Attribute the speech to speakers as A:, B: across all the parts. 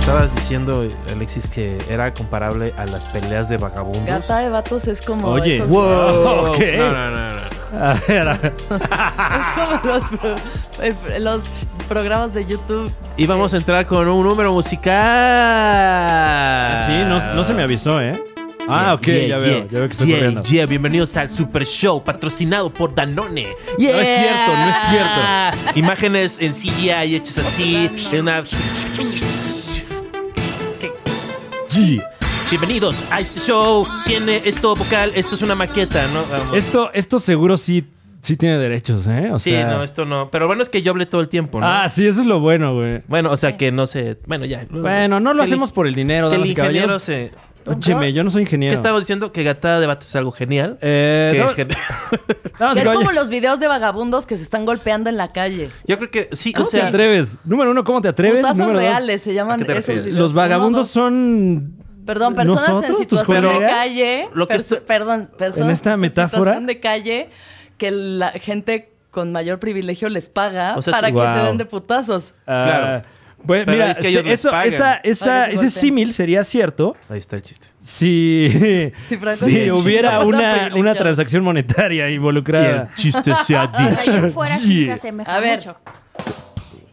A: Estabas diciendo, Alexis, que era comparable a las peleas de vagabundos.
B: Gata de vatos es como.
A: Oye,
B: estos-
C: Wow, ok.
A: No, no, no, no.
C: A ver, a ver.
B: Es como los, pro- el- los programas de YouTube.
A: Y vamos a entrar con un número musical.
C: Ah, Sí, no, no se me avisó, ¿eh? Ah, ok,
A: Yeah,
C: ya
A: yeah,
C: veo, ya veo que estoy
A: yeah,
C: corriendo.
A: yeah. bienvenidos al Super Show patrocinado por Danone. No
C: Yeah.
A: es cierto, no es cierto. Imágenes en CGI hechas así, en una
C: Sí.
A: Bienvenidos a este show. Tiene esto vocal, esto es una maqueta, ¿no? Vamos.
C: Esto, esto seguro sí, sí tiene derechos, ¿eh? O
A: sí,
C: sea-
A: no, esto no. Pero bueno, es que yo hablé todo el tiempo, ¿no?
C: Ah, sí, eso es lo bueno, güey.
A: Bueno, o sea que no sé. Bueno, ya.
C: Bueno, no lo
A: Que el-
C: hacemos por el dinero,
A: que el
C: damas y
A: ingeniero
C: caballeros.
A: se.
C: Óyeme, yo no soy
A: ¿Qué
C: ingeniero.
A: estaba diciendo? eh, Que gatada de vatos es algo genial.
C: Eh,
A: Que
C: no-
A: gen-
C: damas y
B: Que es como
C: caballeros,
B: los videos de vagabundos que se están golpeando en la calle.
A: Yo creo que sí, o
C: ¿Cómo te
A: sea.
C: atreves? Número uno, ¿cómo te atreves?
B: Putazos
C: Número dos,
B: reales se
A: ¿A
B: llaman
A: qué te
B: esos
A: refieres?
B: videos.
C: Los vagabundos
B: Número
C: son...
B: dos, Perdón, personas en
C: ¿Nosotros, tus
B: situación de
C: colegas?
B: calle.
A: Lo que
B: perso-
A: esto-
B: perdón, personas
C: en esta metáfora-
B: situación de calle que la gente con mayor privilegio les paga
A: O sea,
B: para que
C: wow.
B: se den de putazos.
A: Claro.
C: Ah, bueno,
A: Pero
C: mira,
A: es que ellos
C: se-
A: les
C: eso-
A: pagan.
C: esa, esa,
B: Para que se
C: ese
B: volteen.
C: símil sería cierto
A: Ahí está el chiste.
C: si,
B: Sí, Franco,
C: si
B: sí, el
C: hubiera
B: chiste.
C: una,
B: Privilegiado.
C: una transacción monetaria involucrada.
A: chiste se ha
D: O sea, yo fuera sí se
C: Yeah.
D: asemeja
B: A ver.
D: mucho.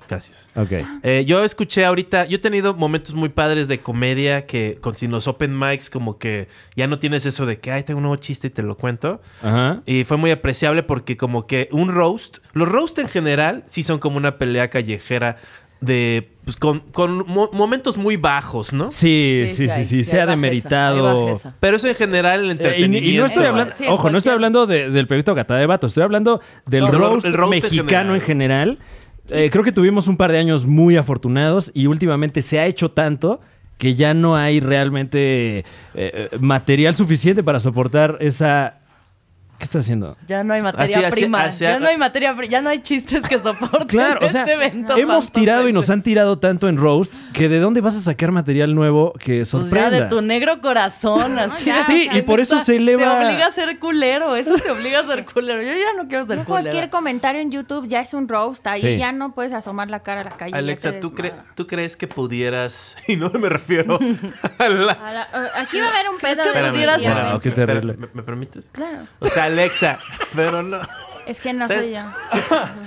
A: Gracias.
C: Ok.
A: Eh, yo escuché ahorita, yo he tenido momentos muy padres de comedia que con sin los open mics como que ya no tienes eso de que, ay, tengo un nuevo chiste y te lo cuento.
C: Ajá.
A: Y fue muy apreciable porque como que un roast, los roast en general sí son como una pelea callejera de, pues con, con mo- momentos muy bajos, ¿no?
C: Sí, sí, sí,
B: Sí, sí,
C: sí,
B: hay- sí
C: se
B: hay
C: ha
B: bajeza, hay
C: demeritado.
B: bajeza.
A: Pero eso en general el
C: Eh, y,
A: entretenimiento.
C: y no estoy
B: Eh,
C: hablando,
B: sí,
C: ojo, no estoy
B: cualquier-
C: hablando de- del proyecto Gata de Vato, estoy hablando del
A: No, del
C: roast
A: roast en
C: mexicano en
A: general.
C: general. Eh, creo que tuvimos un par de años muy afortunados y últimamente se ha hecho tanto que ya no hay realmente eh, eh, material suficiente para soportar esa... ¿Qué está haciendo?
B: Ya no hay materia
A: Así, así,
B: prima.
A: así,
B: ya
A: ah,
B: no hay materia prima. Ya no hay chistes que soporten
C: Claro, o sea,
B: este evento.
C: hemos
B: tanto
C: tirado y
B: sexo.
C: nos han tirado tanto en roasts que de dónde vas a sacar material nuevo que
B: Pues ya de
C: sorprenda.
B: tu negro corazón, así.
D: ya.
B: de
D: Sí,
B: que
C: y por eso
B: neta,
C: se eleva-
B: Te obliga a ser culero, eso te obliga a ser culero. Yo ya no quiero ser
D: Ya
B: culero.
D: cualquier comentario en YouTube ya es un roast. Ahí
C: Sí.
D: ya no puedes asomar la cara a la calle. ya
A: Alexa,
D: te
A: ¿tú, cre-
D: desmadra.
A: ¿tú crees que pudieras, y no me refiero a la...
D: A la- eh, aquí va a haber un pedo
B: que
D: de
B: pudieras-
D: obviamente.
C: Wow, qué terrible.
A: ¿Me, me permites?
D: Claro.
A: O sea, Alexa, pero no.
D: Es que no soy yo.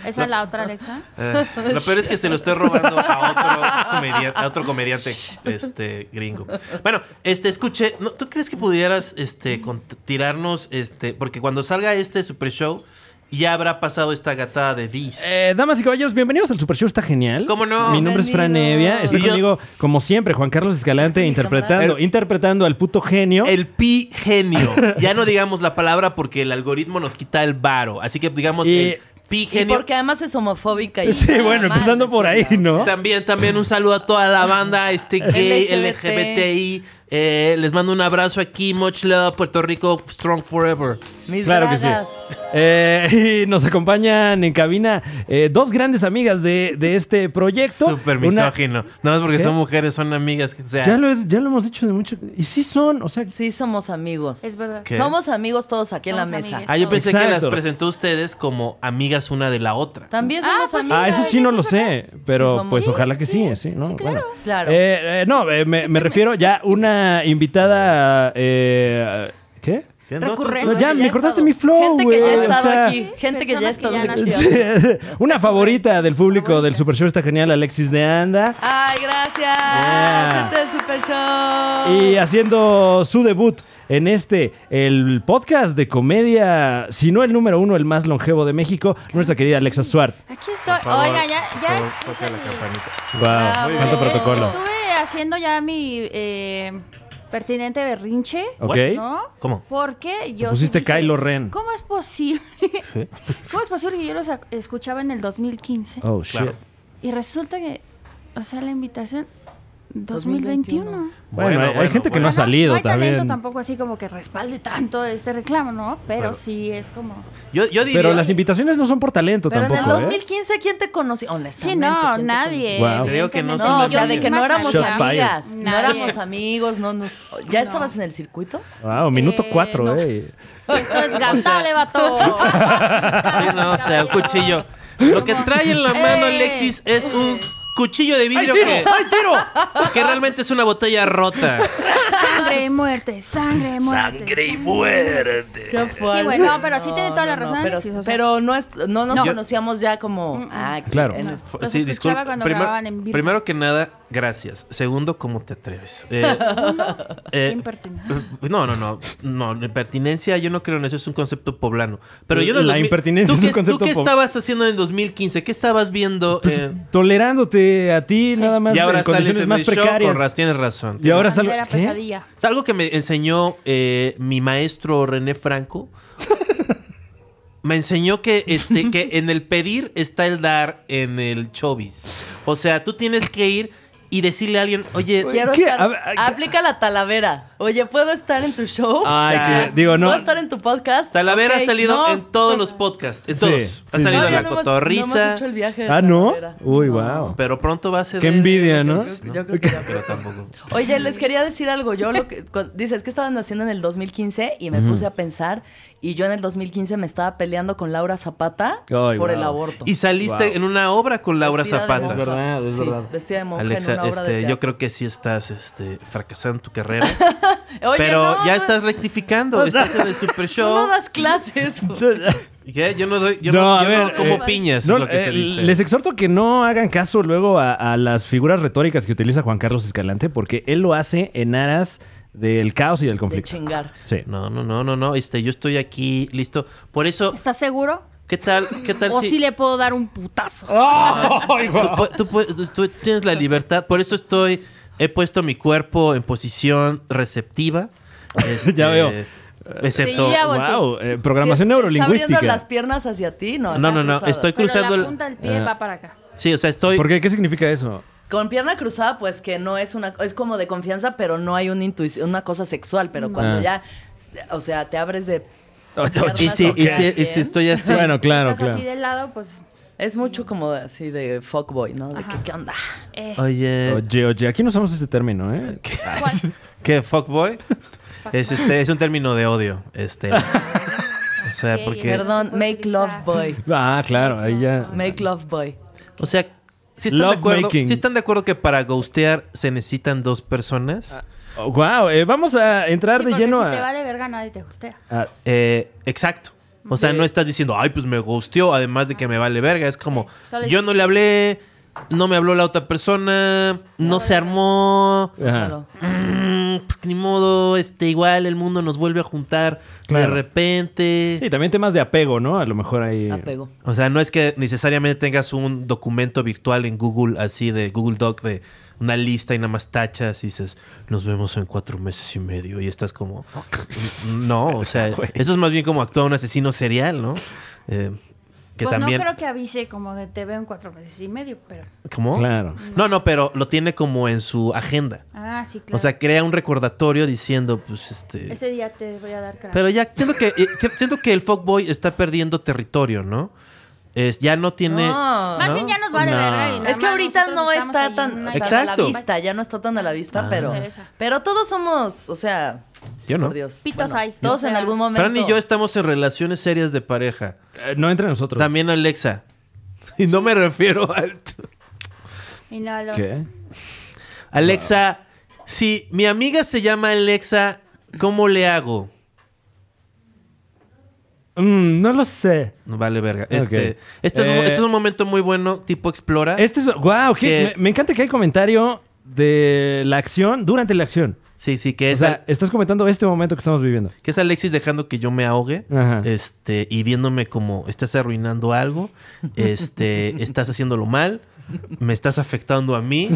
D: Esa es la otra Alexa.
A: Eh, lo peor es que se lo estoy robando a otro, comedia- a otro comediante este, gringo. Bueno, este, escuche, ¿no- ¿tú crees que pudieras este, con- tirarnos, este, porque cuando salga este super show, ya habrá pasado esta gatada de Diz?
C: Eh, damas y caballeros, bienvenidos al Super Show, está genial.
A: ¿Cómo no?
C: Mi nombre es Fran
B: Bienvenidos.
C: Evia, está
A: Y yo-
C: conmigo, como siempre, Juan Carlos Escalante,
B: Sí,
C: interpretando,
A: jamás.
C: interpretando al puto genio.
A: El pi genio. Ya no digamos la palabra porque el algoritmo nos quita el varo. Así que digamos
C: Y-
A: el pi
B: Y
A: genio.
B: porque además es homofóbica. Y
C: Sí, bueno, empezando por ahí, ¿no?
A: También, también un saludo a toda la banda este gay,
B: LGBT.
A: LGBTI. Eh, les mando un abrazo aquí, much love, Puerto Rico, strong forever.
B: Mis
C: Claro que sí.
B: dragas.
C: Eh, y nos acompañan en cabina eh, dos grandes amigas de, de este proyecto.
A: Súper
C: Una-
A: misógino. Nada más porque
C: ¿Qué?
A: son mujeres, son amigas. que sea,
C: ya, lo, he- ya lo hemos dicho de mucho. Y sí son, o sea,
B: Sí, somos amigos.
D: Es verdad.
A: ¿Qué?
B: Somos amigos todos aquí en la
D: Somos
B: mesa.
D: amigues.
A: Ah, yo pensé que las
C: Exacto.
A: presentó ustedes como amigas una de la otra.
B: También
D: Ah,
B: somos
D: pues sí,
B: amigos.
C: Ah, eso sí no lo sé, pero
B: somos-
C: pues
B: Sí,
C: ojalá que sí, sí, ¿no?
D: claro.
C: Bueno.
B: Claro.
C: Eh, eh, no, eh, me, me refiero ya una invitada... eh, ¿Qué?
A: ¿Qué? No, tú-
D: Recurrente.
C: No,
A: tú-
C: ya,
B: Gente
C: me
B: que
C: cortaste
B: ha
C: mi flow,
B: Gente
C: güey,
B: que ya
C: o
B: estaba
C: sea.
B: aquí. Gente que ya
D: Personas que ya
B: estaba aquí.
D: nacieron.
C: Sí, Una favorita del público del Super Show está genial, Alexis de Anda.
B: Ay, gracias.
C: Yeah.
B: Este es Super Show.
C: Y haciendo su debut en este, el podcast de comedia, si no el número uno, el más longevo de México, nuestra querida Alexa Suart.
D: Aquí estoy.
A: Por favor,
D: Oiga, ya,
A: por
D: ya
A: favor,
D: expuse
A: toca la
D: mi-
A: campanita.
C: Wow,
B: Bravo.
C: cuánto
B: Eh,
C: protocolo.
D: Estuve haciendo ya mi eh, pertinente berrinche.
C: Ok.
D: ¿No?
A: ¿Cómo?
D: Porque yo.
C: pusiste
D: sí dije,
C: Kylo Ren.
D: ¿Cómo es posible? ¿Cómo es posible que yo los ac- escuchaba en el 2015?
C: Oh, shit.
A: Claro.
D: Y resulta que, o sea, la invitación 2021.
C: Bueno, hay- hay gente que
D: O
C: no ha
D: sea,
C: salido
D: no hay
C: también.
D: talento tampoco así como que respalde tanto este reclamo, ¿no? Pero
A: Claro.
D: sí es como...
A: Yo, yo diría.
C: Pero las invitaciones no son por talento
B: Pero en el
C: tampoco, ¿eh?
B: 2015, ¿a quién te conocí? Honestamente.
D: Sí, no,
B: ¿quién te
D: nadie.
C: Wow.
A: Te digo que no
B: conocí?
A: son
B: No,
A: las
B: o sea, de que no
D: mismas
B: éramos
C: Shots fired.
B: amigas. No
D: Nadie.
B: éramos amigos, no nos... ¿Ya
D: No.
B: estabas en el circuito?
C: Wow, minuto
D: Eh,
C: 4,
D: no.
C: ¿eh?
D: Esto es Gandale, vato.
A: Sí, no, o sea, un cuchillo. Lo que trae en la mano
D: Eh.
A: Alexis es un cuchillo de vidrio que,
C: tiro!
A: que realmente es una botella rota.
D: Sangre y muerte, sangre y muerte.
E: Sangre y muerte.
B: Qué fuerte.
D: güey, no, pero sí tiene toda la razón,
B: pero,
D: Alexis, o sea. Mm,
B: pero no, es- no nos
A: No.
B: conocíamos ya como... ah, aquí
C: Claro.
B: en
C: No.
B: este-
D: Los
A: sí,
D: escuchaba
A: disculpa.
D: cuando
A: Prima-
D: grababan en vivo.
A: primero que nada, gracias. Segundo, ¿cómo te atreves? Eh, eh,
D: impertinente.
A: No, no, no. No, la impertinencia yo no creo en eso. Es un concepto poblano. Pero yo... en el
C: La
A: 2000
C: impertinencia
A: ¿tú
C: es
A: qué-
C: un concepto
A: ¿Tú qué
C: po-
A: estabas haciendo en el 2015? ¿Qué estabas viendo?
C: Pues,
A: eh,
C: tolerándote a ti nada más
A: y ahora
C: en
A: sales
C: condiciones
A: en
C: más
A: el show.
C: precarias.
A: Con raz- tienes razón.
C: y ahora
D: Cuando
C: salgo...
D: era
C: ¿Qué?
D: pesadilla.
A: Es algo que me enseñó eh, mi maestro René Franco. Me enseñó que, este, que en el pedir está el dar en el chovis. O sea, tú tienes que ir y decirle a alguien, oye,
B: Quiero
C: ¿Qué?
B: estar...
C: A ver, ay,
B: Aplica la talavera. Oye, ¿puedo estar en tu show?
C: Ay,
B: O sea,
C: que- Ah, digo, no.
B: ¿Puedo estar en tu podcast?
A: Talavera
B: Ok,
A: ha salido
B: no,
A: en todos
B: pues,
A: los podcasts. En
C: Sí,
A: todos.
C: sí,
A: ha salido
C: sí.
A: la
B: no hemos- No
A: cotorriza.
B: hemos hecho el viaje de
C: Ah, ¿no?
B: Talavera.
C: Uy,
B: No.
C: wow.
A: Pero pronto va a ser.
C: Qué
A: de-
C: envidia, ¿no?
B: Yo creo que ya.
A: Pero tampoco.
B: Oye, les quería decir algo. Yo lo que cu- dices que estaban haciendo en el 2015 y me puse a pensar y yo en el 2015 me estaba peleando con Laura Zapata
C: Ay,
B: por el
C: wow.
B: aborto.
A: Y saliste
C: Wow.
A: en una obra con Laura
B: Vestida de
A: Zapata.
B: monja.
C: Es verdad, es
B: Sí,
C: verdad.
B: Vestida de monja en
A: Alexa,
B: una obra de
A: este, yo
B: teatro.
A: creo que sí estás este, fracasando en tu carrera.
B: Oye,
A: pero
B: no,
A: ya
B: no,
A: estás rectificando. Estás en el Super
B: Tú no
A: Show.
B: das clases. güey.
A: ¿Qué? Yo no doy. Yo no,
C: No, a
A: yo
C: ver,
A: no como
C: eh,
A: piñas,
C: no,
A: es lo que
C: eh,
A: se dice.
C: Les exhorto que no hagan caso luego a, a las figuras retóricas que utiliza Juan Carlos Escalante, porque él lo hace en aras del caos y del
B: De
C: conflicto.
B: chingar.
C: Sí.
A: No, no, no, no, no. Este, yo estoy aquí listo. Por eso,
D: ¿Estás seguro?
A: ¿qué tal? ¿Qué tal
D: O
A: si.?
D: si le puedo dar un putazo.
A: Tú pu- tú, pu- tú- tú tienes la libertad. Por eso estoy. He puesto mi cuerpo en posición receptiva. Este,
C: Ya veo.
A: Excepto.
D: Sí, ya voy.
C: Wow, eh, programación
B: Sí, Está
C: neurolingüística.
B: abriendo las piernas hacia ti, ¿no?
A: No, no, no,
B: Están cruzadas.
A: estoy-
D: Pero
A: cruzando el-
D: la punta del pie
C: Ah.
D: va para acá.
A: Sí, o sea, estoy.
C: ¿Por qué? ¿Qué significa eso?
B: Con pierna cruzada, pues que no es una... Es como de confianza, pero no hay una intuición, una cosa sexual. Pero cuando
C: Ah.
B: ya... O sea, te abres de...
A: Y
B: piernas
A: si-
B: o
A: y si-
B: qué
A: y si
B: bien.
A: estoy así.
C: Bueno, claro,
D: Estás
C: claro.
D: así del lado, pues.
B: Es mucho como de- así de fuckboy, ¿no? De
D: Ajá.
B: que, ¿qué onda?
D: eh,
A: Oye.
C: Oye, oye, aquí no usamos ese término, ¿eh?
D: ¿cuál?
A: ¿Qué? ¿Fuckboy? Es, este, es un término de odio. Este. O sea,
D: Ok,
A: porque.
D: ¿verdad?
B: Perdón,
D: se puede
B: make love
D: utilizar.
B: boy.
C: Ah, claro, ahí ya.
B: Make love boy.
A: O sea, si están, de
C: Love
A: acuerdo,
C: making.
A: sí están de acuerdo que para ghostear se necesitan dos personas.
C: wow, Oh, eh, vamos a entrar
D: Sí,
C: de
D: porque
C: lleno
D: Si te
C: a-
D: vale verga, nadie te gustea.
C: a
A: Eh, exacto. O sea, no estás diciendo, ay, pues me gusteó, además de que me vale verga. Es como,
D: Sí, solo
A: yo
D: es-
A: no le hablé, no me habló la otra persona, no se armó.
C: Ajá.
B: Claro.
A: mm, pues ni modo, este, igual el mundo nos vuelve a juntar de
C: Claro.
A: repente.
C: Sí, también temas de apego, ¿no? A lo mejor ahí.
B: Apego.
A: O sea, no es que necesariamente tengas un documento virtual en Google, así de Google Doc, de una lista y nada más tachas y dices, nos vemos en cuatro meses y medio. Y estás como, no, o sea, eso es más bien como actúa un asesino serial, ¿no? Eh, que
D: pues
A: también.
D: no creo que avise como de te veo en cuatro meses y medio, pero.
A: ¿Cómo?
C: Claro.
A: No, no, pero lo tiene como en su agenda.
D: Ah, sí, claro.
A: O sea, crea un recordatorio diciendo, pues este.
D: ese día te voy a dar cara.
A: Pero ya siento que, eh, siento que el fuckboy está perdiendo territorio, ¿no? Es, ya no tiene.
B: No.
D: Más
A: ¿no?
D: bien ya nos vale
C: No.
D: verga. y nada
B: Es que
D: más
B: ahorita
D: nosotros
B: no
D: estamos
B: está
D: ahí en
B: tan,
D: una-
B: tan a
A: Exacto.
B: la vista, ya no está tan a la vista,
A: Ah.
B: pero,
D: Interesa.
B: pero todos somos, o sea,
A: Yo no.
B: por Dios.
D: Pitos hay,
B: Todos
D: o sea.
B: en algún momento.
A: Fran y yo estamos en relaciones serias de pareja.
C: Eh, no entre nosotros.
A: También Alexa. Y no me refiero al...
D: Y no, lo-
C: ¿Qué?
A: Alexa, si mi amiga se llama Alexa, ¿cómo le hago?
C: Mm, no lo sé.
A: No vale verga. Este,
C: Ok.
A: este es, un-
C: Eh,
A: este es un momento muy bueno, tipo explora.
C: Este es. ¡Wow!
A: Que-
C: Me, me encanta que hay comentario de la acción durante la acción.
A: Sí, sí, que
C: O
A: es,
C: sea, estás comentando este momento que estamos viviendo.
A: que es Alexis dejando que yo me ahogue.
C: Ajá.
A: Este, y viéndome como estás arruinando algo. Este, estás haciéndolo mal. Me estás afectando a mí.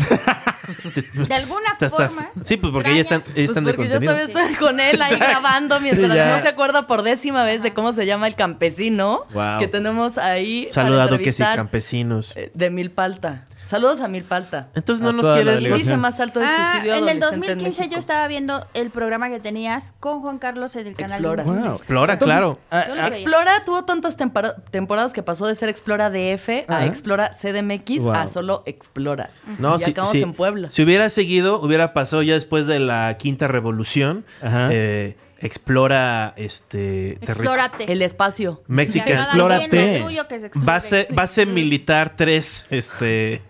D: De alguna forma,
A: Sí, pues porque ella está,
D: extraña.
A: ella está en el
B: Pues porque yo
A: contenido.
B: todavía estoy con él ahí grabando mientras
C: Sí, ya.
B: no se acuerda por décima vez de cómo se llama el campesino
C: Wow.
B: que tenemos ahí. eh, para
A: Saludado que sí,
B: entrevistar,
A: campesinos.
B: eh, De Milpalta. Saludos a Milpalta.
A: Entonces
C: A
A: no nos
C: toda la
A: quieres.
C: delegación.
B: Índice más alto de
D: Ah,
B: este suicidio
D: en el
B: adolescente en
D: 2015 yo
B: México.
D: estaba viendo el programa que tenías con Juan Carlos en el canal.
B: Explora.
D: Uno.
C: Wow.
A: Explora, claro.
C: Ah,
D: Yo
C: ah,
D: lo veía.
B: Explora tuvo tantas tempora- temporadas que pasó de ser Explora DF a
C: Ajá.
B: Explora CDMX a
C: Wow.
B: solo Explora.
A: No,
B: y
A: si,
B: acabamos
A: si-
B: en Puebla.
A: Si hubiera seguido, hubiera pasado ya después de la quinta revolución.
C: Ajá.
A: eh, explora este. terri-
D: Explórate.
B: El espacio.
D: Que
A: Mexican.
D: cada
A: Explora-
C: Explórate.
D: quien lo suyo que se explore.
A: Base, base militar 3, este.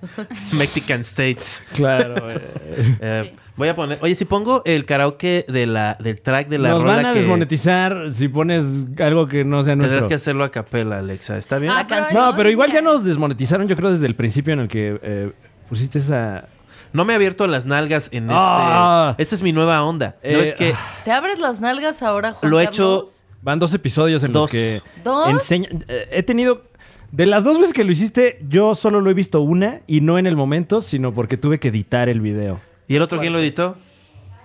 A: Mexican States.
C: Claro. eh.
A: Eh, Voy a poner. Oye, si pongo el karaoke de la, del track de la
C: Nos
A: rola
C: van a
A: que.
C: desmonetizar si pones algo que no sea nuestro.
A: Tendrás que hacerlo a capela, Alexa. ¿Está bien?
D: Ah,
B: canción.
C: No, pero igual ya
D: mira.
C: nos desmonetizaron, yo creo, desde el principio en el que eh, pusiste esa.
A: No me he abierto las nalgas en este.
C: Ah.
A: Esta es mi nueva onda. ¿No
C: Eh,
A: es que
B: ¿Te abres las nalgas ahora, Juan
A: Lo he hecho-
B: Carlos?
C: Van dos episodios en
A: Dos.
C: los que.
B: ¿Dos?
C: enseña- eh, he tenido. De las dos veces que lo hiciste, yo solo lo he visto una y no en el momento, sino porque tuve que editar el video.
A: ¿Y el otro quién lo editó?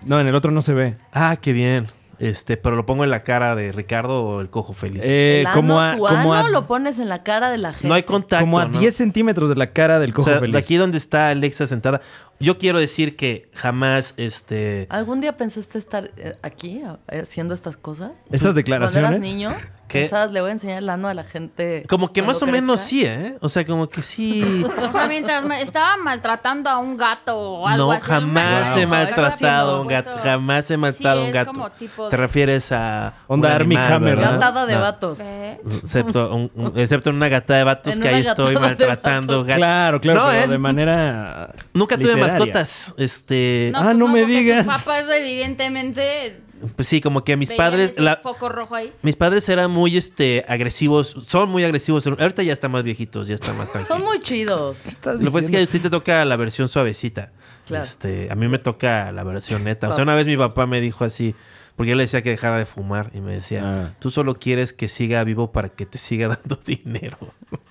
C: No, en el otro no se ve.
A: Ah, qué bien. Este, pero lo pongo en la cara de Ricardo o el cojo feliz.
C: Eh,
B: El ano,
C: como a,
B: tu
C: como
B: ano
C: a-
B: lo pones en la cara de la gente.
A: no hay contacto.
C: como a
A: ¿no?
C: 10 centímetros de la cara del
A: O
C: cojo
A: sea,
C: feliz.
A: de aquí donde está Alexa sentada. Yo quiero decir que jamás, este.
B: ¿Algún día pensaste estar eh, aquí a- haciendo estas cosas?
C: Estas declaraciones.
B: Cuando eras niño,
A: ¿Qué?
B: pensabas, le voy a enseñar el ano a la gente.
A: Como que
B: cuando
A: más o menos
B: crezca"?
A: sí, ¿eh? O sea, como que sí.
D: O sea, mientras me- estaba maltratando a un gato o algo
A: No,
D: así.
A: jamás
D: una-
A: he
D: no,
A: maltratado
D: eso
A: a
D: sí,
A: un
D: por
A: gato.
D: supuesto.
A: Jamás he maltratado a un
D: es
A: gato.
D: como tipo
A: Te
D: de-
A: refieres a.
C: Onda
A: un
C: Armie
A: animal,
C: Hammer,
A: ¿verdad?
B: Gatada de
C: No.
B: vatos.
D: ¿Ves?
A: Excepto, un- un- excepto en una gata de vatos
B: En
A: que
B: una
A: ahí estoy
B: gatada de
A: maltratando gatos.
C: Claro, claro,
A: No,
C: pero
A: ¿eh?
C: de manera.
A: Nunca tuve
C: literaria.
A: mascotas. Este.
C: Ah, no me
D: pues porque tus
C: digas.
D: Papás, evidentemente.
A: Pues sí, como que a mis
D: veían
A: padres.
D: ese
A: la-
D: foco rojo ahí.
A: mis padres eran muy este agresivos. Son muy agresivos. Ahorita ya están más viejitos, ya están más tranquilos.
B: Son muy chidos.
A: Lo que pasa es que a ti te toca la versión suavecita.
B: Claro.
A: Este, a mí me toca la versión neta. O sea, una vez mi papá me dijo así, porque yo le decía que dejara de fumar y me decía,
C: Ah.
A: tú solo quieres que siga vivo para que te siga dando dinero.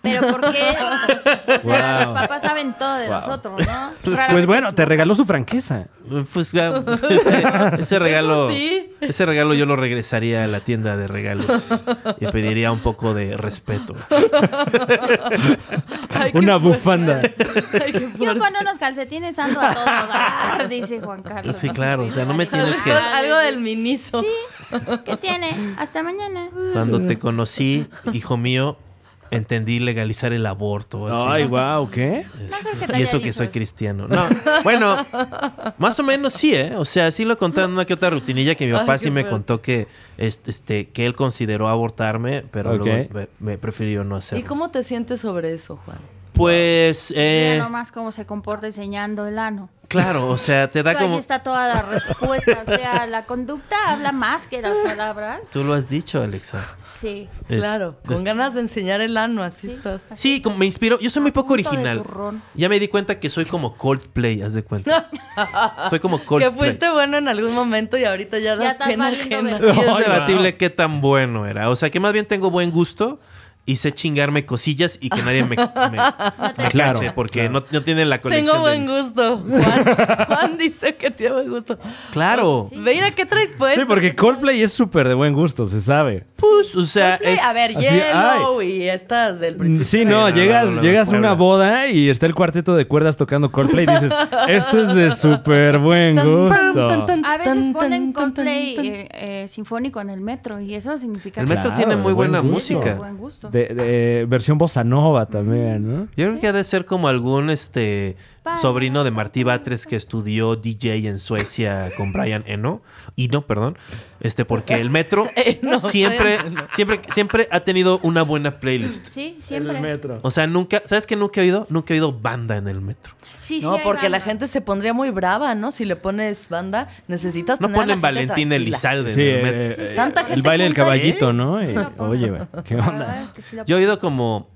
D: Pero ¿por qué? O sea,
C: Wow.
D: los papás saben todo de nosotros, ¿no? Rara
C: Pues
D: vez
C: bueno,
D: se
C: te regaló su franqueza.
A: Pues ya, este, ese regalo,
B: Eso sí.
A: ese regalo yo lo regresaría a la tienda de regalos y pediría un poco de respeto.
B: Ay, qué
C: Una
B: fuerte.
C: bufanda.
B: Ay, qué
D: equivoca. Yo
B: fuerte.
D: con unos calcetines ando a todo dar, dice Juan Carlos.
A: Sí, claro, o sea, no me tienes que-
B: Con algo del miniso.
D: Sí, ¿qué tiene? Hasta mañana.
A: Cuando te conocí, hijo mío, entendí legalizar el aborto. así.
C: Ay, wow, ¿qué?
D: No creo que te
A: Y
D: haya
A: eso que
D: hijos.
A: soy cristiano. No, bueno, más o menos sí, ¿eh? O sea, sí lo conté en una que otra rutinilla que mi
B: Ay,
A: papá
B: qué
A: sí me
B: fuerte.
A: contó que, este, este, que él consideró abortarme, pero
C: Ok.
A: luego me, me prefirió no hacerlo.
B: ¿Y cómo te sientes sobre eso, Juan?
A: Pues, eh,
D: Mira nomás cómo se comporta enseñando el ano.
A: claro, o sea, te da
D: Ahí
A: como...
D: está toda la respuesta. O sea, la conducta habla más que las palabras.
A: Tú lo has dicho, Alexa.
D: Sí.
A: Es-
B: Claro,
A: es-
B: con ganas de enseñar el ano, así
D: Sí.
B: estás.
A: Sí, como me inspiró. Yo soy muy poco
D: Punto de
A: original.
D: turrón.
A: Ya me di cuenta que soy como Coldplay, haz de cuenta. soy como Coldplay.
B: Que fuiste bueno en algún momento y ahorita ya das
D: estás
B: pena
D: valiendo
B: ajena.
D: verga.
A: Y es
C: Ay,
A: debatible
C: wow.
A: qué tan bueno era. O sea, que más bien tengo buen gusto y sé chingarme cosillas y que nadie me, me,
D: te
A: me
C: Claro,
A: cache porque
C: claro.
A: no, no tienen la colección.
B: Tengo
A: de
B: buen
A: mis-
B: gusto. Juan, Juan dice que tiene buen gusto.
A: Claro.
B: Mira qué traes puesto.
C: Sí, porque Coldplay es súper de buen gusto, se sabe.
A: Pues, o sea,
B: Coldplay,
A: es-
B: A ver,
C: Así,
B: Yellow y estas del principio.
C: Sí, no,
A: Sí, no,
C: llegas,
A: no, no, no,
C: llegas a
A: Puebla.
C: una boda y está el cuarteto de cuerdas tocando Coldplay y dices, esto es de súper buen gusto.
D: A veces ponen
B: Coldplay
D: Coldplay eh, eh, sinfónico en el metro y eso significa
A: El
D: que-
A: metro
C: Claro,
A: tiene
C: de
A: muy
C: buen
A: buena
C: gusto.
A: música.
D: Buen gusto.
C: De, de versión bossa nova también, ¿no?
A: Yo creo que ha de ser como algún este
D: Pa-
A: sobrino de Martí Batres que estudió DJ en Suecia con Brian Eno. Eno, perdón. Este, porque el metro
B: Eno,
A: siempre,
B: Brian Eno.
A: siempre, siempre ha tenido una buena playlist.
D: Sí, siempre.
A: O sea, nunca, ¿sabes qué nunca he oído? Nunca he oído banda en el metro.
D: Sí, sí
B: No,
D: hay
B: porque la
D: banda.
B: gente se pondría muy brava, ¿no? Si le pones banda, necesitas
A: No
B: tener a la
A: ponen
B: gente
A: Valentín
B: tranquila.
A: Elizalde
C: Sí,
A: en el
C: eh,
A: metro.
C: eh,
D: Sí,
B: Tanta
C: el
B: gente
C: baile del
B: junta, ¿eh?
C: caballito, ¿no?
D: Sí
C: Y-
D: lo ponen.
C: oye, güey, ¿qué
D: La
C: onda?
D: verdad es que sí lo
A: Yo he oído como,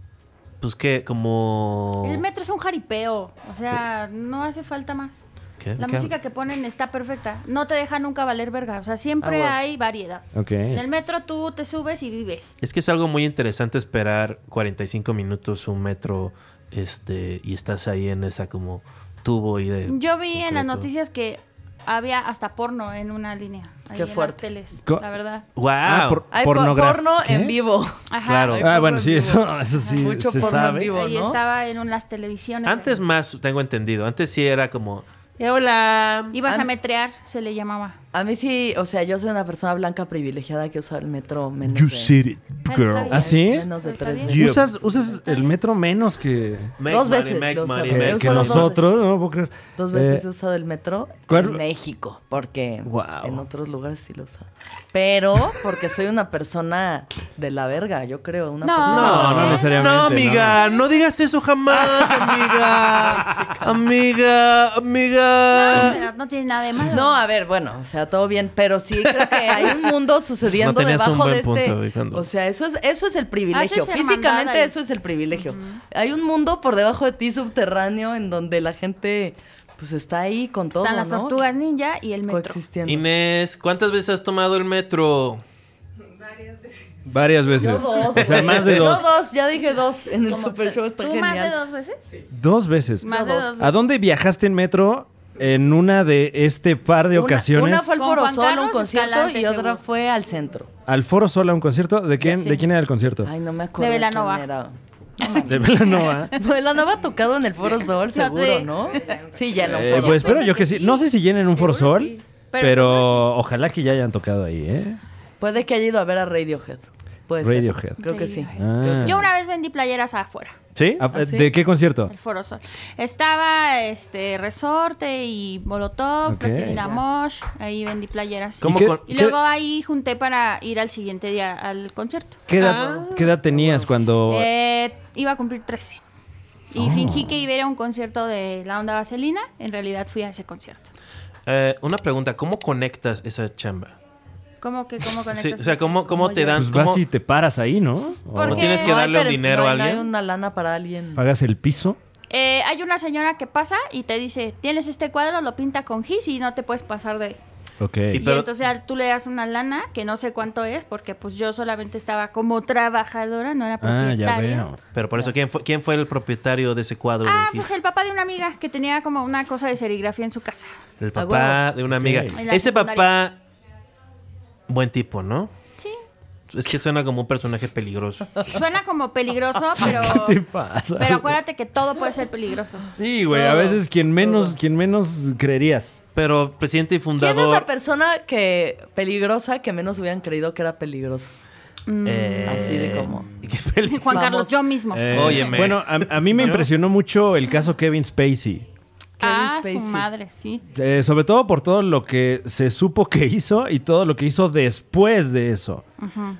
A: pues qué, como...
D: El metro es un jaripeo, o sea, no hace falta más.
C: ¿Eh?
A: ¿Qué?
D: La
A: ¿Qué?
D: música que ponen está perfecta, no te deja nunca valer verga, o sea,
B: Ah,
D: siempre
B: bueno.
D: hay variedad.
C: Ok.
D: En el metro tú te subes y vives.
A: Es que es algo muy interesante esperar 45 minutos un metro este y estás ahí en esa como tubo y de...
D: Yo vi en las
A: concreto.
D: noticias que había hasta porno en una línea. Ahí
B: Qué
D: en las
B: fuerte.
D: teles,
C: Co-
D: la verdad.
A: ¡Wow!
C: Ah, por-
B: Hay po-
C: Pornograf-
B: porno
C: ¿Qué?
B: en vivo.
D: Ajá.
A: Claro.
B: Hay
C: Ah,
B: porno
C: bueno,
B: en
C: sí,
B: vivo.
C: eso, eso sí
B: Mucho
C: se
B: porno en
C: sabe.
B: vivo.
D: Ahí
B: ¿no?
D: estaba en las televisiones.
A: Antes más, tengo entendido. Antes sí era como. "Eh, hola.
D: Ibas
B: An-
D: a metrear, se le llamaba.
B: A mí sí, o sea, yo soy una persona blanca privilegiada que usa el metro menos
C: You
B: de-
C: said it,
D: Pero está
C: girl.
D: bien.
C: ¿Ah, sí?
B: Menos de
D: Está
B: tres
D: bien.
B: veces.
A: Yeah.
C: Usas, usas el metro menos que,
A: Make
B: Dos
A: money,
B: veces
A: make
B: lo usaba.
A: money,
C: que-
A: make
C: que
B: uso
A: money.
B: los dos
C: nosotros. No lo puedo creer.
B: Dos veces
C: Eh,
B: he usado el metro
C: ¿cuál?
B: en México, porque
C: Guau.
B: en otros lugares sí lo he usado. Pero porque soy una persona de la verga, yo creo. Una
D: No.
B: persona-
C: No, no necesariamente.
A: No, amiga, no. digas eso jamás, amiga. amiga,
D: No, o
A: amiga.
D: sea, no tiene nada de malo.
B: No, a ver, bueno, o sea, todo bien, pero sí creo que hay un mundo
A: No
B: sucediendo
A: tenías
B: debajo
A: un buen
B: de este.
A: punto, Alejandro.
B: O sea, eso es, eso es el privilegio.
D: Haces hermandad
B: Físicamente
D: ahí.
B: eso es el privilegio. Hay un mundo por debajo de ti subterráneo en donde la gente pues está ahí con todo,
D: Están las
B: ¿no?
D: tortugas ninja y el metro.
B: coexistiendo.
A: Inés, ¿cuántas veces has tomado el metro?
C: Varias veces.
B: Yo dos,
C: o sea,
B: güey.
C: más de
B: Yo
C: dos.
B: dos, ya dije dos en el
D: Como
B: Super
D: te-
B: Show, está
D: ¿Tú
B: genial.
D: más de dos veces?
C: Dos veces.
D: Más de
B: dos.
D: dos
C: ¿A dónde viajaste en metro en una de este par de
B: Una-
C: ocasiones?
B: Una, fue al
D: Con
B: Foro
D: Juan
B: Sol, un
D: Carlos
B: concierto,
D: Escalante,
B: y otra
D: seguro.
B: fue al centro.
C: Al Foro Sol a un concierto. ¿De quién,
D: sí.
C: ¿de quién era el concierto?
B: Ay, no me acuerdo.
D: De
B: quién
D: Belanova.
B: era. Pues
C: de ¿ah? Velanova.
B: No, Belanova ha tocado en el Foro Sol, seguro,
D: sé.
B: ¿no? Sí, ya no.
C: Eh,
B: Foro
C: pues
B: Sol.
C: espero yo que sí. No sé si llenen un Foro
D: Seguro
C: Sol,
D: sí.
C: pero,
D: Pero
C: ojalá que ya hayan tocado ahí, ¿eh?
B: Puede que haya ido a ver a Radiohead. Puede ser.
C: Radiohead.
B: Creo que sí.
C: Ah.
D: Yo una vez vendí playeras afuera,
A: ¿Sí?
C: Ah,
B: ¿Ah, sí?
C: ¿De qué concierto?
D: el Foro Sol. Estaba este Resorte y Molotov,
C: Ok.
D: Plastilina Mosh, ahí vendí playeras.
A: ¿Cómo
C: qué-
A: con-
D: Y luego ahí junté para ir al siguiente día al concierto.
C: ¿Qué edad, qué edad tenías cuando...?
D: Eh, iba a cumplir 13.
C: Oh.
D: Y fingí que iba a ir a un concierto de la onda vaselina. En realidad fui a ese concierto.
A: Eh, una pregunta, ¿cómo conectas esa chamba?
D: ¿Cómo que cómo
A: Sí,
D: conectas?
A: o sea, ¿cómo, cómo
B: ¿Cómo
A: te dan?
C: pues vas
A: cómo-
C: y te paras ahí, ¿no?
D: ¿Por
A: ¿O
D: qué?
A: tienes que
D: No hay
A: darle
B: pero-
A: dinero a
B: no, no
A: alguien?
B: hay una lana para alguien.
C: ¿Pagas el piso?
D: Eh, hay una señora que pasa y te dice, tienes este cuadro, lo pinta con gis y no te puedes pasar de...
C: Ok.
D: Y,
A: pero-
D: entonces al- tú le das una lana, que no sé cuánto es, porque pues yo solamente estaba como trabajadora, no era
C: Ah,
D: propietaria.
C: ya veo.
A: Pero por eso, ¿quién fue, ¿quién fue el propietario de ese cuadro?
D: Ah,
A: de Gis?
D: pues el papá de una amiga que tenía como una cosa de serigrafía en su casa.
A: El
B: Ah,
A: papá de una amiga.
C: En
D: la
A: Ese
D: secundaria.
A: papá, buen tipo, ¿no?
D: Sí.
A: Es que suena como un personaje peligroso.
D: Suena como peligroso, pero...
C: ¿Qué te pasa?
D: Pero acuérdate que todo puede ser peligroso.
C: Sí, güey, a veces quien menos, quien menos creerías.
A: Pero presidente y
B: ¿Quién es
A: fundador.
B: la persona que peligrosa que menos hubieran creído que era peligrosa?
A: eh,
B: Así de como-
A: qué peli-
D: Juan
B: Vamos.
D: Carlos, yo mismo.
C: Eh,
A: Óyeme.
C: Bueno, a, a mí me impresionó mucho el caso Kevin Spacey.
D: ah,
B: Kevin
D: su
B: Spacey.
D: madre, sí.
C: Eh, sobre todo por todo lo que se supo que hizo y todo lo que hizo después de eso.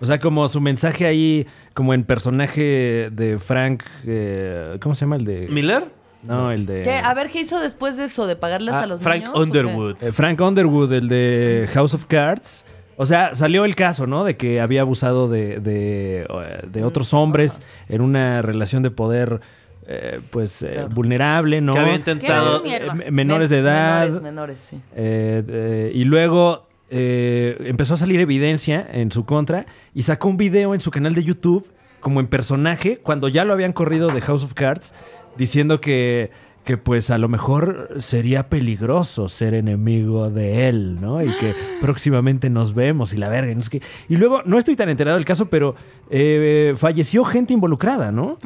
C: O sea, como su mensaje ahí, como en personaje de Frank. eh, ¿Cómo se llama el de.?
A: ¿Miller?
C: No, el de.
B: ¿Qué? A ver, ¿qué hizo después de eso? ¿De pagarles
C: Eh. Ah,
B: a los
A: Frank
B: niños? o qué?
A: Underwood.
C: Eh, Frank Underwood, el de House of Cards. O sea, salió el caso, ¿no? De que había abusado de, de, eh, de otros
A: Mm.
C: hombres en una relación de poder, eh, pues, eh,
B: Claro.
C: vulnerable, ¿no?
A: Que había
D: era
A: intentado.
D: un mierda.
C: Eh, menores de
B: Men-
C: edad.
B: Menores, menores, sí.
C: Eh, eh, y luego eh, empezó a salir evidencia en su contra y sacó un video en su canal de YouTube como en personaje cuando ya lo habían corrido de House of Cards diciendo que, que pues a lo mejor sería peligroso ser enemigo de él, ¿no? Y que próximamente nos vemos y la verga. Y, no sé qué. y luego, no estoy tan enterado del caso, pero eh, falleció gente involucrada, ¿no?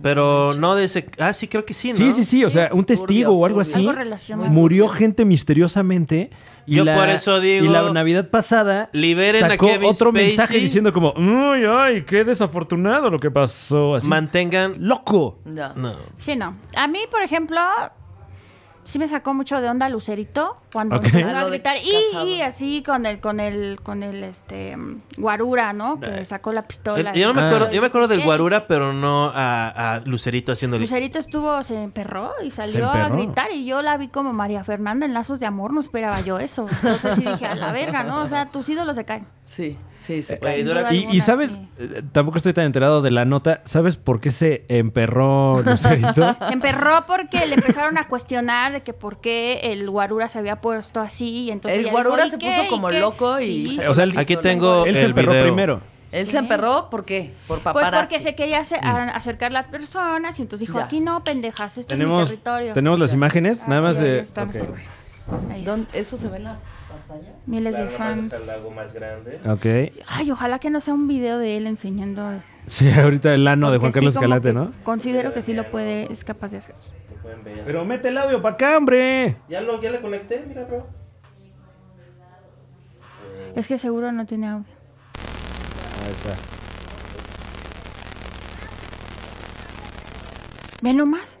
A: Pero no de ese. Ah, sí, creo que sí, ¿no?
C: Sí, sí, sí, o sea, un testigo o algo así.
D: turbio. Algo relacionado.
C: Murió gente misteriosamente. Y
A: Yo
C: la,
A: por eso digo,
C: Y la Navidad pasada.
A: liberen a
C: sacó
A: Kevin
C: otro
A: Spacey.
C: mensaje diciendo como. ¡Uy, ay, qué desafortunado lo que pasó! Así.
A: Mantengan.
C: ¡Loco!
B: Ya.
A: No.
D: Sí, no. A mí, por ejemplo, sí me sacó mucho de onda Lucerito cuando
C: Ok.
D: empezó
B: Ah,
D: a
B: lo de
D: gritar
B: casado.
D: y, y así con el con el con el este mm, guarura, ¿no? Que sacó la pistola.
A: Eh, Yo no me
C: Ah.
A: acuerdo, yo me acuerdo del
D: ¿Qué? Pues
A: Guarura, pero no a, a Lucerito haciéndole.
D: Lucerito estuvo, se emperró y salió a
C: emperró.
D: gritar y yo la vi como María Fernanda en Lazos de Amor, no esperaba yo eso. Entonces sí dije, a la verga, ¿no? O sea, tus ídolos se caen.
B: Sí, sí, pues. sí.
A: Oye,
D: sin
A: Dora,
D: duda
C: Y, y
D: alguna,
C: sabes,
D: sí.
C: eh, tampoco estoy tan enterado de la nota. ¿Sabes por qué se emperró Lucerito?
D: Se emperró porque le empezaron a cuestionar de que por qué el guarura se había puesto así y entonces
B: El
D: ella
B: guarura
D: ¿y
B: se
D: qué?
B: puso
D: ¿Y
B: como
D: qué?
B: loco y-
D: Sí,
C: o sea, el-
A: Aquí tengo
C: él
A: el
C: se emperró
A: video.
C: primero.
B: Él se emperró, ¿por qué? Por
D: eh, Pues
B: paparazzi.
D: porque se quería ace- a- acercar las personas y entonces dijo,
B: Ya.
D: aquí no, pendejas, este es mi
C: Tenemos,
D: territorio.
C: tenemos las imágenes.
D: Ah,
C: Nada
D: sí,
C: más
D: ahí
C: de.
D: están las
C: ok.
D: imágenes. Ahí
B: ¿Dónde-
D: está.
B: ¿Eso se ve en la pantalla?
D: Miles de fans.
A: El lago más grande.
C: Ok.
D: Ay, ojalá que no sea un video de él enseñando.
C: Sí, ahorita el ano de Juan
D: porque sí,
C: Carlos
D: como
C: Escalante,
D: que
C: ¿no?
D: Considero que sí lo puede, es capaz de hacer.
A: Lo pueden ver.
C: Pero mete el audio para acá, hombre.
A: Ya lo, ya le conecté, mira, bro.
D: Es que seguro no tiene audio. Ve nomás.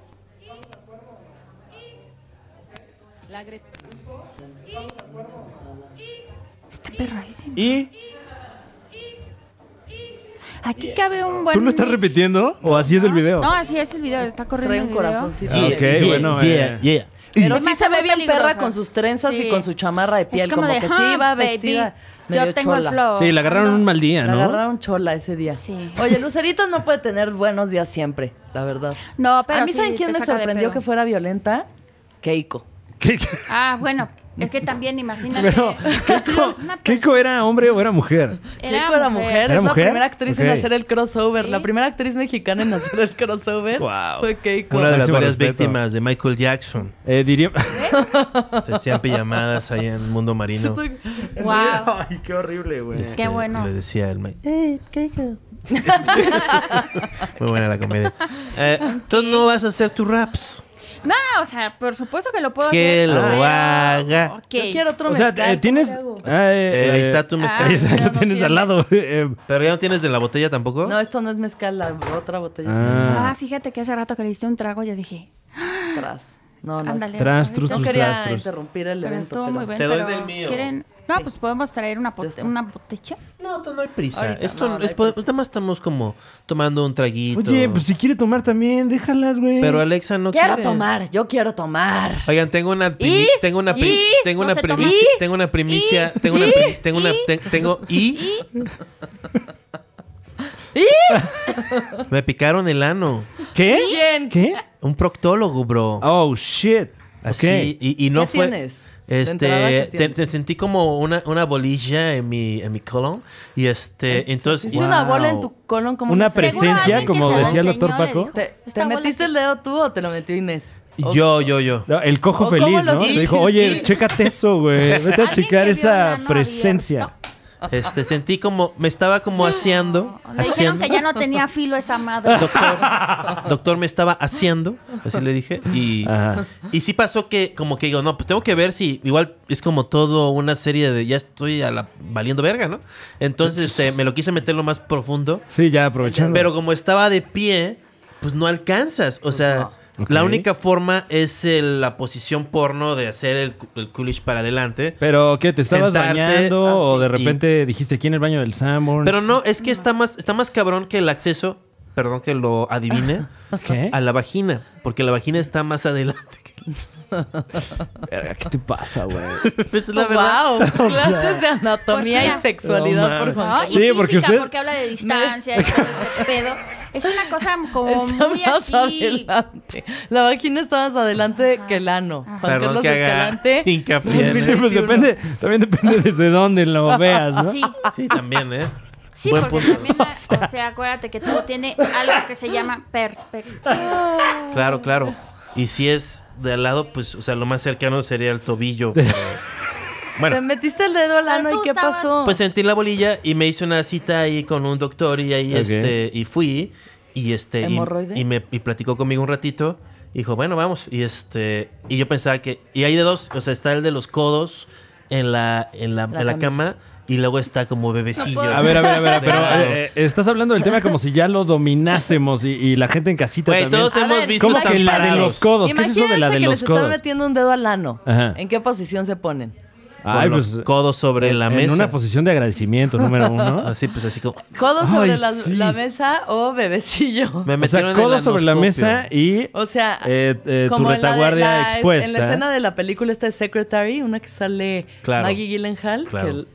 D: Está perradísimo.
C: ¿Y
D: Aquí cabe un buen.
C: tú lo estás
D: mix.
C: repitiendo? ¿O así es el video?
D: No, así es el video. Está corriendo.
B: Trae un
D: el video.
B: corazoncito.
C: Ah, ok,
B: Sí.
C: bueno. eh.
B: Pero
D: Se me
B: sí
D: hace
B: se ve
D: muy
B: bien perra
D: peligrosa.
B: con sus trenzas
D: Sí.
B: y con su chamarra de piel.
D: Es
B: como,
D: como, de,
B: que
D: "Ah,
B: sí iba
D: baby,
B: vestida medio
D: Yo tengo el
B: chola.
D: flow.
C: Sí, la agarraron un mal día,
B: La
C: ¿no?
B: agarraron chola ese día.
D: Sí.
B: Oye, Lucerito no puede tener buenos días siempre, la verdad.
D: No, pero
B: a mí,
D: sí
B: ¿saben
D: te
B: quién me
D: saca de
B: sorprendió
D: pedo.
B: que fuera violenta? Keiko.
C: ¿Qué-
D: Ah, bueno, es que también imagínate.
C: Pero, ¿Keiko,
D: Una persona-
C: ¿Keiko era hombre o era mujer?
B: Keiko era mujer,
C: ¿Era
B: es la
C: mujer?
B: primera actriz en
C: Ok.
B: hacer el crossover.
D: Sí.
B: La primera actriz mexicana en hacer el crossover
C: Guau.
B: fue Keiko.
A: Una de las
C: Máximo
A: varias
C: respeto.
A: víctimas de Michael Jackson.
C: Eh, diría...
A: Se hacían pijamadas ahí en el mundo marino.
D: Wow,
C: Ay, qué horrible, güey.
A: Este,
D: Qué bueno.
A: Le decía el Mike.
B: Eh,
A: Muy buena la comedia. Eh, entonces no vas a hacer tus raps.
D: No, o sea, por supuesto que lo puedo
A: Que
D: hacer.
A: lo
D: pero-
A: haga.
D: Ok.
B: Yo quiero otro
C: O sea,
B: mezcal,
C: eh, tienes...
B: ¿cómo le hago?
C: Ah, eh,
A: Eh, ahí
C: eh,
A: está tu mezcal.
C: ahí está, lo
D: Ah, no, no
C: tienes
D: tiene.
C: al lado. eh,
A: Pero ya no tienes de la botella tampoco.
B: No, esto no es mezcal, la otra botella
D: Ah,
C: ah,
D: fíjate que hace rato que le diste un trago, yo dije.
B: está atrás. No, no.
D: Ándale.
B: esto-
C: tras, trus,
B: No
C: trus,
B: quería
C: tras, trus.
B: interrumpir el
D: Pero
B: evento.
D: estuvo
B: pero-
D: muy bien.
A: Te doy
D: pero
A: del mío.
D: ¿quieren? No,
B: Sí.
D: pues podemos traer una, pot-
B: Ya está.
D: una botecha.
A: No, no hay prisa.
B: Ahorita,
A: Esto
B: no, no
A: es,
B: hay
A: po-
B: prisa.
A: nada más estamos como tomando un traguito.
C: Oye, pues si quiere tomar también, déjalas, güey.
A: Pero Alexa no
B: Quiero
A: quiere.
B: tomar, yo quiero tomar.
A: Oigan, tengo una
B: ¿Y?
A: primi- tengo una pri-
B: ¿Y?
A: tengo
D: No
A: una
D: se
A: primi-
D: toma.
A: tengo una primicia, tengo una
B: ¿Y?
A: pri- tengo una
D: ¿Y?
A: te- tengo y
B: ¿Y?
A: me picaron el ano.
C: ¿Qué?
B: ¿Quién?
C: ¿Qué?
A: Un proctólogo, bro.
C: Oh, shit.
A: Así
C: Ok.
A: y, y no
B: ¿Qué
A: fue
B: tienes? De
A: Este,
B: entrada, ¿qué
A: te,
B: tienes?
A: te sentí como una, una bolilla en mi en mi colon y este entonces
B: ¿Hiciste ¿Eh? una
C: Wow.
B: bola en tu colon como
C: Una
D: Seguro
C: presencia,
D: alguien que
C: como
D: se lo
C: decía el
D: enseñó,
C: doctor
D: le
C: Paco.
D: dijo,
B: ¿Te, te
D: "Esta bola
B: metiste
D: está-
B: el dedo tú o te lo metió Inés? O-
A: yo yo yo.
C: No, el cojo
B: ¿O cómo
C: feliz,
B: lo
C: ¿no? Le
B: hiciste?
C: dijo, oye, chécate eso, güey. Vete a
D: ¿Alguien
C: checar
D: que vio
C: esa
D: el ano
C: presencia.
D: abierto?
A: Este sentí como me estaba como haciendo,
D: Le dijeron
A: haciendo.
D: que ya no tenía filo esa madre.
A: Doctor, doctor me estaba haciendo, así le dije y
C: Ajá.
A: Y sí pasó que, como que digo, no, pues tengo que ver si. Igual es como todo una serie de ya estoy a la valiendo verga, ¿no? Entonces, este, me lo quise meter lo más profundo.
C: Sí, ya aprovechando.
A: Pero como estaba de pie, pues no alcanzas. O sea,
C: no.
A: la
C: Ok.
A: única forma es el- la posición porno de hacer el, cu- el coolish para adelante.
C: ¿Pero qué? ¿Te estabas
A: Sentarte,
C: bañando
A: ah,
C: o
A: sí,
C: de
A: y-
C: repente dijiste aquí en el baño del Sanborn?
A: Pero no, es que está más, está más cabrón que el acceso. Perdón que lo adivine.
C: ¿Qué?
A: A la vagina. Porque la vagina está más adelante.
C: Verga, ¿Qué te pasa, güey?
A: es
B: Oh,
A: la verdad.
B: ¡Wow! Clases de anatomía
D: Pues mira.
B: y sexualidad, por
C: No
D: ¿no?
B: Juan
D: Y
C: Sí,
D: física,
C: porque usted-
D: porque habla de distancia y todo ese pedo. Es una cosa como
B: Carlos.
D: muy
B: Está más
D: así.
B: adelante. La vagina está más adelante que el ano. Juan
A: Perdón
B: Carlos
A: que haga
B: Escalante.
A: hincapié en
C: Sí,
A: eso.
C: pues depende, también depende desde dónde lo veas, ¿no?
D: Sí,
A: Sí, también, ¿eh?
D: sí,
A: Buen
D: porque
A: punto.
D: también, o sea, acuérdate que todo tiene algo que se llama perspectiva.
B: Ah.
A: Claro, claro. Y si es de al lado, pues, o sea, lo más cercano sería el tobillo. pero-
B: Te
A: Bueno,
B: metiste el dedo al
D: Pero
B: ano
D: tú
B: y ¿qué
D: estabas-
B: pasó?
A: pues sentí la bolilla y me hice una cita ahí con un doctor y ahí
C: Ok.
A: este, y fui y este, y,
B: ¿Hemorroide?
A: y me y platicó conmigo un ratito. y Dijo, bueno, vamos. Y este, y yo pensaba que, y hay de dos, o sea, está el de los codos en la, en la,
B: La
A: en la
B: camilla.
A: cama y luego está como bebecillo.
D: puedo.
C: A ver, a ver, a ver,
A: De
C: pero
A: lado.
C: eh, eh, estás hablando del tema como si ya lo dominásemos y, y la gente en casita
A: Güey,
C: también.
A: todos
B: A
A: hemos
B: ver,
A: visto
C: ¿Cómo
A: tan
C: que la de
A: parados.
C: los codos? ¿Qué es
B: Imagínense
C: eso de la de
B: que
C: los
B: les están
C: codos?
B: metiendo un dedo al ano.
C: Ajá.
B: ¿En qué posición se ponen?
A: Con
C: Ay,
A: los
C: pues,
A: codos sobre la
C: en-
A: mesa.
C: En una pues, posición de agradecimiento, número uno.
A: Así, pues así como.
B: ¿Codo sobre
C: Ay,
B: la,
C: sí.
B: la mesa o bebecillo?
A: Me
C: o sea,
A: metieron el
C: codos sobre la
A: anoscopio.
C: mesa y
B: O sea,
C: eh, eh, tu
B: como en la de-
C: retaguardia
B: la- este,
C: expuesta. ¿eh?
B: En la escena de la película esta de Secretary, una que sale
A: Claro.
B: Maggie Gyllenhaal,
A: Claro.
B: que l-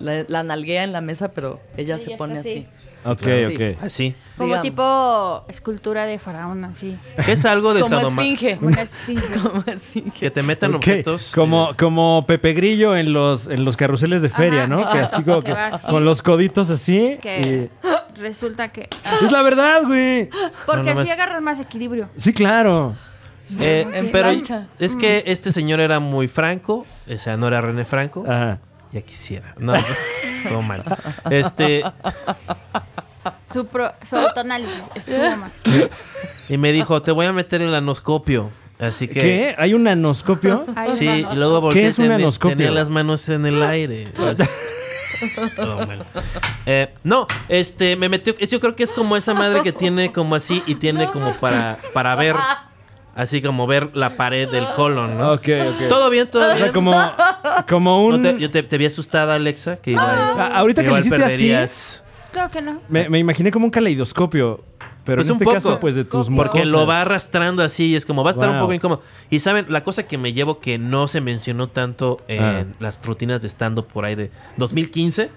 B: la, la nalguea en la mesa, pero ella se pone así.
C: Ok,
B: claro.
C: ok.
A: Así.
D: Como
B: Digamos.
D: tipo escultura de faraón, así.
A: Que es algo de
B: Como
A: sadoma-
B: esfinge.
D: Como una esfinge.
B: Como esfinge.
A: Que te metan
C: Ok,
A: objetos.
C: Como, como Pepe Grillo en los, en los carruseles de feria,
D: Ajá,
C: ¿no? Que
D: exacto,
C: así como
D: que
C: que
D: va así.
C: con los coditos así.
D: Que resulta que.
C: y- Es la verdad, güey.
D: Porque
A: nomás-
D: así agarras más equilibrio.
C: Sí, claro.
A: Eh,
B: En
A: pero
B: plancha. Mm.
A: es que este señor era muy franco, o sea, no era René Franco.
C: Ajá.
A: Ya quisiera. No, no, todo mal. Este,
D: Su, pro- su autoanálisis estuvo mal.
A: y me dijo, te voy a meter el anoscopio. Así que...
C: ¿Qué? ¿Hay un anoscopio?
D: Ahí
A: Sí,
D: va.
A: y luego porque
C: es un anoscopio?
A: tenía las manos en el aire. Todo mal. Eh, no, este, me metió. es- Yo creo que es como esa madre que tiene como así y tiene como para, para ver. Así como ver la pared del colon, ¿no?
C: Ok, ok.
A: Todo bien, todo
C: O sea,
A: bien.
C: como, como
A: No
C: un...
A: te- yo te, te vi asustada, Alexa, que igual.
B: Ah.
C: A- Ahorita que lo
A: igual
C: hiciste así,
A: perderías.
D: Claro que no.
C: me, me imaginé como un caleidoscopio. Pero
A: Pues
C: en
A: un
C: este
A: poco.
C: caso, pues de tus
D: Porque
A: Que
C: morcosas.
A: lo va arrastrando así y es como va a estar un
C: Wow.
A: poco incómodo. Y saben, la cosa que me llevo que no se mencionó tanto en
C: Ah.
A: las rutinas de stand-up por ahí de 2015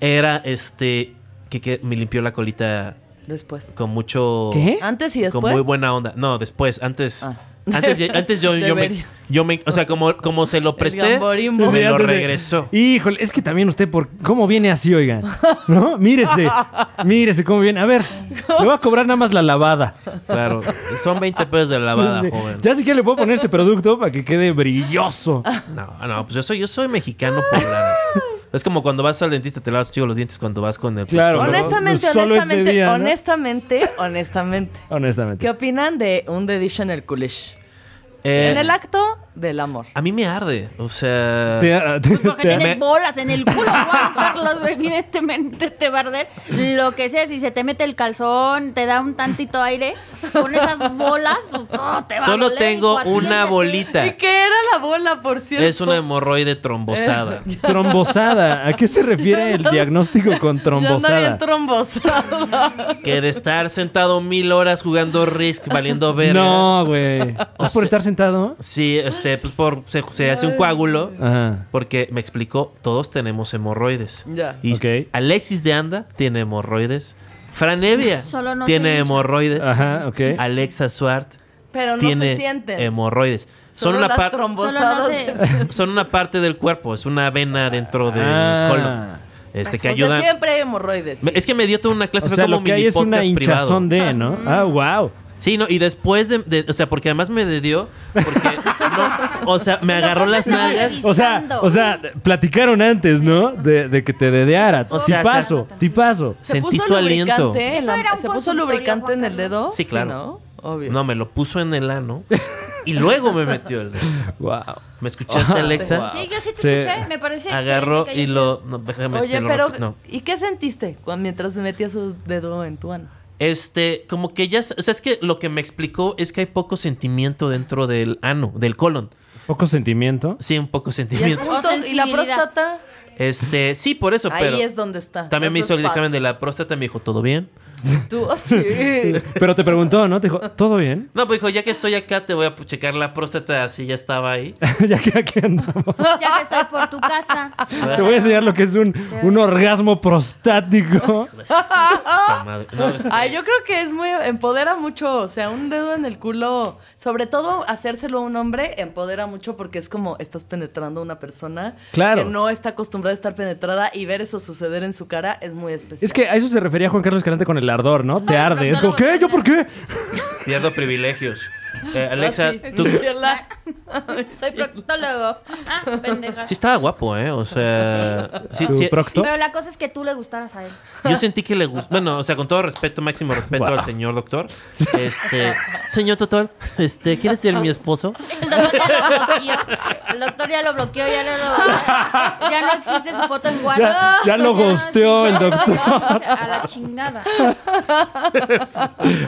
A: era este que, que me limpió la colita
B: Después.
A: con mucho.
C: ¿Qué?
B: Antes y
A: Con
B: después.
A: muy buena onda. No, después, antes.
B: Ah.
A: Antes, ye- antes yo, yo me.
B: Debería.
A: Yo me. O sea, como, como se lo presté,
B: gamborimbo.
A: me
C: Sí,
A: lo
C: antes de-
A: regresó.
C: Híjole, es que también usted, por ¿cómo viene así, oiga? ¿No? Mírese, mírese cómo viene. A ver, le voy a cobrar nada más la lavada.
A: Claro. Son 20 pesos de lavada,
C: Sí, sí.
A: joven.
C: Ya sí que le puedo poner este producto para que quede brilloso.
A: No, no, pues yo soy, yo soy mexicano poblano. Es como cuando vas al dentista, te lavas chido los dientes cuando vas con el
C: Claro.
A: proctólogo.
B: Honestamente,
C: Solo ese
B: honestamente,
C: día, ¿no?
B: honestamente, honestamente. ¿Qué
C: Honestamente.
B: opinan de un dedition el coolish?
A: Eh,
B: En el acto del amor.
A: A mí me arde, o sea...
C: Te- te-
D: Pues porque
C: te-
D: tienes
A: me-
D: bolas en el culo, Juan Carlos, güey, evidentemente te va a arder. Lo que sea, si se te mete el calzón, te da un tantito aire, con esas bolas, pues todo te va a
A: Solo
D: doler,
A: tengo
D: hijo,
A: una
D: atiéndete.
A: bolita.
B: qué era la bola, por cierto?
A: Es una hemorroide trombosada.
C: Trombosada. ¿A qué se refiere el diagnóstico con
B: Ya anda bien
C: trombosada? Eh.
B: trombosada.
A: que de estar sentado mil horas jugando Risk, valiendo verga...
C: No, güey. ¿Es por estar sentado?
A: Sí, este, pues por... Se, se hace un coágulo.
C: Ajá.
A: Porque me explicó, todos tenemos hemorroides.
B: Ya.
A: Y
C: Ok.
A: Alexis de Anda tiene hemorroides. Fran Evia
D: Solo no
A: tiene
D: se hincha.
A: hemorroides.
C: Ajá, ok.
A: Alexa Suart
B: Pero no
A: tiene
B: se sienten.
A: hemorroides. Son
B: Solo
A: una,
B: las
A: par-
D: Solo
B: trombosadas.
D: no sé.
A: son una parte del cuerpo, es una vena dentro del
C: Ah.
A: colon. Este, que
B: Pues, O sea,
A: ayudan.
B: siempre hay hemorroides. sí.
A: Me- Es que me dio toda una clase,
C: O
A: fue
C: sea,
A: como
C: lo que hay es
A: mini
C: una
A: podcast privado.
C: hinchazón de, ¿no? Ah, wow.
A: Sí, no, y después de, de- o sea, porque además me dio, porque, no, o sea, me
D: Lo
A: agarró
D: que
A: las
D: estaba
A: nalgas.
D: revisando.
C: O sea, o sea, platicaron antes, ¿no? De, de que te dedeara.
A: O sea,
C: tipazo, tipazo.
B: ¿Se
A: sentí
B: puso
A: su aliento.
B: lubricante en
D: Eso
B: la-
D: era un
B: ¿Se puso
D: consultorio,
B: lubricante
D: Juan
B: en el dedo?
A: Sí, claro.
B: ¿no? Obvio.
A: No, me lo puso en el ano y luego me metió el dedo.
C: Wow.
A: ¿Me escuchaste, Alexa?
D: Sí, yo sí te
C: Sí.
D: escuché, me parece.
A: Agarró
D: excelente que
A: y
D: hayas-
A: lo, no, déjame,
B: Oye,
A: se lo
B: pero
A: repito, no.
B: ¿y qué sentiste cuando, mientras metía su dedo en tu ano?
A: Este, como que ya, s- o sea, es que lo que me explicó es que hay poco sentimiento dentro del ano, del colon.
C: Poco sentimiento.
A: Sí, un poco
B: ¿Y, el
A: sentimiento.
B: punto-
D: O
B: y la
D: sensibilidad.
B: próstata?
A: Este, sí, por eso, pero
B: Ahí es donde está.
A: también me
B: That's
A: hizo el
B: the
A: examen de
B: spot.
A: la próstata y me dijo, ¿todo bien?
B: Tú, oh, sí.
C: Pero te preguntó, ¿no? Te dijo, ¿todo bien?
A: No, pues dijo, ya que estoy acá, te voy a checar la próstata, así ya estaba ahí.
C: ya que aquí andamos.
D: Ya que estoy por tu casa.
C: Te voy a enseñar lo que es un, un orgasmo prostático.
A: Puta madre. No, este,
B: Ay, yo creo que es muy. Empodera mucho. O sea, un dedo en el culo. Sobre todo hacérselo a un hombre empodera mucho porque es como estás penetrando a una persona
C: Claro.
B: que no está acostumbrada a estar penetrada y ver eso suceder en su cara es muy especial.
C: Es que a eso se refería Juan Carlos Carante con el ardor, ¿no? Te
D: No,
C: arde.
D: no,
C: Es
D: no
C: como,
D: lo
C: ¿qué?
D: sé.
C: ¿Yo por qué?
A: pierdo privilegios. Eh, Alexa,
B: Ah, sí.
A: tú...
B: Sí, la-
D: Soy proctólogo. Ah, pendeja.
A: Sí estaba guapo, ¿eh? O
B: Ah,
A: sea... sí,
C: ¿Tu
A: sí,
C: procto?
D: Pero la cosa es que tú le gustaras a él.
A: Yo sentí que le gustó. Bueno, o sea, con todo respeto, máximo respeto
C: Wow.
A: al señor doctor. Este, señor Total, este, ¿quieres ser mi esposo?
D: El doctor ya lo bloqueó. El doctor ya lo bloqueó, ya le lo. Ya no existe su foto en WhatsApp.
C: Ya- ya lo ghosteó el doctor.
D: A la chingada.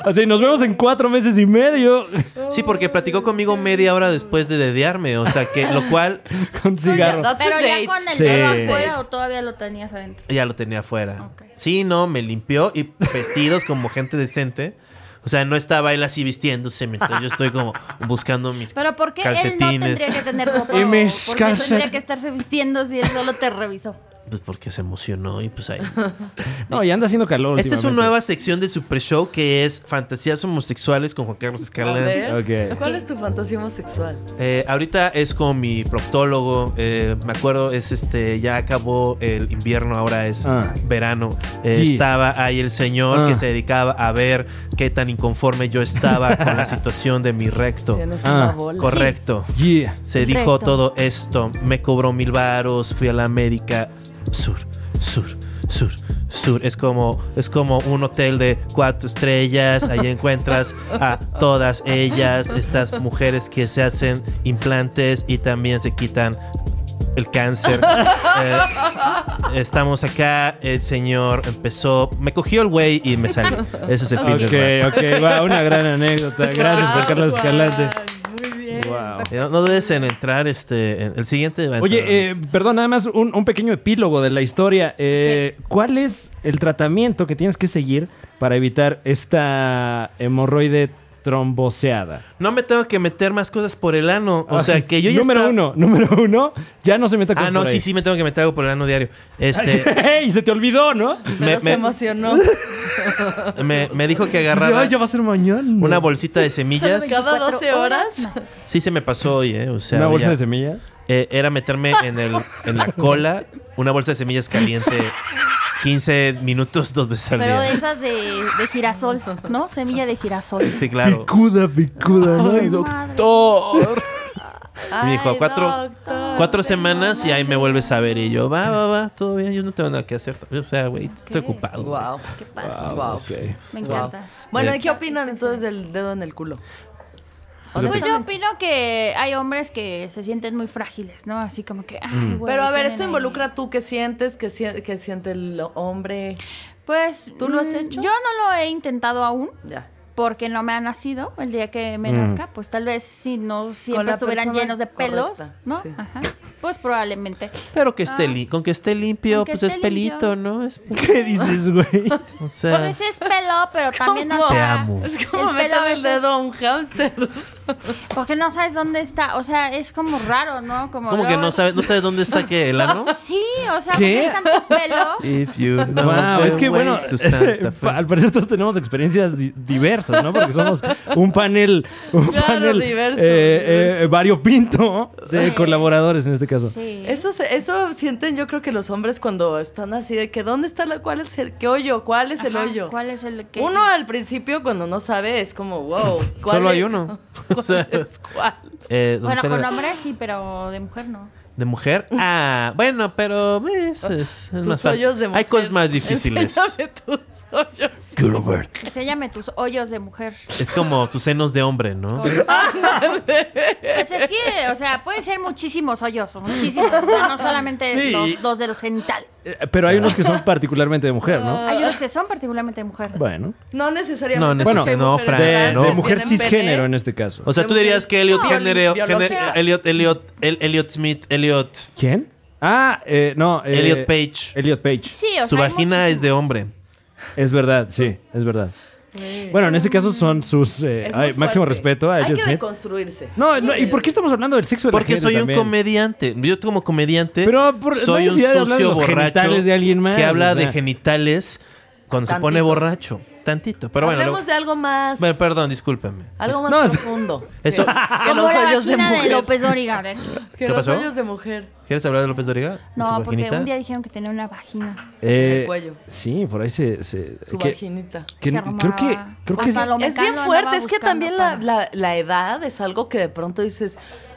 C: Así, nos vemos en cuatro meses y medio
A: Sí, porque platicó conmigo media hora después de dediarme, o sea, que lo cual
C: con cigarro.
B: That's
D: Pero
B: a
D: ya
B: date.
D: con el
C: Sí.
D: dedo afuera o todavía lo tenías adentro.
A: ya lo tenía afuera.
D: Ok.
A: Sí, no, me limpió y vestidos como gente decente. O sea, no estaba él así vistiéndose, mientras yo estoy como buscando mis
D: Pero ¿por qué él no
A: calcetines.
D: tendría que tener ropa?
C: Y
D: o
C: mis
D: ¿Por qué
C: calcet-
D: tendría que estarse vistiendo si él solo te revisó?
A: Pues porque se emocionó y pues ahí.
C: No, y anda haciendo calor.
A: Esta Este es una
C: últimamente.
A: nueva sección de Super Show que es Fantasías Homosexuales con Juan Carlos
B: A
A: Escalante.
B: ver,
C: Ok.
B: ¿Cuál es tu fantasía homosexual?
A: Eh, ahorita es con mi proctólogo. eh, me acuerdo, es este. Ya acabó el invierno, ahora es
C: Ah.
A: verano. Eh,
C: Sí.
A: Estaba ahí el señor
C: Ah.
A: que se dedicaba a ver qué tan inconforme yo estaba con la situación de mi recto.
B: Tienes
C: Ah,
B: una bola.
A: Correcto.
C: Yeah.
A: Se dijo
D: Recto.
A: todo esto. Me cobró mil varos. Fui a la América Sur, Sur, Sur, Sur. Es como, es como un hotel de cuatro estrellas. Ahí encuentras a todas ellas, estas mujeres que se hacen implantes y también se quitan el cáncer. Eh, estamos acá. El señor empezó. Me cogió el güey y me salió. Ese es el fin del rap.
C: Ok, ok, va, una gran anécdota. Gracias, Juan Carlos
B: Guau,
C: Escalante.
B: Juan, Muy bien.
C: Wow.
A: Eh, No, no dudes en entrar. Este, en- el siguiente. va a entrar.
C: Oye, eh, perdón, nada más un, un pequeño epílogo de la historia. Eh, ¿Cuál es el tratamiento que tienes que seguir para evitar esta hemorroide tromboseada?
A: No me tengo que meter más cosas por el ano. O sea, que yo ya
C: Ah, Número
A: estaba-
C: uno, número uno, ya no se meta con
A: Ah, no, sí, sí me tengo que meter algo por el ano diario. Este,
C: y se te olvidó, ¿no?
B: Pero
A: me,
B: se
A: me-
B: emocionó.
A: me- me dijo que
C: Dice,
A: agarrara
C: "Ay, ya va a ser mañana.
A: una bolsita de semillas.
B: Cada 12 horas.
A: Sí se me pasó hoy, ¿eh? O sea,
C: ¿Una bolsa
A: ya-
C: de semillas?
A: eh, era meterme en, el, en la cola una bolsa de semillas caliente 15 minutos dos veces al
D: Pero de
A: día.
D: esas de, de girasol, ¿no? Semilla de girasol.
A: Sí, claro.
C: Picuda, picuda. ¿no?
D: Ay,
C: doctor.
A: Y me dijo,
B: Ay,
A: cuatro,
B: doctor,
A: cuatro
B: te
A: semanas y ahí me
B: mamaste.
A: vuelves a ver. Y yo, va, va, va, todo bien, yo no tengo nada que hacer. O sea, güey, estoy
D: Ok.
A: ocupado. güey.
B: Wow.
D: Qué padre.
C: Wow,
B: Wow.
C: ok.
D: Me
B: Wow.
D: encanta.
B: Bueno,
A: Eh.
B: ¿y qué opinan entonces del dedo en el culo?
D: Pues yo
B: Honestamente.
D: opino que hay hombres que se sienten muy frágiles, ¿no? Así como que. ay,
A: Mm.
D: güey,
B: Pero a ver,
D: tienen
B: esto
D: ahí-
B: involucra tú qué sientes, qué, sien- qué siente el hombre.
D: Pues.
B: ¿Tú lo has
D: mm,
B: hecho?
D: Yo no lo he intentado aún.
B: Ya.
D: Porque no me ha nacido el día que me
C: Mm.
D: nazca, pues tal vez si no siempre
B: la
D: estuvieran
B: persona
D: llenos de pelos,
B: correcta,
D: ¿no?
B: sí.
D: Ajá. Pues probablemente.
A: Pero que esté
D: Ah.
A: li- con que esté limpio,
D: Con que
A: pues
D: esté
A: es pelito,
D: limpio.
A: ¿no? Es,
C: ¿Qué dices, güey?
A: o
D: Porque
A: sea,
D: sí es pelo, pero también
B: ¿Cómo?
D: hasta-
A: Te amo.
B: Es como
D: El pelo a
B: meter el
D: veces-
B: dedo a un hámster.
D: Porque no sabes dónde está, o sea, es como raro, ¿no? Como
A: como que
D: luego-
A: no sabes, no sabes dónde está que el ano.
D: Sí, o sea,
C: ¿Qué?
D: porque es tanto pelo.
A: If you know
C: Wow,
A: the
C: es que
A: way
C: bueno,
A: to Santa Fe.
C: pa- al parecer todos tenemos experiencias di- diversas, ¿no? Porque somos un panel, un
B: Claro,
C: panel
B: diverso,
C: eh, eh, variopinto de
D: Sí.
C: colaboradores en este caso.
D: Sí.
B: Eso, se- eso sienten yo creo que los hombres cuando están así de que ¿dónde está la, cuál es el, qué hoyo? ¿Cuál es el
D: Ajá,
B: hoyo?
D: ¿Cuál es el que
B: Uno al principio cuando no sabe es como, wow. ¿cuál
A: Solo
B: es?
A: hay uno.
B: ¿Cuál
A: O sea,
B: es cuál?
A: eh, ¿dónde
D: Bueno,
A: está
D: con
A: la-
D: hombre sí, pero de mujer no.
A: ¿De mujer? Ah, bueno, pero es, es- es más
B: Tus
A: fácil.
B: hoyos de mujer.
A: Hay cosas más difíciles.
B: Enséñame tus hoyos.
E: Quiero ver.
D: Enséñame tus hoyos de mujer.
A: Es como tus senos de hombre, ¿no?
D: Con- Pues es que, o sea, pueden ser muchísimos hoyos, muchísimos, o sea, no solamente
C: Sí.
D: los, los de los genital.
C: Eh, Pero hay unos que son particularmente de mujer,
B: Ah.
C: ¿no?
D: Hay unos que son particularmente de mujer.
C: Bueno,
B: No
A: No,
B: necesariamente.
A: neces-
B: porque hay
A: no,
B: mujeres
A: Fran,
C: de,
B: trans
A: no.
B: que
C: de mujer
B: tienen pene.
C: cisgénero en este caso.
A: O sea, tú
B: de
A: dirías que Elliot
B: mujer
A: Género-
B: biológica.
A: Género- Elliot, Elliot, El- Elliot Smith, Elliot,
C: ¿Quién? Ah, eh, no. eh,
A: Elliot Page.
C: Elliot Page.
D: Sí, o sea,
A: Su
D: hay
A: vagina es
D: muchísimos.
A: de hombre.
C: Es verdad, sí, es verdad. Bueno, en este caso son sus... eh,
B: Es muy
C: ay, máximo
B: fuerte.
C: respeto a
B: Hay
C: Elliot
B: que
C: Smith.
B: deconstruirse.
C: No, no, ¿y por qué estamos hablando del sexo de la
A: Porque
C: gente
A: soy un
C: también?
A: comediante. Yo como comediante
C: Pero por- no hay
A: soy un
C: necesidad de hablar de
A: socio
C: los
A: borracho
C: genitales de alguien más,
A: que
C: o
A: habla de
C: sea.
A: genitales cuando se
B: Tantito.
A: pone borracho. Tantito. Pero bueno,
B: Hablemos
A: luego-
B: de algo más.
A: Bueno, perdón, discúlpeme.
B: algo más
C: No, es-
B: profundo.
A: Eso-
B: Que- Que
D: Como
B: los
D: la
B: hoyos de
D: vagina de,
B: mujer.
D: López Doriga.
B: que
A: ¿Qué
B: los
A: pasó?
B: hoyos de mujer.
A: ¿Quieres hablar de López Doriga? ¿De
D: No,
A: su
D: porque
A: vaginita?
D: un día dijeron que tenía una vagina.
C: Eh,
B: El cuello.
C: Sí, por ahí se... se-
B: Su
C: que-
B: vaginita.
C: que-
D: se
C: creo que...
D: rumoraba.
C: Creo que
D: Hasta
C: sí.
D: lo
B: Es
D: mecano
B: bien
D: andaba
B: fuerte, es que
D: buscando
B: también la,
D: para-
B: la- la edad es algo que de pronto dices,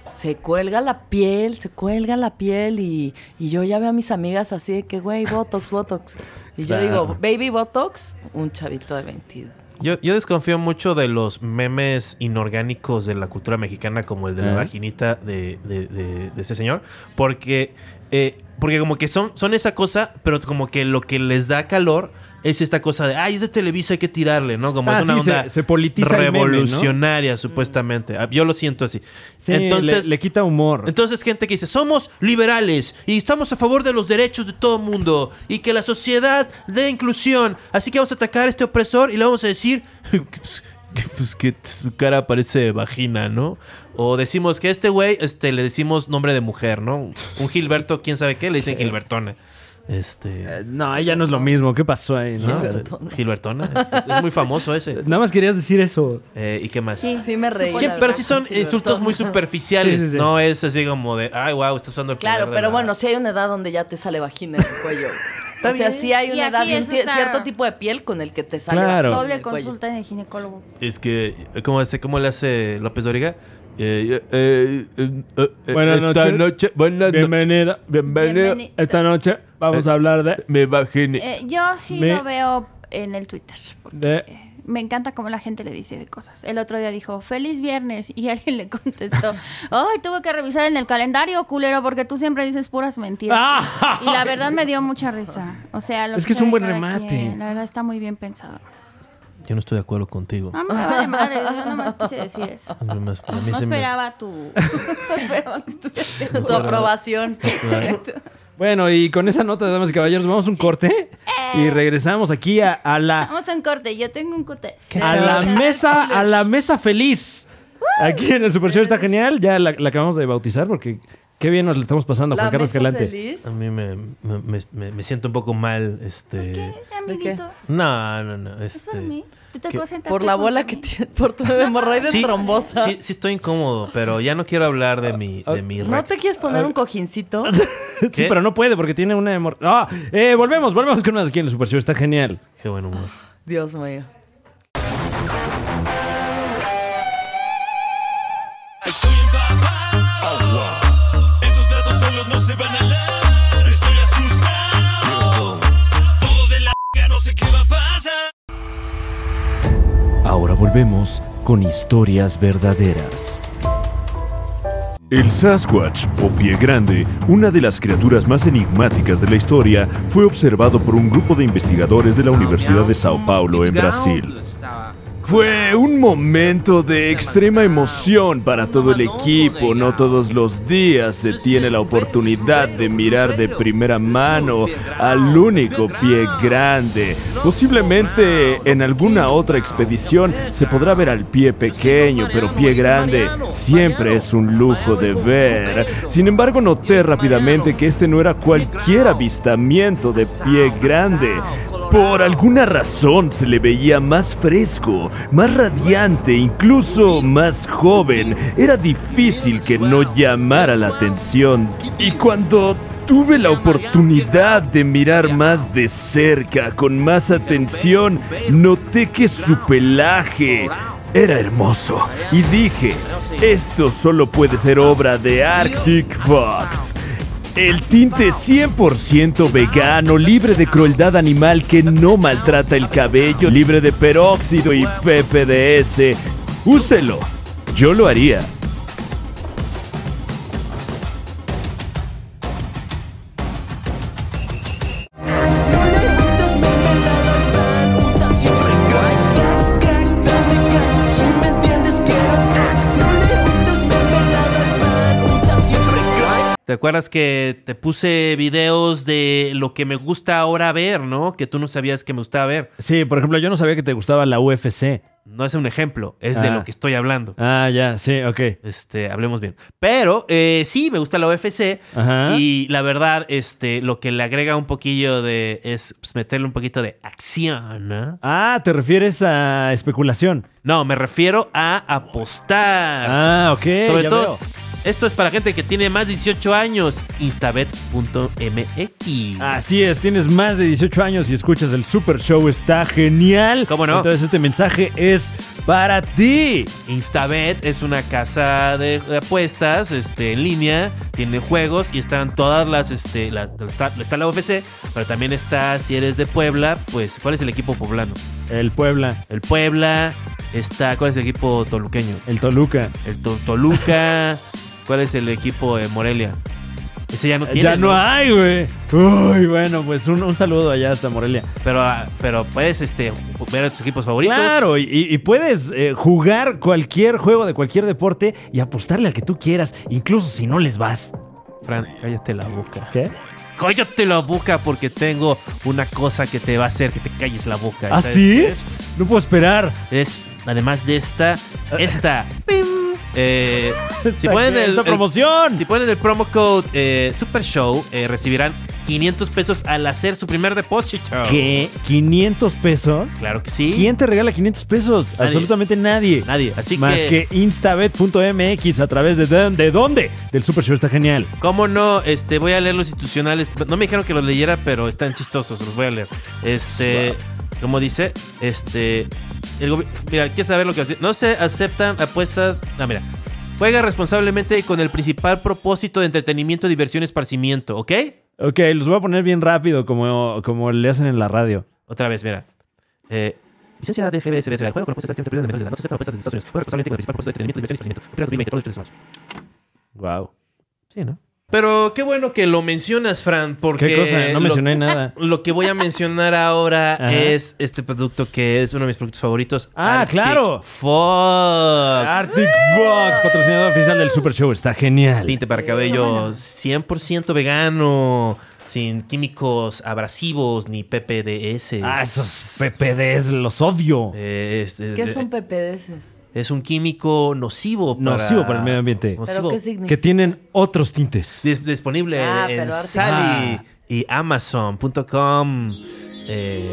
B: se cuelga la piel, se cuelga la piel y, y yo ya veo a mis amigas así de que, güey, Botox, Botox. Y
C: Claro.
B: yo digo, baby Botox, un chavito de 22.
A: Yo, yo desconfío mucho de los memes inorgánicos de la cultura mexicana, como el de la
C: Ah.
A: vaginita de, de- de- de este señor, porque, eh, porque como que son, son esa cosa, pero como que lo que les da calor es esta cosa de, ay, es de Televisa, hay que tirarle, ¿no? Como
C: Ah,
A: es una
C: sí, se-
A: onda
C: se politiza el meme, ¿no?
A: revolucionaria, supuestamente. Ah, Yo lo siento así.
C: Sí,
A: entonces,
C: le, le quita humor.
A: entonces, gente que dice, somos liberales y estamos a favor de los derechos de todo mundo y que la sociedad dé inclusión. Así que vamos a atacar a este opresor y le vamos a decir que, pues, que, pues, que su cara parece vagina, ¿no? O decimos que este güey, este, le decimos nombre de mujer, ¿no? Un Gilberto, quién sabe qué, le dicen Gilbertona. Este.
C: Eh, No, ahí ya no es lo mismo. ¿Qué pasó ahí? no?
A: ¿no?
B: Gilbertona.
A: Gilbertona. Es, es- es muy famoso ese.
C: Nada más querías decir eso.
A: Eh, ¿Y qué más?
D: Sí.
B: Sí, me reí.
D: Supongo-
A: Sí,
B: la
A: pero
B: verdad,
A: sí son
B: con
A: insultos
B: Gilbertona.
A: muy superficiales.
C: Sí, sí, sí.
A: No es así como de, ay, wow, estás usando el poder
B: Claro,
A: de
B: pero
A: la-
B: bueno, sí hay una edad donde ya te sale vagina en el cuello. o sea, sí hay
D: Y
B: una
D: así
B: edad y un
D: eso
B: tie-
D: está-
B: cierto tipo de piel con el que te sale
C: Claro.
B: vagina en
D: Doble
B: el cuello.
D: consulta de ginecólogo.
A: Es que, ¿cómo, hace, cómo le hace López Doriga? Eh, eh, eh, eh, eh,
C: Buenas
A: esta
C: noches.
A: noche, buenas noches.
C: Bienvenida.
D: bienvenido. Bienveni-
C: Esta noche vamos a hablar de...
A: Me vaginé.
D: Eh, yo sí
C: Me-
D: lo veo en el Twitter. porque
C: de-
D: Me encanta cómo la gente le dice de cosas. El otro día dijo, feliz viernes. Y alguien le contestó, ay, tuve que revisar en el calendario, culero, porque tú siempre dices puras mentiras.
C: ¡Ah!
D: Y la verdad me dio mucha risa. O sea, lo
C: Es que es un
D: sea de
C: buen
D: cada
C: remate.
D: quien, la verdad está muy bien pensado.
A: Yo no estoy de acuerdo contigo.
D: No, me vale madre, yo nomás quise decir eso.
A: A mí más- a mí
D: Ah, No
A: se me-
D: esperaba tu... No esperaba que estuvieras de
B: Tu
D: acuerdo.
B: aprobación.
D: Exacto.
C: Bueno, y con esa nota, damas y caballeros, vamos a un corte y regresamos aquí a, a la,
D: Eh. Vamos a un corte, yo tengo un corte.
C: a la mesa, a la mesa feliz. Aquí en el Super Show está genial. Ya la, la acabamos de bautizar porque qué bien nos la estamos pasando,
B: La
C: Juan Carlos
B: mesa
C: Escalante.
B: feliz.
A: A mí me, me, me- me siento un poco mal, este...
D: ¿Qué, amiguito?
A: No, no, no, este...
D: ¿Es por mí? ¿Te
A: ¿Qué?
D: tocó sentarte
B: Por la
D: junto a
B: bola que
D: mí?
B: tienes, por tu hemorroides trombosa.
A: Sí, sí estoy incómodo, pero ya no quiero hablar de mi, de mi
B: ¿No
A: rec-
B: te quieres poner un cojincito?
C: Sí,
A: ¿Qué?
C: pero no puede porque tiene una hemor- ¡Ah! Eh, volvemos, volvemos con más aquí en el Super Show. Está genial.
A: Qué buen humor.
B: Dios mío.
F: Estoy empapado. Estos platos solos no se van a lavar. Estoy asustado. Todo de la no sé qué va a pasar.
C: Ahora volvemos con historias verdaderas.
G: El Sasquatch, o pie grande, una de las criaturas más enigmáticas de la historia, fue observado por un grupo de investigadores de la Universidad de Sao Paulo en Brasil. Fue un momento de extrema emoción para todo el equipo. No todos los días se tiene la oportunidad de mirar de primera mano al único pie grande. Posiblemente en alguna otra expedición se podrá ver al pie pequeño, pero pie grande siempre es un lujo de ver. Sin embargo, noté rápidamente que este no era cualquier avistamiento de pie grande. Por alguna razón se le veía más fresco, más radiante, incluso más joven. Era difícil que no llamara la atención. Y cuando tuve la oportunidad de mirar más de cerca, con más atención, noté que su pelaje era hermoso. Y dije, esto solo puede ser obra de Arctic Fox. El tinte 100% vegano, libre de crueldad animal que no maltrata el cabello, libre de peróxido y PPDS. Úselo. Yo lo haría.
A: ¿Te acuerdas que te puse videos de lo que me gusta ahora ver, no? Que tú no sabías que me gustaba ver.
C: Sí, por ejemplo, yo no sabía que te gustaba la UFC.
A: No es un ejemplo, es de
C: Ah.
A: lo que estoy hablando.
C: Ah, ya, sí, ok.
A: Este, hablemos bien. Pero eh, sí, me gusta la UFC.
C: Ajá.
A: Y la verdad, este, lo que le agrega un poquillo de. es pues, meterle un poquito de acción, ¿no?
C: Ah, te refieres a especulación.
A: No, me refiero a apostar.
C: Ah, ok.
A: Sobre
C: ya
A: todo,
C: veo.
A: esto es para gente que tiene más de 18 años. Instabet.mx.
C: Así es, tienes más de 18 años y escuchas el Super Show, está genial.
A: ¿Cómo no?
C: Entonces este mensaje es para ti.
A: Instabet es una casa de, de apuestas este, en línea, tiene juegos y están todas las. Este, la- la- está, está la UFC, pero también está, si eres de Puebla, pues, ¿cuál es el equipo poblano?
C: El Puebla,
A: El Puebla, está, ¿cuál es el equipo toluqueño?
C: el Toluca.
A: El To- Toluca, ¿cuál es el equipo de Morelia? Ese ya no tiene.
C: Eh, ya no hay, güey. Uy, bueno, pues un, un saludo allá hasta Morelia.
A: Pero, ah, pero puedes este, ver a tus equipos favoritos.
C: Claro, y, y puedes eh, jugar cualquier juego de cualquier deporte y apostarle al que tú quieras, incluso si no les vas.
A: Fran, cállate la boca.
C: ¿Qué?
A: Cállate la boca porque tengo una cosa que te va a hacer que te calles la boca.
C: ¿Ah,
A: ¿Sabes
C: sí?
A: qué Es,
C: No puedo esperar.
A: Es, además de esta, esta. Eh, si
C: Esta-
A: ponen el,
C: esta
A: el-
C: promoción.
A: si ponen el promo code eh, Super Show, eh, recibirán 500 pesos al hacer su primer depósito.
C: ¿Qué? ¿500 pesos?
A: Claro que sí.
C: ¿Quién te regala 500 pesos?
A: Nadie.
C: Absolutamente nadie.
A: Nadie. Así
C: Más que,
A: que-
C: instabet.mx a través de, de, ¿de dónde? Del Super Show está genial.
A: ¿Cómo no? Este, voy a leer los institucionales. No me dijeron que los leyera, pero están chistosos. Los voy a leer. Este, ¿cómo dice? Este, el gobi- mira, ¿quieres saber lo que no se aceptan apuestas? No, mira. Juega responsablemente y con el principal propósito de entretenimiento, diversión, y esparcimiento, ¿ok?
C: Ok, los voy a poner bien rápido, como, como le hacen en la radio.
A: Otra vez, mira. Eh, licencia de GBSBS. Juego con apuestas de activos de menores de edad. No se aceptan apuestas en Estados Unidos. Juega responsablemente con el principal propósito de entretenimiento, diversión y esparcimiento. Opera 2020, todos los tres semanas.
C: Wow.
A: Sí, ¿no? Pero qué bueno que lo mencionas, Fran, porque...
C: ¿Qué cosa? No
A: lo-
C: mencioné nada.
A: Lo que voy a mencionar ahora
C: Ajá.
A: es este producto que es uno de mis productos favoritos.
C: Ah, claro. Ah,
A: Fox.
C: Arctic Fox, patrocinador oficial del Super Show, está genial.
A: Tinte para cabello 100% vegano, sin químicos abrasivos ni PPDS.
C: Ah, esos PPDs, los odio.
A: Eh, es, es-
B: ¿Qué son PPDs?
A: es un químico nocivo para,
C: Nocivo para el medio ambiente.
B: ¿Pero
A: Nocivo.
B: qué significa?
C: Que tienen otros tintes.
A: Dis- disponible
B: Ah,
A: en
B: pero Arctic-
A: Sally
C: Ah.
A: y Amazon.com. eh,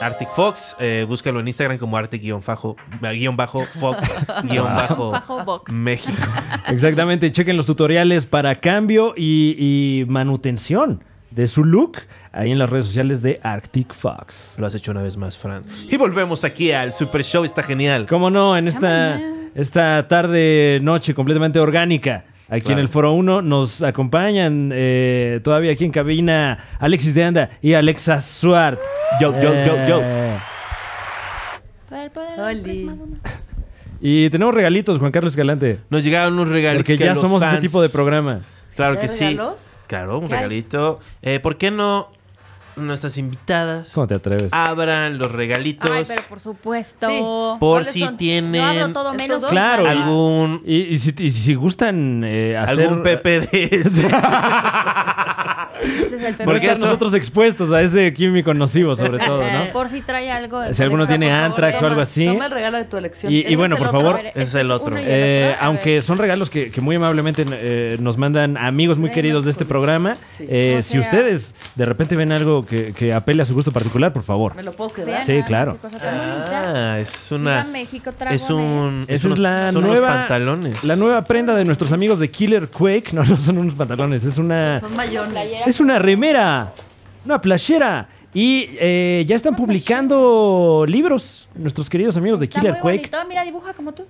A: Arctic Fox, eh, búscalo en Instagram como Arctic-Bajo, guión bajo, Fox-Bajo,
D: Bajo box.
A: México.
C: Exactamente, chequen los tutoriales para cambio y, y manutención de su look ahí en las redes sociales de Arctic Fox.
A: Lo has hecho una vez más, Fran. Y volvemos aquí al Super Show, está genial.
C: Cómo no, en esta, esta tarde, noche completamente orgánica. Aquí
A: Claro.
C: en el Foro 1 nos acompañan eh, todavía aquí en cabina Alexis de Anda y Alexa Suart.
A: Yo, yo, yo, yo.
C: Eh,
D: Para el poder
B: Oli.
D: del prisma lunar.
C: Y tenemos regalitos, Juan Carlos Galante.
A: Nos llegaron unos regalitos.
C: Porque
A: que
C: ya
A: los
C: somos ese
A: fans-
C: tipo de programa.
A: Claro
B: ¿Ya
A: que sí.
B: regalos?
A: Claro, un
B: ¿Qué hay?
A: regalito. Eh, ¿Por qué no nuestras invitadas
C: ¿Cómo te atreves?
A: Ah. abran los regalitos?
D: Ay, pero por supuesto.
B: Sí.
A: por
B: ¿cuáles
A: si
B: son?
A: tienen
D: Yo abro todo
B: ¿Estos
D: menos
B: dos?
C: Claro.
A: algún
C: Y, y si, y si gustan eh, hacer...
A: algún PPDS.
D: Ese es el
C: Por
D: peor.
A: Porque
C: estar
A: eso-
C: nosotros expuestos a ese químico nocivo, sobre todo, ¿no?
D: Por si trae algo. de
C: Si alguno
D: colección,
C: tiene
D: por favor,
C: Antrax o
D: toma.
C: algo así.
B: Toma el regalo de tu elección.
C: Y- y
B: Ese es
C: bueno,
B: el
C: por
B: otro.
C: favor,
D: A ver,
A: es
D: este
A: el
D: uno
A: otro.
D: y el
C: Eh,
D: otro. A ver.
C: aunque son regalos que, que muy amablemente eh, nos mandan amigos muy
D: Regalos
C: queridos de este
D: con-
C: programa.
B: Sí.
C: Eh,
D: O
C: si
D: sea-
C: ustedes de repente ven algo que, que apele a su gusto particular, por favor.
B: ¿Me lo puedo
D: Vean,
B: quedar?
C: Sí,
D: ah,
C: claro.
D: qué cosa tan bonita.
A: Ah, es
D: Viva
A: una.
D: México,
A: Es un.
C: Esa es
A: unos-
C: la
A: son unos
C: nueva-
A: pantalones.
C: La nueva prenda de nuestros amigos de Killer Quake. No, no son unos pantalones, es una...
B: Son mayones.
C: Es una remera, una playera. Y eh, ya están publicando libros, nuestros queridos amigos de Killer Quake.
D: Mira, dibuja como tú.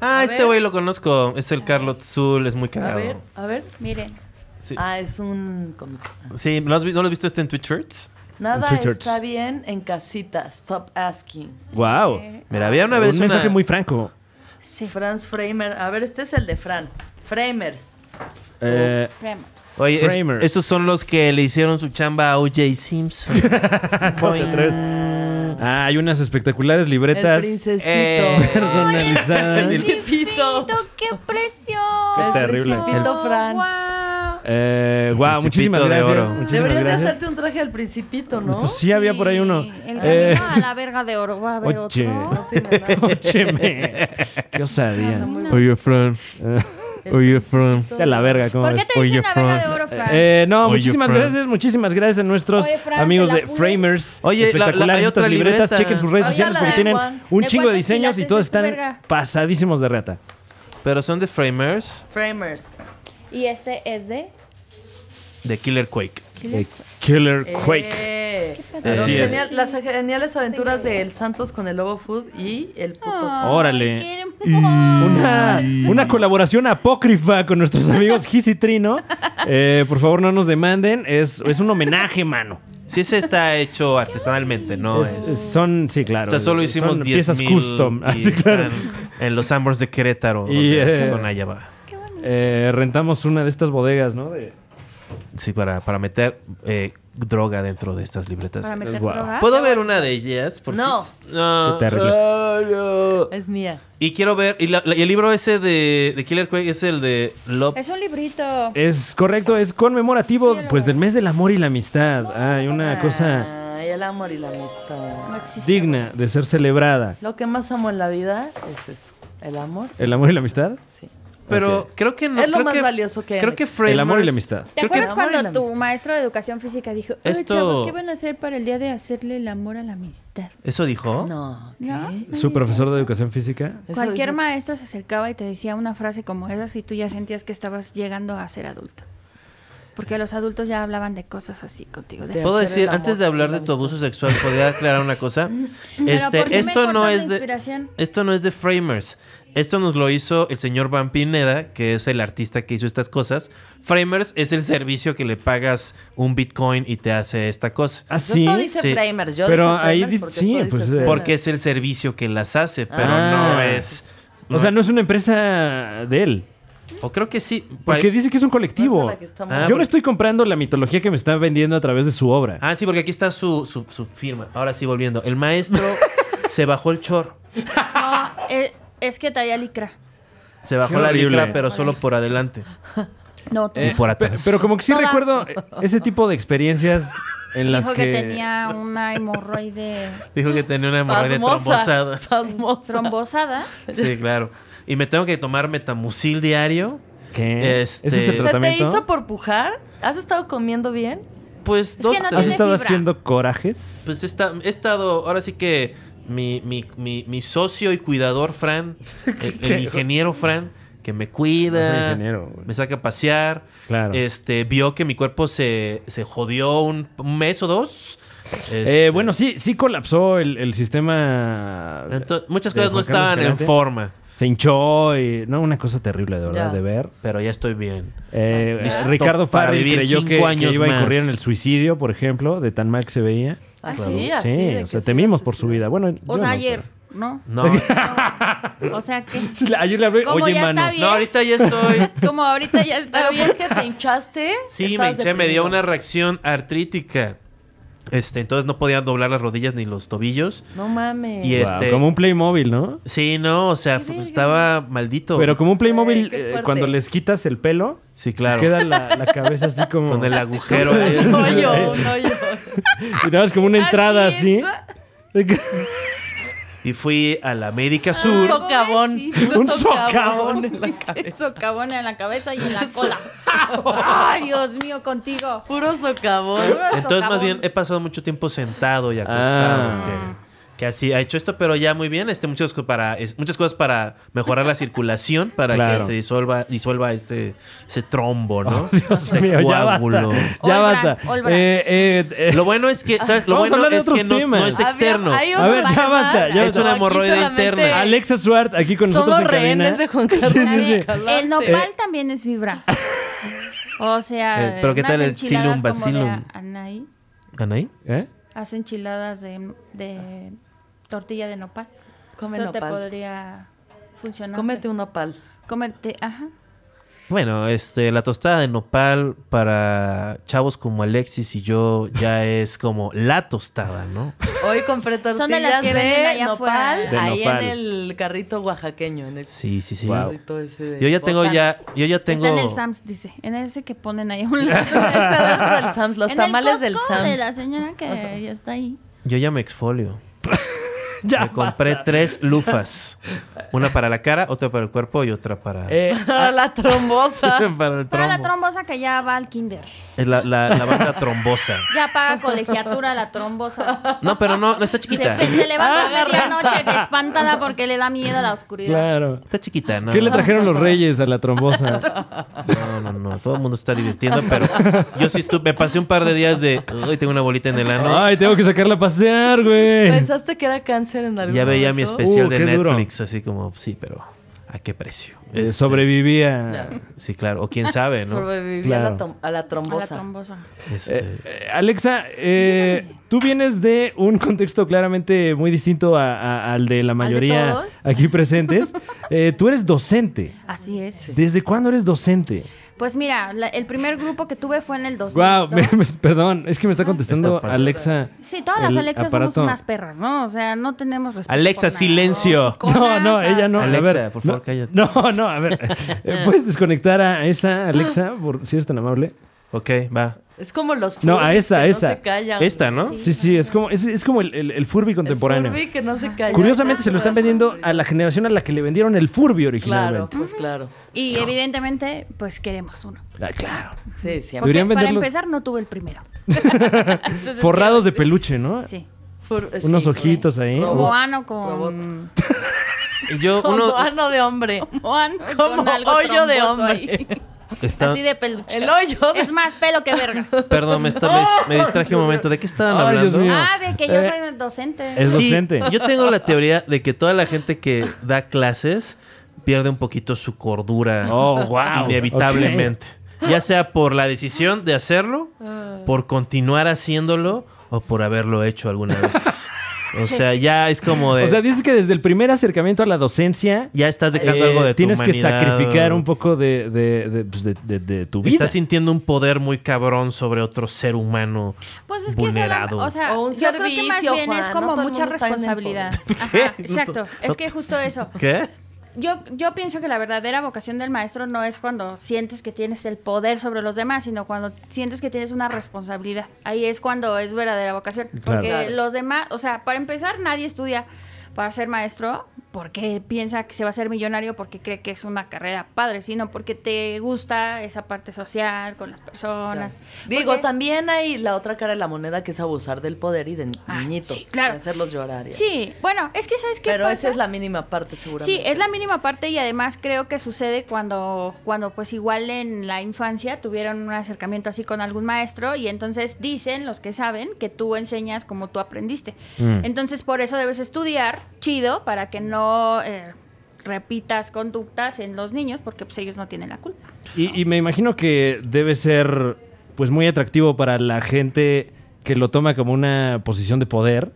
A: Ah,
B: A
A: este
B: ver.
A: güey lo conozco. Es el Carlos Zul, es muy
B: A ver,
A: cagado.
B: a ver.
D: Miren.
A: Sí,
B: Ah, es un cómic.
A: Sí, ¿no, has vi- no lo has visto este en Twitter?
B: Nada
C: T-shirts.
B: está bien en casita. Stop asking.
C: Wow.
D: eh,
A: Mira, había una
C: Un
A: vez.
C: mensaje
A: una- Oh.
C: muy franco.
D: Sí.
B: Franz Framer. A ver, este es el de Fran. Framers.
C: Eh,
D: Remos.
A: Oye, es-
C: Framer.
A: estos son los que le hicieron su chamba a O.J. Simpson.
C: ¿cómo te atreves? Ah, hay unas espectaculares libretas
B: El princesito.
A: Eh.
C: personalizadas.
A: Oye,
D: Sí,
B: Principito.
D: Pito, qué precio.
C: Qué terrible.
B: Principito Fran.
D: Guau.
C: Eh, wow,
A: Principito
C: muchísimas
A: de
C: gracias.
A: oro.
C: Muchísimas
B: Deberías de
C: gracias.
B: hacerte un traje al principito, ¿no?
C: Pues sí, había por ahí uno.
D: El camino
C: Eh,
D: a la verga de oro. Va a haber
C: Oye.
D: otro.
B: Tiene nada.
C: óyeme. Qué
D: Ah,
C: osadía.
A: Oye, Fran. Oye, Fran.
C: Ya la verga, ¿cómo
D: ¿Por qué
C: ves?
D: te dicen
A: Oye,
D: la verga
A: Fran.
D: de oro, Fran?
C: Eh, no,
A: Oye,
C: muchísimas
A: Fran.
C: gracias, muchísimas gracias a nuestros
D: Oye, Fran,
C: amigos
D: te la
C: de
D: pule.
C: Framers.
A: Oye, la-
C: espectaculares
A: la- hay
C: estas
A: otra
C: libretas.
A: libreta.
C: Chequen sus redes
B: Oye,
C: sociales
B: la
C: porque
B: de
C: tienen
B: Juan.
C: un
D: ¿De
C: chingo de
D: cuántos
C: diseños y
D: pilates
C: todos
D: es tu
C: están
D: verga?
C: pasadísimos de rata.
A: Pero son de Framers
B: Framers.
D: Y este es de.
A: de Killer Quake.
C: Eh, Killer
D: Eh,
B: Eh,
A: Así
B: los
A: es.
B: genial- las geniales aventuras de El Santos con el Lobo Food y el puto.
C: Ah.
D: Ay,
C: Órale.
D: qué hermoso.
C: Una, una colaboración apócrifa con nuestros amigos Gis y Trino. Eh, por favor, no nos demanden. Es, es un homenaje, mano.
A: Sí se está hecho artesanalmente, ¿no?
C: Es-
A: Es-
C: es- son, sí, claro.
A: o sea, solo hicimos
C: son
A: 10
C: piezas
A: mil
C: custom.
A: y
C: Así, claro.
A: están En los Ambers de Querétaro.
C: Y,
A: donde-
C: eh,
A: con Ayaba.
C: Eh, rentamos una de estas bodegas, ¿no? De-
A: Sí, para, para meter eh, droga dentro de estas libretas.
D: Para meter
C: Guau.
D: droga.
A: ¿Puedo ver una de ellas? por
B: No.
A: fin? No.
C: Qué terrible.
A: Ah, no.
B: Es mía.
A: Y quiero ver. Y, la- la- y el libro ese de, de Killer Quake es el de Love.
D: Es un
A: Eh,
D: librito.
C: Es correcto, es conmemorativo pues del mes del amor y la amistad. Hay una cosa
B: Ay, el amor y la amistad.
D: No existe.
C: digna de ser celebrada.
B: Lo que más amo en la vida es eso. El amor.
C: ¿El amor y la amistad?
B: Sí.
A: Pero
C: Ok.
A: creo que no.
B: Es lo
A: creo
B: más
A: que-
B: valioso que hay en
A: Creo
B: el-
A: que Framers-
C: El amor y la amistad.
D: ¿Te
A: creo que-
D: acuerdas
B: El amor y la
D: cuando tu
B: amistad.
D: maestro de educación física dijo, "Oye,
A: Esto-
D: chavos, ¿qué van a hacer para el día de hacerle el amor a la amistad?
A: ¿Eso dijo?
B: No. ¿qué?
D: ¿No?
C: Su profesor de educación física.
B: Eso
D: Cualquier
B: dices-
D: maestro se acercaba y te decía una frase como esa y tú ya sentías que estabas llegando a ser adulto. Porque los adultos ya hablaban de cosas así contigo. de-
B: Te-
A: ¿Puedo
B: hacer el
A: decir,
B: amor
A: antes de hablar
B: con la
A: de tu
B: amistad.
A: abuso sexual, podría aclarar una cosa?
D: ¿por qué
A: Este,
D: me
A: esto no
D: cortas
A: es
D: la
A: de
D: inspiración?
A: esto no es de Framers. Esto nos lo hizo el señor Van Pineda, que es el artista que hizo estas cosas. Framers es el servicio que le pagas un Bitcoin y te hace esta cosa.
C: Ah,
B: Yo
C: sí.
B: esto dice
A: sí.
B: Framers. Yo
C: Pero
B: dije
C: ahí
B: Framers
C: di-
B: porque
C: sí,
B: esto dice
C: pues, eh,
B: Framers.
A: Porque es el servicio que las hace, pero no
C: Ah.
A: es.
C: O sea, no es una empresa de él.
A: O creo que sí.
C: Porque dice que Pues, es un
B: No
C: colectivo.
B: es a la que estamos-
A: Ah,
C: Yo
A: porque-
C: me estoy comprando la mitología que me están vendiendo a través de su obra.
A: Ah, sí, porque aquí está su, su- su firma. Ahora sí, volviendo. El maestro se bajó el chor.
D: No, eh, es que traía licra.
A: Se bajó
C: Qué
A: la
C: horrible. Eh,
A: licra, pero solo por adelante.
D: No, tú.
A: y por
C: Pe-
A: atrás.
C: Pero como que sí
D: Toda.
C: recuerdo eh, ese tipo de experiencias en las
D: dijo que...
C: que...
D: tenía una hemorroide
A: Dijo que tenía una hemorroide
B: Pasmosa.
A: trombosada.
B: Pasmosa.
D: trombosada.
A: Sí, claro. Y me tengo que tomar metamucil diario.
C: ¿Qué?
A: Este-
C: ¿Ese es el
A: ¿Se te
B: ¿Se te
C: tratamiento?
B: hizo por pujar? ¿Has estado comiendo bien?
A: Pues dos,
D: que no
C: ¿Has
A: tres.
D: tiene-
C: estado
D: fibra.
C: haciendo corajes?
A: Pues esta- he estado, ahora sí que mi, mi- mi- mi socio y cuidador Fran, el, el ingeniero Fran, que me
C: No
A: cuida,
C: soy ingeniero, güey.
A: me saca a pasear,
C: Claro.
A: este, vio que mi cuerpo se, se jodió un, un mes o dos.
C: Eh,
A: Este,
C: bueno, sí, sí colapsó el, el sistema.
A: ento- muchas
C: de Juan
A: cosas no
C: Carlos
A: estaban en
C: Escalante.
A: forma,
C: Se hinchó y. No, una cosa terrible de verdad
B: Ya.
C: de ver.
A: pero ya estoy bien.
C: Eh, eh,
A: Listo
C: Ricardo
A: para
C: Farrell
A: vivir
C: creyó
A: cinco
C: que, que
A: años
C: iba a incurrir
A: más.
C: en el suicidio, por ejemplo, de tan mal que se veía.
B: Así,
C: Claro.
B: así.
C: Sí,
B: de
C: o
B: que
C: sea,
B: sí,
C: temimos
B: así,
C: por su
B: sí.
C: vida. Bueno,
D: O
C: yo
D: sea,
C: no,
D: ayer, ¿no?
A: No,
D: O sea que...
C: pero- Ayer le hablé,
D: Como
C: oye,
D: ya está
C: mano.
D: bien.
A: no, ahorita ya estoy...
D: Como ahorita ya está
B: Pero
D: bien.
B: ¿por qué te hinchaste?
A: Sí, me
B: Estabas
A: hinché, me dio
B: deprimido.
A: una reacción artrítica. Este, entonces no podía doblar las rodillas ni los tobillos.
B: No mames.
A: Y
C: Wow,
A: este-
C: Como un Playmobil, ¿no?
A: Sí, no, o sea,
D: Qué
A: fu-
D: verga.
A: estaba maldito.
C: Pero como un Playmobil,
B: Güey, qué
C: eh,
B: fuerte.
C: cuando les quitas el pelo,
A: sí, claro.
C: queda la, la cabeza así como.
A: Con el agujero.
B: Un
A: ahí.
B: hoyo, un hoyo.
C: Y nada más como una entrada así.
A: y fui a la América
B: Un
A: Sur.
B: socavón.
D: Pobrecito.
C: Un socavón
B: en la cabeza.
D: Socavón en la cabeza y en la cola. Ay, Dios mío, contigo.
B: Puro socavón.
D: Puro
A: Entonces, más
D: socavón.
A: bien, eh, he pasado mucho tiempo sentado y acostado.
C: Ah.
A: Que, que así ha hecho esto, pero ya muy bien. Este, muchas, co- para, es- muchas cosas para mejorar la circulación, para
C: Claro.
A: que se disuelva, disuelva este, ese trombo, ¿no?
C: Oh, Dios
A: Ese
C: mío, ya basta.
A: coágulo.
C: Ya
D: Olbran,
C: basta.
D: Olbran.
C: Eh, eh, eh,
A: Lo bueno es que, ¿sabes? Lo
C: Vamos a
A: bueno
C: hablar de
A: es que
C: otros
A: no, no
C: temas.
A: es externo.
B: Había- hay
C: A ver,
B: uno
C: ya
B: más.
C: basta, ya
A: Es basta. una
B: Aquí
A: hemorroide
B: solamente
A: interna.
C: Alexa Swart aquí con nosotros
B: Somos
C: en cabina.
B: rehenes de Juan Carlos.
C: Sí, sí, sí.
B: Escalante.
D: El nopal también es fibra. O sea,
A: Eh, pero ¿qué
D: unas
A: tal el
D: enchiladas
A: psyllium
D: como de
A: bacillum?
D: Anaí,
A: ¿Anaí?
C: ¿Eh?
D: hace enchiladas de, de tortilla de nopal.
B: Eh, Come
D: Eso te
B: nopal.
D: podría funcionar.
B: Cómete un nopal.
D: Cómete, ajá.
A: Bueno, este, la tostada de nopal para chavos como Alexis y yo ya es como la tostada, ¿no?
B: Hoy compré tortillas
D: Son de las que venden allá
B: nopal,
D: afuera. ¿eh?
C: De
B: ahí
C: nopal.
B: en el carrito oaxaqueño, en el
A: Sí, sí, sí.
C: Wow.
B: carrito ese de
A: Yo ya tengo ya, yo ya tengo.
D: Está en el Sams, dice. En ese que ponen ahí a un lado.
B: botanas. Está dentro del Sam's, los
D: En el
B: tamales del
D: Costco
B: Sam's.
D: De la señora que ya está ahí.
A: Yo ya me exfolio.
C: Ya
A: me compré tres lufas. Una para la cara, otra para el cuerpo y otra para,
C: Eh,
B: Ah, la trombosa.
A: para el
D: Para la
A: trombo.
D: trombosa que ya va al kinder.
A: Es la, la, la banda trombosa.
D: Ya paga colegiatura la trombosa.
A: No, pero no, no está
D: Se,
A: chiquita.
D: se
B: Ah,
D: levanta a medianoche de espantada porque le da miedo a la oscuridad.
C: claro.
A: Está chiquita, ¿no?
C: ¿Qué le trajeron los reyes a la trombosa?
A: No, no, no. Todo el mundo está divirtiendo, pero yo sí estuve. Me pasé un par de días de. Uy, tengo una bolita en el ano.
C: Ay, tengo que sacarla a pasear, güey.
B: ¿Pensaste que era cáncer en algún
A: Ya veía mi
B: momento?
A: especial
C: Uh,
A: de
C: qué duro.
A: Netflix, así como, sí, pero ¿a qué precio?
C: Eh,
A: Este,
C: sobrevivía.
A: Sí, claro, o quién sabe, ¿no?
B: Sobreviví a,
C: Claro.
B: la tom- a la
D: A la
B: trombosa.
D: trombosa.
A: Este,
C: Eh, Alexa, eh, tú vienes de un contexto claramente muy distinto a- a- al de la mayoría
D: todos?
C: aquí presentes. Eh, tú eres docente.
D: Así es.
C: ¿Desde cuándo eres docente?
D: Pues mira, la- el primer grupo que tuve fue en el 2000.
C: Wow, perdón, es que me está contestando
A: Está padre.
C: Alexa.
D: Sí, todas las
C: el
D: Alexas somos
C: aparato.
D: unas perras, ¿no? O sea, no tenemos respeto.
A: Alexa,
D: por nada.
A: silencio.
C: No,
D: Psiconas,
C: no, ella no.
A: Alexa,
C: a ver,
A: por favor,
C: no,
A: cállate.
C: No, no, a ver. eh, ¿Puedes desconectar a esa Alexa, por, si eres tan amable?
A: ok, va.
B: Es como los
C: No, a
B: Furby
C: esa,
B: que
C: esa.
B: No se callan.
A: Esta, ¿no?
C: Sí, sí, es como, es, es como el, el, el Furby
B: El
C: contemporáneo.
B: Furby que no
D: Ah,
B: se callan.
C: Curiosamente se lo están vendiendo a la generación a la que le vendieron el Furby
B: Claro,
C: originalmente.
B: pues claro.
D: Y evidentemente, pues queremos uno.
C: Ah, claro.
B: Sí, sí.
D: Porque
C: Deberían
D: para
C: venderlos-
D: empezar no tuve el primero. Entonces,
C: Forrados de peluche, ¿no?
D: Sí.
B: Fur- sí,
C: Unos
B: sí.
C: ojitos ahí.
D: Como
B: Robot.
D: ano ¿Eh? con...
A: Yo,
B: Como
A: uno.
B: ano de hombre.
D: Como ano
B: Como
D: con algo
B: hoyo de
D: tromboso
B: hombre.
D: ahí.
A: Está,
D: Así de peluche.
B: El hoyo pues, de-
D: Es más pelo que verga.
A: Perdón, me, está- me- me distraje un momento. ¿De qué estaban
C: Ay,
A: hablando?
C: Dios mío.
D: Ah, de que yo
C: Eh,
D: soy docente.
C: Es
A: Sí,
C: docente.
A: yo tengo la teoría de que toda la gente que da clases pierde un poquito su cordura
C: Oh, wow.
A: inevitablemente. Ya sea por la decisión de hacerlo, por continuar haciéndolo o por haberlo hecho alguna vez. O sea, ya es como de...
C: O sea, dices que desde el primer acercamiento a la docencia
A: ya estás dejando
C: eh,
A: algo de tu
C: tienes que
A: humanidad,
C: sacrificar
A: o-
C: un poco de, de- de, pues, de- de- de tu vida.
A: Estás sintiendo un poder muy cabrón sobre otro ser humano
D: Pues es que eso, la-
A: vulnerado.
D: o sea,
B: O un
D: yo creo que más
B: servicio,
D: bien es
B: Juan, no
D: como
B: todo el
D: mucha
B: mundo está en el
D: responsabilidad.
A: ¿Qué?
D: Ajá, exacto. Es que justo eso.
A: ¿Qué?
D: Yo, yo pienso que la verdadera vocación del maestro no es cuando sientes que tienes el poder sobre los demás, sino cuando sientes que tienes una responsabilidad. Ahí es cuando es verdadera vocación. Porque
C: Claro.
D: los demás, o sea, para empezar, nadie estudia para ser maestro porque piensa que se va a ser millonario porque cree que es una carrera padre, sino porque te gusta esa parte social con las personas.
B: Digo,
D: Porque-
B: también hay la otra cara de la moneda que es abusar del poder y de ni-
D: Ah,
B: niñitos.
D: sí, claro.
B: y hacerlos llorar. y-
D: Sí, bueno, es que sabes qué
B: Pero
D: pasa?
B: esa es la mínima parte, seguramente.
D: Sí, es la mínima parte y además creo que sucede cuando, cuando pues igual en la infancia tuvieron un acercamiento así con algún maestro y entonces dicen los que saben que tú enseñas como tú aprendiste. Entonces por eso debes estudiar chido para que no eh, repitas conductas en los niños porque pues ellos no tienen la culpa.
C: Y, y me imagino que debe ser pues muy atractivo para la gente que lo toma como una posición de poder,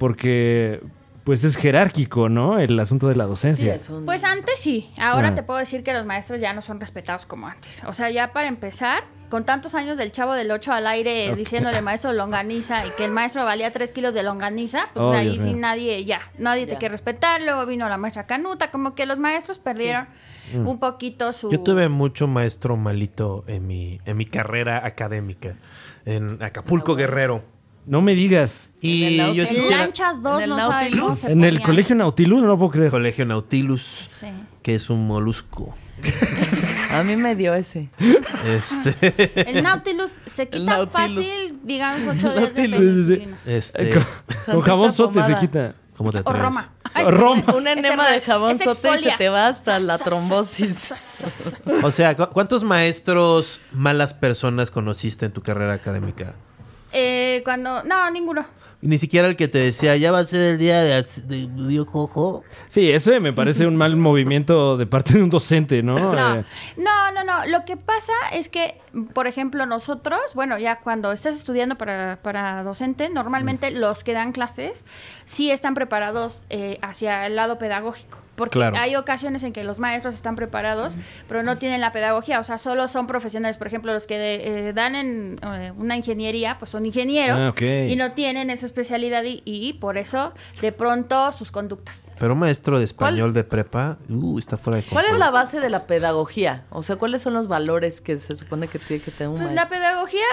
C: porque pues es jerárquico, ¿no? El asunto de la
B: Sí,
C: docencia.
B: es un-
D: Pues antes sí, ahora
C: Ah.
D: te puedo decir que los maestros ya no son respetados como antes. O sea, ya para empezar, con tantos años del chavo del 8 al aire
C: Ok.
D: diciéndole maestro longaniza y que el maestro valía 3 kilos de longaniza, pues
C: Oh,
D: ahí
C: Dios
D: sí
C: mío.
D: nadie, ya, nadie te
B: Ya.
D: quiere respetar. Luego vino la maestra Canuta, como que los maestros perdieron
C: Mm.
D: un poquito su...
A: Yo tuve mucho maestro malito en mi, en mi carrera académica, en Acapulco Guerrero.
C: No me digas.
A: Y
B: Ah, En el
A: yo
D: En
B: Nautilus.
A: quisiera-
D: lanchas 2
B: En el
D: no sabes cómo
B: Nautilus.
D: se
C: Pues, En el
D: ponían.
C: colegio Nautilus, no lo puedo creer.
A: Colegio Nautilus,
D: Sí.
A: que es un molusco.
B: A mí me dio ese.
A: Este,
D: El Nautilus se quita
B: Nautilus.
D: fácil, digamos, 8 días de
C: Nautilus. Sí, sí, sí.
D: disciplina.
A: este,
C: Con, con
B: Santita
C: jabón sote se
B: pomada.
C: quita.
A: ¿cómo te
D: O
A: atreves?
D: Roma.
C: Roma.
B: Un
D: Ese
B: enema de
D: ra-
B: jabón
D: ese
B: sote y se
D: exfolia.
B: te va hasta la trombosis.
A: O sea, ¿cu- ¿cuántos maestros malas personas conociste en tu carrera académica?
D: Eh, cuando... No, ninguno.
A: Ni siquiera el que te decía, ya va a ser el día de, as- de, Dios cojo.
C: Sí, eso me parece un mal movimiento de parte de un docente, ¿no?
D: No,
C: Eh,
D: no, no, no. Lo que pasa es que, por ejemplo, nosotros, bueno, ya cuando estás estudiando para, para docente,
C: Mm.
D: normalmente los que dan clases sí están preparados eh, hacia el lado pedagógico. Porque
A: Claro.
D: hay ocasiones en que los maestros están preparados,
C: Mm.
D: pero no tienen la pedagogía, o sea, solo son profesionales. Por ejemplo, los que eh, dan en eh, una ingeniería, pues son ingenieros
C: Ah, ok.
D: y no tienen esa especialidad y, y por eso, de pronto, sus conductas.
A: Pero un maestro de
B: ¿Cuál-
A: español de prepa, uh, está fuera de
B: ¿Cuál es
A: control.
B: la base de la pedagogía? O sea, ¿cuáles son los valores que se supone que tiene que tener un
D: Pues la
B: maestro?
D: pedagogía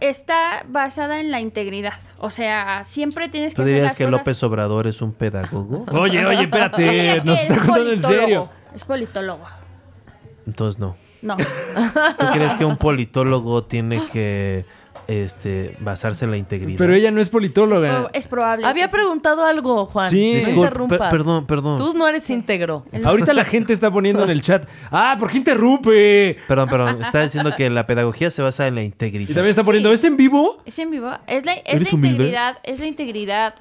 D: está basada en la integridad. O sea, siempre tienes que
A: ¿Tú
D: hacer
A: dirías
D: las
A: que
D: cosas-
A: López Obrador es un pedagogo?
C: Oye, oye, espérate, nos eh, está contando en
D: politólogo,
C: serio.
D: Es politólogo.
A: Entonces no.
D: No.
A: ¿Tú crees que un politólogo tiene que este, basarse en la integridad?
C: Pero ella no es
D: es,
C: politóloga.
D: pro- es probable.
B: Había
D: que sí.
B: preguntado algo, Juan.
C: Sí.
B: No
A: Disculpa,
B: interrumpas.
A: per- perdón, perdón.
B: Tú no eres íntegro.
C: Ahorita la gente está poniendo en el chat, ah, ¿por qué interrumpe?
A: Perdón, perdón. Está diciendo que la pedagogía se basa en la integridad.
C: Y también está poniendo,
D: Sí.
C: ¿es en vivo?
D: Es en vivo. Es la, es
C: ¿Eres
D: la
C: humilde?
D: integridad, es la integridad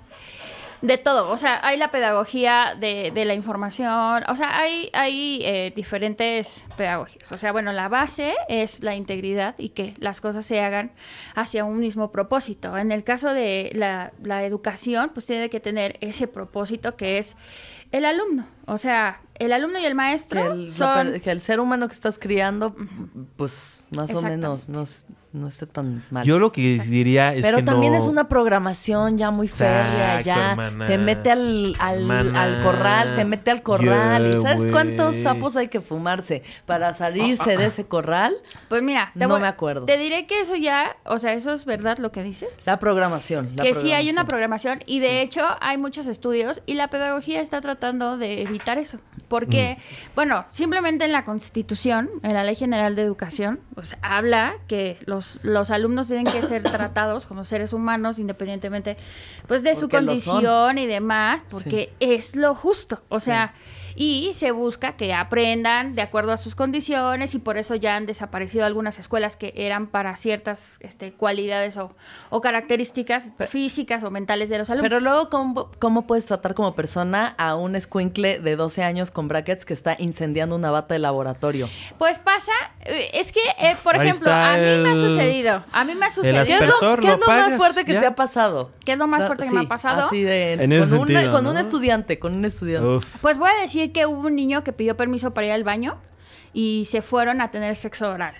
D: de todo. O sea, hay la pedagogía de, de la información. O sea, hay, hay eh, diferentes pedagogías. O sea, bueno, la base es la integridad y que las cosas se hagan hacia un mismo propósito. En el caso de la, la educación, pues tiene que tener ese propósito que es el alumno. O sea, el alumno y el
B: Que
D: maestro
B: el, la
D: son...
B: per- que el ser humano que estás criando, pues más o
D: Exactamente.
B: menos, nos no esté tan mal.
A: Yo lo que diría es
B: Pero
A: que
B: también
A: no-
B: es una programación ya muy férrea,
A: Exacto,
B: ya.
A: hermana.
B: Te mete al, al,
A: Hermana.
B: al corral, te mete al corral.
A: Yeah,
B: ¿Y sabes cuántos
A: güey.
B: sapos hay que fumarse para salirse de ese corral?
D: Pues mira,
B: No
D: voy-
B: me acuerdo.
D: Te diré que eso ya, o sea, eso es verdad lo que dices.
B: La programación. la
D: que sí hay una
B: programación.
D: programación y de hecho hay muchos estudios y la pedagogía está tratando de evitar eso. Porque,
B: Mm.
D: bueno, simplemente en la Constitución, en la Ley General de Educación, pues habla que los, los alumnos tienen que ser tratados como seres humanos independientemente pues de su
B: Porque lo son.
D: condición y demás, porque es lo justo. O sea, y se busca que aprendan de acuerdo a sus condiciones y por eso ya han desaparecido algunas escuelas que eran para ciertas este, cualidades o, o características físicas o mentales de los alumnos.
B: Pero luego, ¿cómo, cómo puedes tratar como persona a un escuincle de 12 años con brackets que está incendiando una bata de laboratorio?
D: pues pasa, eh, es que, eh, por
A: Ahí
D: ejemplo,
A: está
D: a mí me ha
A: el-
D: sucedido, a mí me ha
A: as-
D: sucedido,
B: ¿Qué es lo,
A: Aspersor,
B: qué
A: lo
B: es lo más
A: apagas,
B: fuerte que
A: ya.
B: te ha pasado?
D: que es lo más fuerte que me
B: Ah, Sí,
D: ha pasado.
B: Así de,
C: En ese
B: con, una-
C: sentido,
B: con
C: ¿no?
B: un estudiante, con un estudiante.
C: Uf.
D: Pues voy a decir que hubo un niño que pidió permiso para ir al baño y se fueron a tener sexo oral.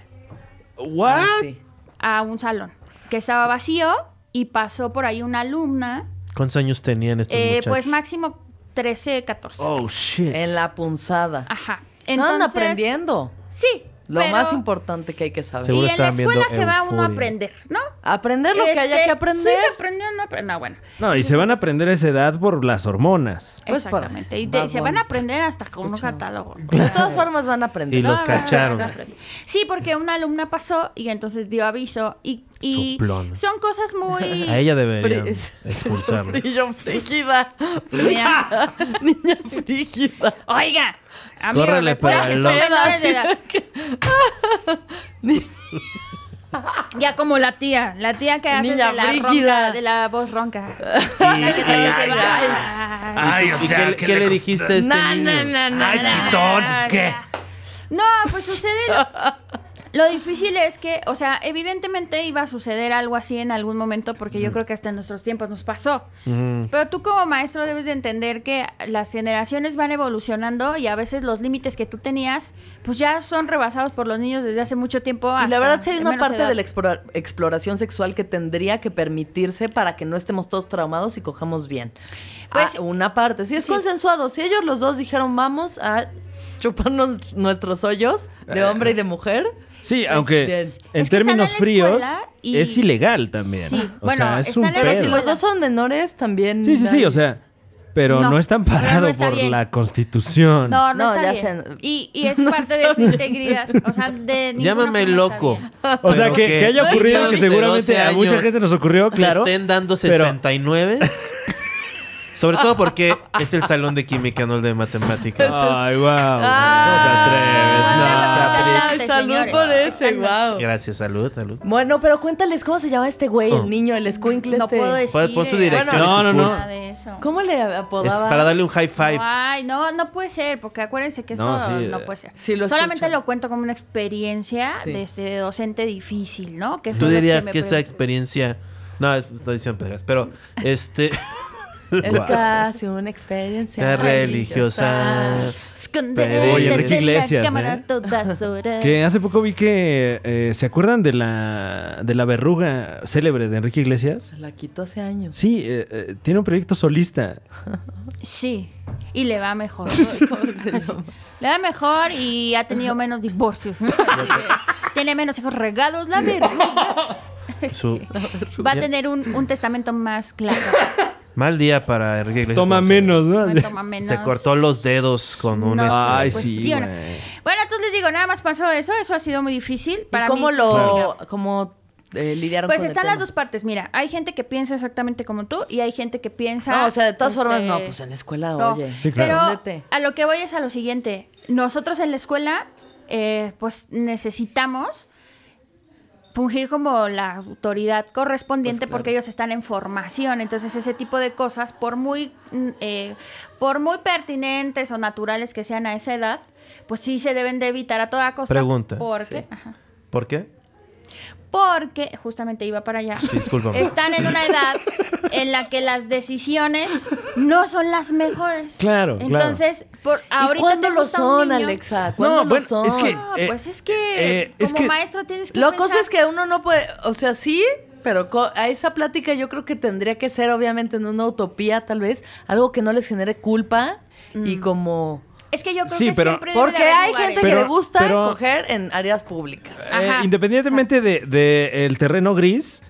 B: Ah,
C: ¿What?
B: sí.
D: a un salón que estaba vacío y pasó por ahí una alumna,
A: ¿Cuántos años tenían estos
D: eh,
A: muchachos?
D: pues máximo 13, 14.
A: Oh, shit.
B: En la punzada.
D: Ajá.
B: Estaban
D: Ah, Entonces,
B: aprendiendo.
D: Sí.
B: Lo
D: pero-
B: más importante que hay que saber.
D: Y
A: Seguro
D: en la
A: estaban viendo
D: escuela se va uno a
A: Euphoria.
D: aprender, ¿no?
B: Aprender lo que haya
D: Este,
B: que aprender.
D: Sí, que aprendió, no, pero no, bueno.
C: No, y se van a aprender a esa edad por las hormonas.
B: Pues para-
D: Exactamente. Y te-
B: Bad
D: se van a
B: Bunny.
D: aprender hasta con un catálogo.
B: De todas formas van a
A: Y
B: aprender.
A: los
D: No, no, no,
A: cacharon.
D: no, no, no. Sí, porque una alumna pasó y entonces dio aviso y, y
A: Soplón.
D: son cosas muy...
A: A ella deberían
B: Fri-
A: expulsarla.
B: Niño frígida.
D: Mira.
B: Niña frígida.
D: Oiga, amigo,
A: Córrele,
D: recuerda que son
A: pelón.
D: menores de edad. Ya como la tía, la tía que hace de
B: Niña
D: la
B: brígida.
D: ronca, de la voz ronca. La que
A: Y-
D: trae
B: ay,
D: ese
B: ay.
D: brazo.
E: Ay, o
A: ¿Y
E: sea,
A: qué, qué le
E: costó?
A: dijiste a este
D: Ah,
B: Na,
A: niño?
B: na, na, na,
E: Ay,
B: na.
E: chitón, pues, ¿qué?
D: No, pues sucede. Lo, lo difícil es que, o sea, evidentemente iba a suceder algo así en algún momento, porque
B: Mm.
D: yo creo que hasta en nuestros tiempos nos pasó. Pero tú como maestro debes de entender que las generaciones van evolucionando y a veces los límites que tú tenías, pues ya son rebasados por los niños desde hace mucho tiempo.
B: Y la
D: hasta
B: verdad sí hay
D: en
B: una
D: menos
B: parte
D: edad.
B: de la explora- exploración sexual que tendría que permitirse para que no estemos todos traumados y cojamos bien.
D: Pues-
B: Ah, una parte. Si es
D: Sí.
B: consensuado, si ellos los dos dijeron vamos a chuparnos nuestros hoyos
C: Eh,
B: de hombre y de mujer.
C: Sí, aunque
B: bien.
C: en
D: Pues Es que
C: términos
D: están en la
C: fríos
D: escuela y-
C: es ilegal también.
D: Sí,
C: o
D: bueno,
C: sea, es
D: están
C: un
D: en la
B: Pero si
C: pedo.
D: escuela.
B: los dos son menores, también.
C: Sí, sí, sí,
B: nadie-
C: o sea, pero
D: Mm, No,
C: no, están
D: pero no
C: parados
D: está
C: por
D: bien.
C: la Constitución.
D: No, no,
B: No,
D: está
B: ya
D: bien.
B: se-
D: Y, y es parte de su integridad. O sea, de ninguna
A: Llámame
D: forma está
A: loco.
D: bien.
C: O sea,
A: Pero
C: que, que haya ocurrido, que
A: niños de
C: seguramente
A: 12
C: a mucha
A: años
C: gente nos ocurrió,
A: se
C: claro.
A: estén dando
C: pero-
A: 69. Sobre todo porque es el salón de química, no el de matemáticas.
C: Ay, wow. No te
D: Ah.
C: atreves, no.
B: Ay,
D: Adelante,
B: salud
D: señores.
B: por ese, wow.
A: Gracias, salud, salud.
B: Bueno, pero cuéntales cómo se llama este güey,
A: Oh.
B: el niño, el escuincle
D: No
B: este?
D: puedo decir.
A: Pues, Pon- pon su
D: eh,
A: dirección
C: y No, su no, no.
D: nada de eso.
B: ¿Cómo le
A: Es
B: apodaba?
A: para darle un high five.
D: Ay, no, no puede ser, porque acuérdense que esto
C: No,
D: no,
C: sí, eh,
D: puede ser.
B: sí lo
D: Solamente
B: escucho.
D: lo cuento como una experiencia
B: Sí.
D: de este docente difícil, ¿no? Que es
A: Tú
D: lo se
A: dirías
D: me
A: que esa
D: pre-
A: experiencia. No, es- estoy diciendo pegas, pero este.
B: Es casi una experiencia
A: Es religiosa.
D: Esconderte
A: Oye,
D: de
A: Enrique
D: la
C: Iglesias,
D: cámara
C: ¿eh?
D: todas horas.
C: Que hace poco vi que eh, ¿se acuerdan de la de la verruga célebre de Enrique Iglesias?
B: La quitó hace años.
C: Sí, eh, eh, tiene un proyecto solista.
D: Sí, y le va mejor. Así. Le va mejor y ha tenido menos divorcios. ¿no? Así que Tiene menos hijos regados, la verruga.
A: Su-
D: Sí. Va a tener un, un testamento más claro.
A: Mal día para Enrique Iglesias.
C: Toma
A: Como
C: menos, ¿no?
D: Me toma menos.
A: Se cortó los dedos con un.
D: No
A: este-
D: sé.
C: Ay,
D: se
C: sí.
D: cuestiona.
C: güey.
D: Bueno, entonces les digo, nada más pasó eso, eso ha sido muy difícil. Para
B: ¿Y cómo
D: mí,
B: lo cómo eh, lidiaron
D: Pues
B: con el
D: están las
B: tema?
D: dos partes, mira, hay gente que piensa exactamente como tú y hay gente que piensa...
B: No, o sea, de todas
D: este,
B: formas no, pues en la escuela,
D: no.
B: oye.
C: Sí, claro.
D: Pero
B: escóndete.
D: a lo que voy es a lo siguiente, nosotros en la escuela, eh, pues necesitamos fungir como la autoridad correspondiente
B: Pues,
D: porque ellos están en formación. Entonces, ese tipo de cosas, por muy, mm, eh, por muy pertinentes o naturales que sean a esa edad, pues sí se deben de evitar a toda costa.
A: Pregunta.
D: Porque,
A: ¿Por qué?
D: porque justamente iba para allá.
A: discúlpame.
D: Están en una edad en la que las decisiones no son las mejores.
C: Claro, claro.
D: Entonces, por ahorita
B: ¿Y cuándo
D: te
B: lo
D: gusta un
B: son,
D: niño-
B: Alexa? ¿Cuándo lo
C: bueno,
B: son?
C: es que-
D: No,
C: Eh,
D: pues es que
C: eh, es
D: como
C: que-
D: maestro tienes que
B: Lo
D: pensar-
B: cosa es que uno no puede, o sea, sí, pero co- a esa plática yo creo que tendría que ser obviamente en una utopía tal vez, algo que no les genere culpa y como...
D: Es que Mm. yo creo
C: Sí,
D: que
C: pero-
D: siempre debe
B: Porque
D: de haber
B: hay
D: lugares.
B: gente
C: Pero-
B: que le gusta
C: pero-
B: coger en áreas públicas.
C: Eh,
D: Ajá,
C: independientemente del de, el terreno gris,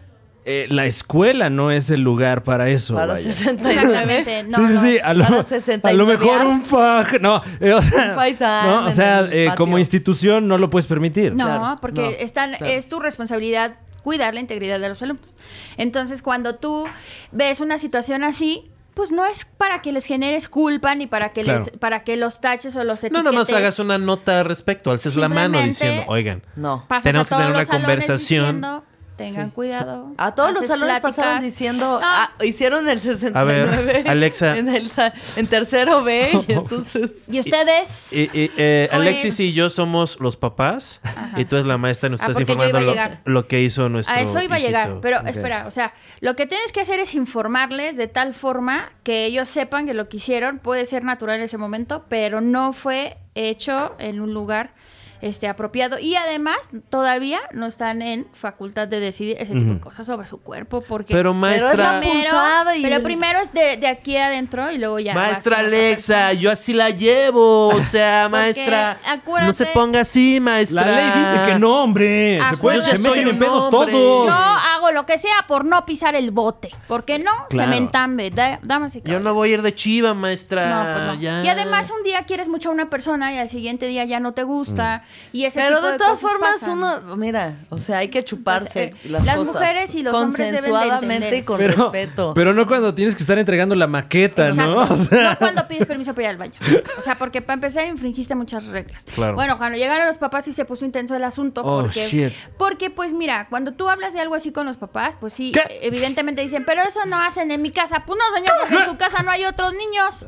C: eh, la escuela no es el lugar para eso.
B: Para
C: vaya.
B: 69.
D: Exactamente, no,
C: sí, sí,
D: no
C: sí.
D: es.
C: A lo,
B: para 69
C: a lo mejor un faj. No, eh, o sea,
B: Un faisán
C: no, o
B: en
C: sea
B: el
C: eh,
B: patio.
C: como institución no lo puedes permitir.
D: No,
B: Claro,
D: porque
B: no,
D: están,
B: claro.
D: es tu responsabilidad cuidar la integridad de los alumnos. Entonces, cuando tú ves una situación así, pues no es para que les generes culpa ni para que les,
C: Claro.
D: para que los taches o los
A: No,
D: etiquetes.
A: nada más hagas una nota al respecto, alces la mano
D: Simplemente-
A: diciendo, oigan,
B: No.
D: Pasas
A: Tenemos que
D: a todos
A: tener
D: los
A: una
D: salones
A: conversación.
D: diciendo, Tengan
B: Sí.
D: cuidado.
B: A todos los
D: haces
B: salones pasaron
D: pláticas.
B: diciendo,
D: Ah,
B: ah, hicieron el 69
A: ver, Alexa.
B: en, el, sa- en tercero B y entonces...
D: y ustedes.
A: Y- y, eh,
D: O
A: Alexis
D: eres-
A: y yo somos los papás y tú eres la maestra y nos
D: Ah,
A: estás
D: porque yo
A: informando
D: iba
A: lo,
D: a llegar.
A: lo que hizo nuestro
D: A eso iba a
A: hijito.
D: llegar, pero
C: Ok.
D: espera, o sea, lo que tienes que hacer es informarles de tal forma que ellos sepan que lo que hicieron puede ser natural en ese momento, pero no fue hecho en un lugar este apropiado y además todavía no están en facultad de decidir ese tipo de cosas sobre su cuerpo porque
A: Pero maestra,
B: la punzada y
D: pero
B: el-
D: primero es de, de aquí adentro y luego ya
A: maestra
D: vas con otra
A: Alexa,
D: persona.
A: yo así la llevo, o sea,
D: Porque
A: maestra,
D: acuérdate-
A: no se ponga así, maestra.
C: La ley dice que no, hombre. Se,
D: Acuérdate-
C: pueden, se
D: Yo soy
C: meten en
A: un
C: pedos
A: hombre.
C: todos.
D: yo hago lo que sea por no pisar el bote, porque no se
C: Claro.
D: me entambe, da- damas y
A: Yo
D: caballeros.
A: no voy a ir de chiva,
D: No,
A: maestra.
D: pues no.
A: Ah, ya.
D: Y además un día quieres mucho a una persona y al siguiente día ya no te gusta. Y ese
B: Pero
D: tipo
B: de,
D: de
B: todas
D: cosas
B: formas,
D: pasan.
B: uno, mira, o sea, hay que chuparse
D: Entonces, eh,
B: las,
D: las
B: cosas
D: mujeres y los hombres deben de
B: consensuadamente
D: entender
B: y con
C: Pero,
B: respeto.
C: pero no cuando tienes que estar entregando la maqueta,
D: Exacto.
C: ¿no? O sea,
D: No cuando pides permiso para ir al baño. O sea, porque para empezar infringiste muchas reglas.
C: Claro.
D: Bueno, cuando llegaron los papás sí se puso intenso el asunto.
C: Oh,
D: porque,
C: shit.
D: porque, pues mira, cuando tú hablas de algo así con los papás, pues sí,
C: ¿Qué?
D: evidentemente dicen, pero eso no hacen en mi casa. Pues no, señor, porque en su casa no hay otros niños.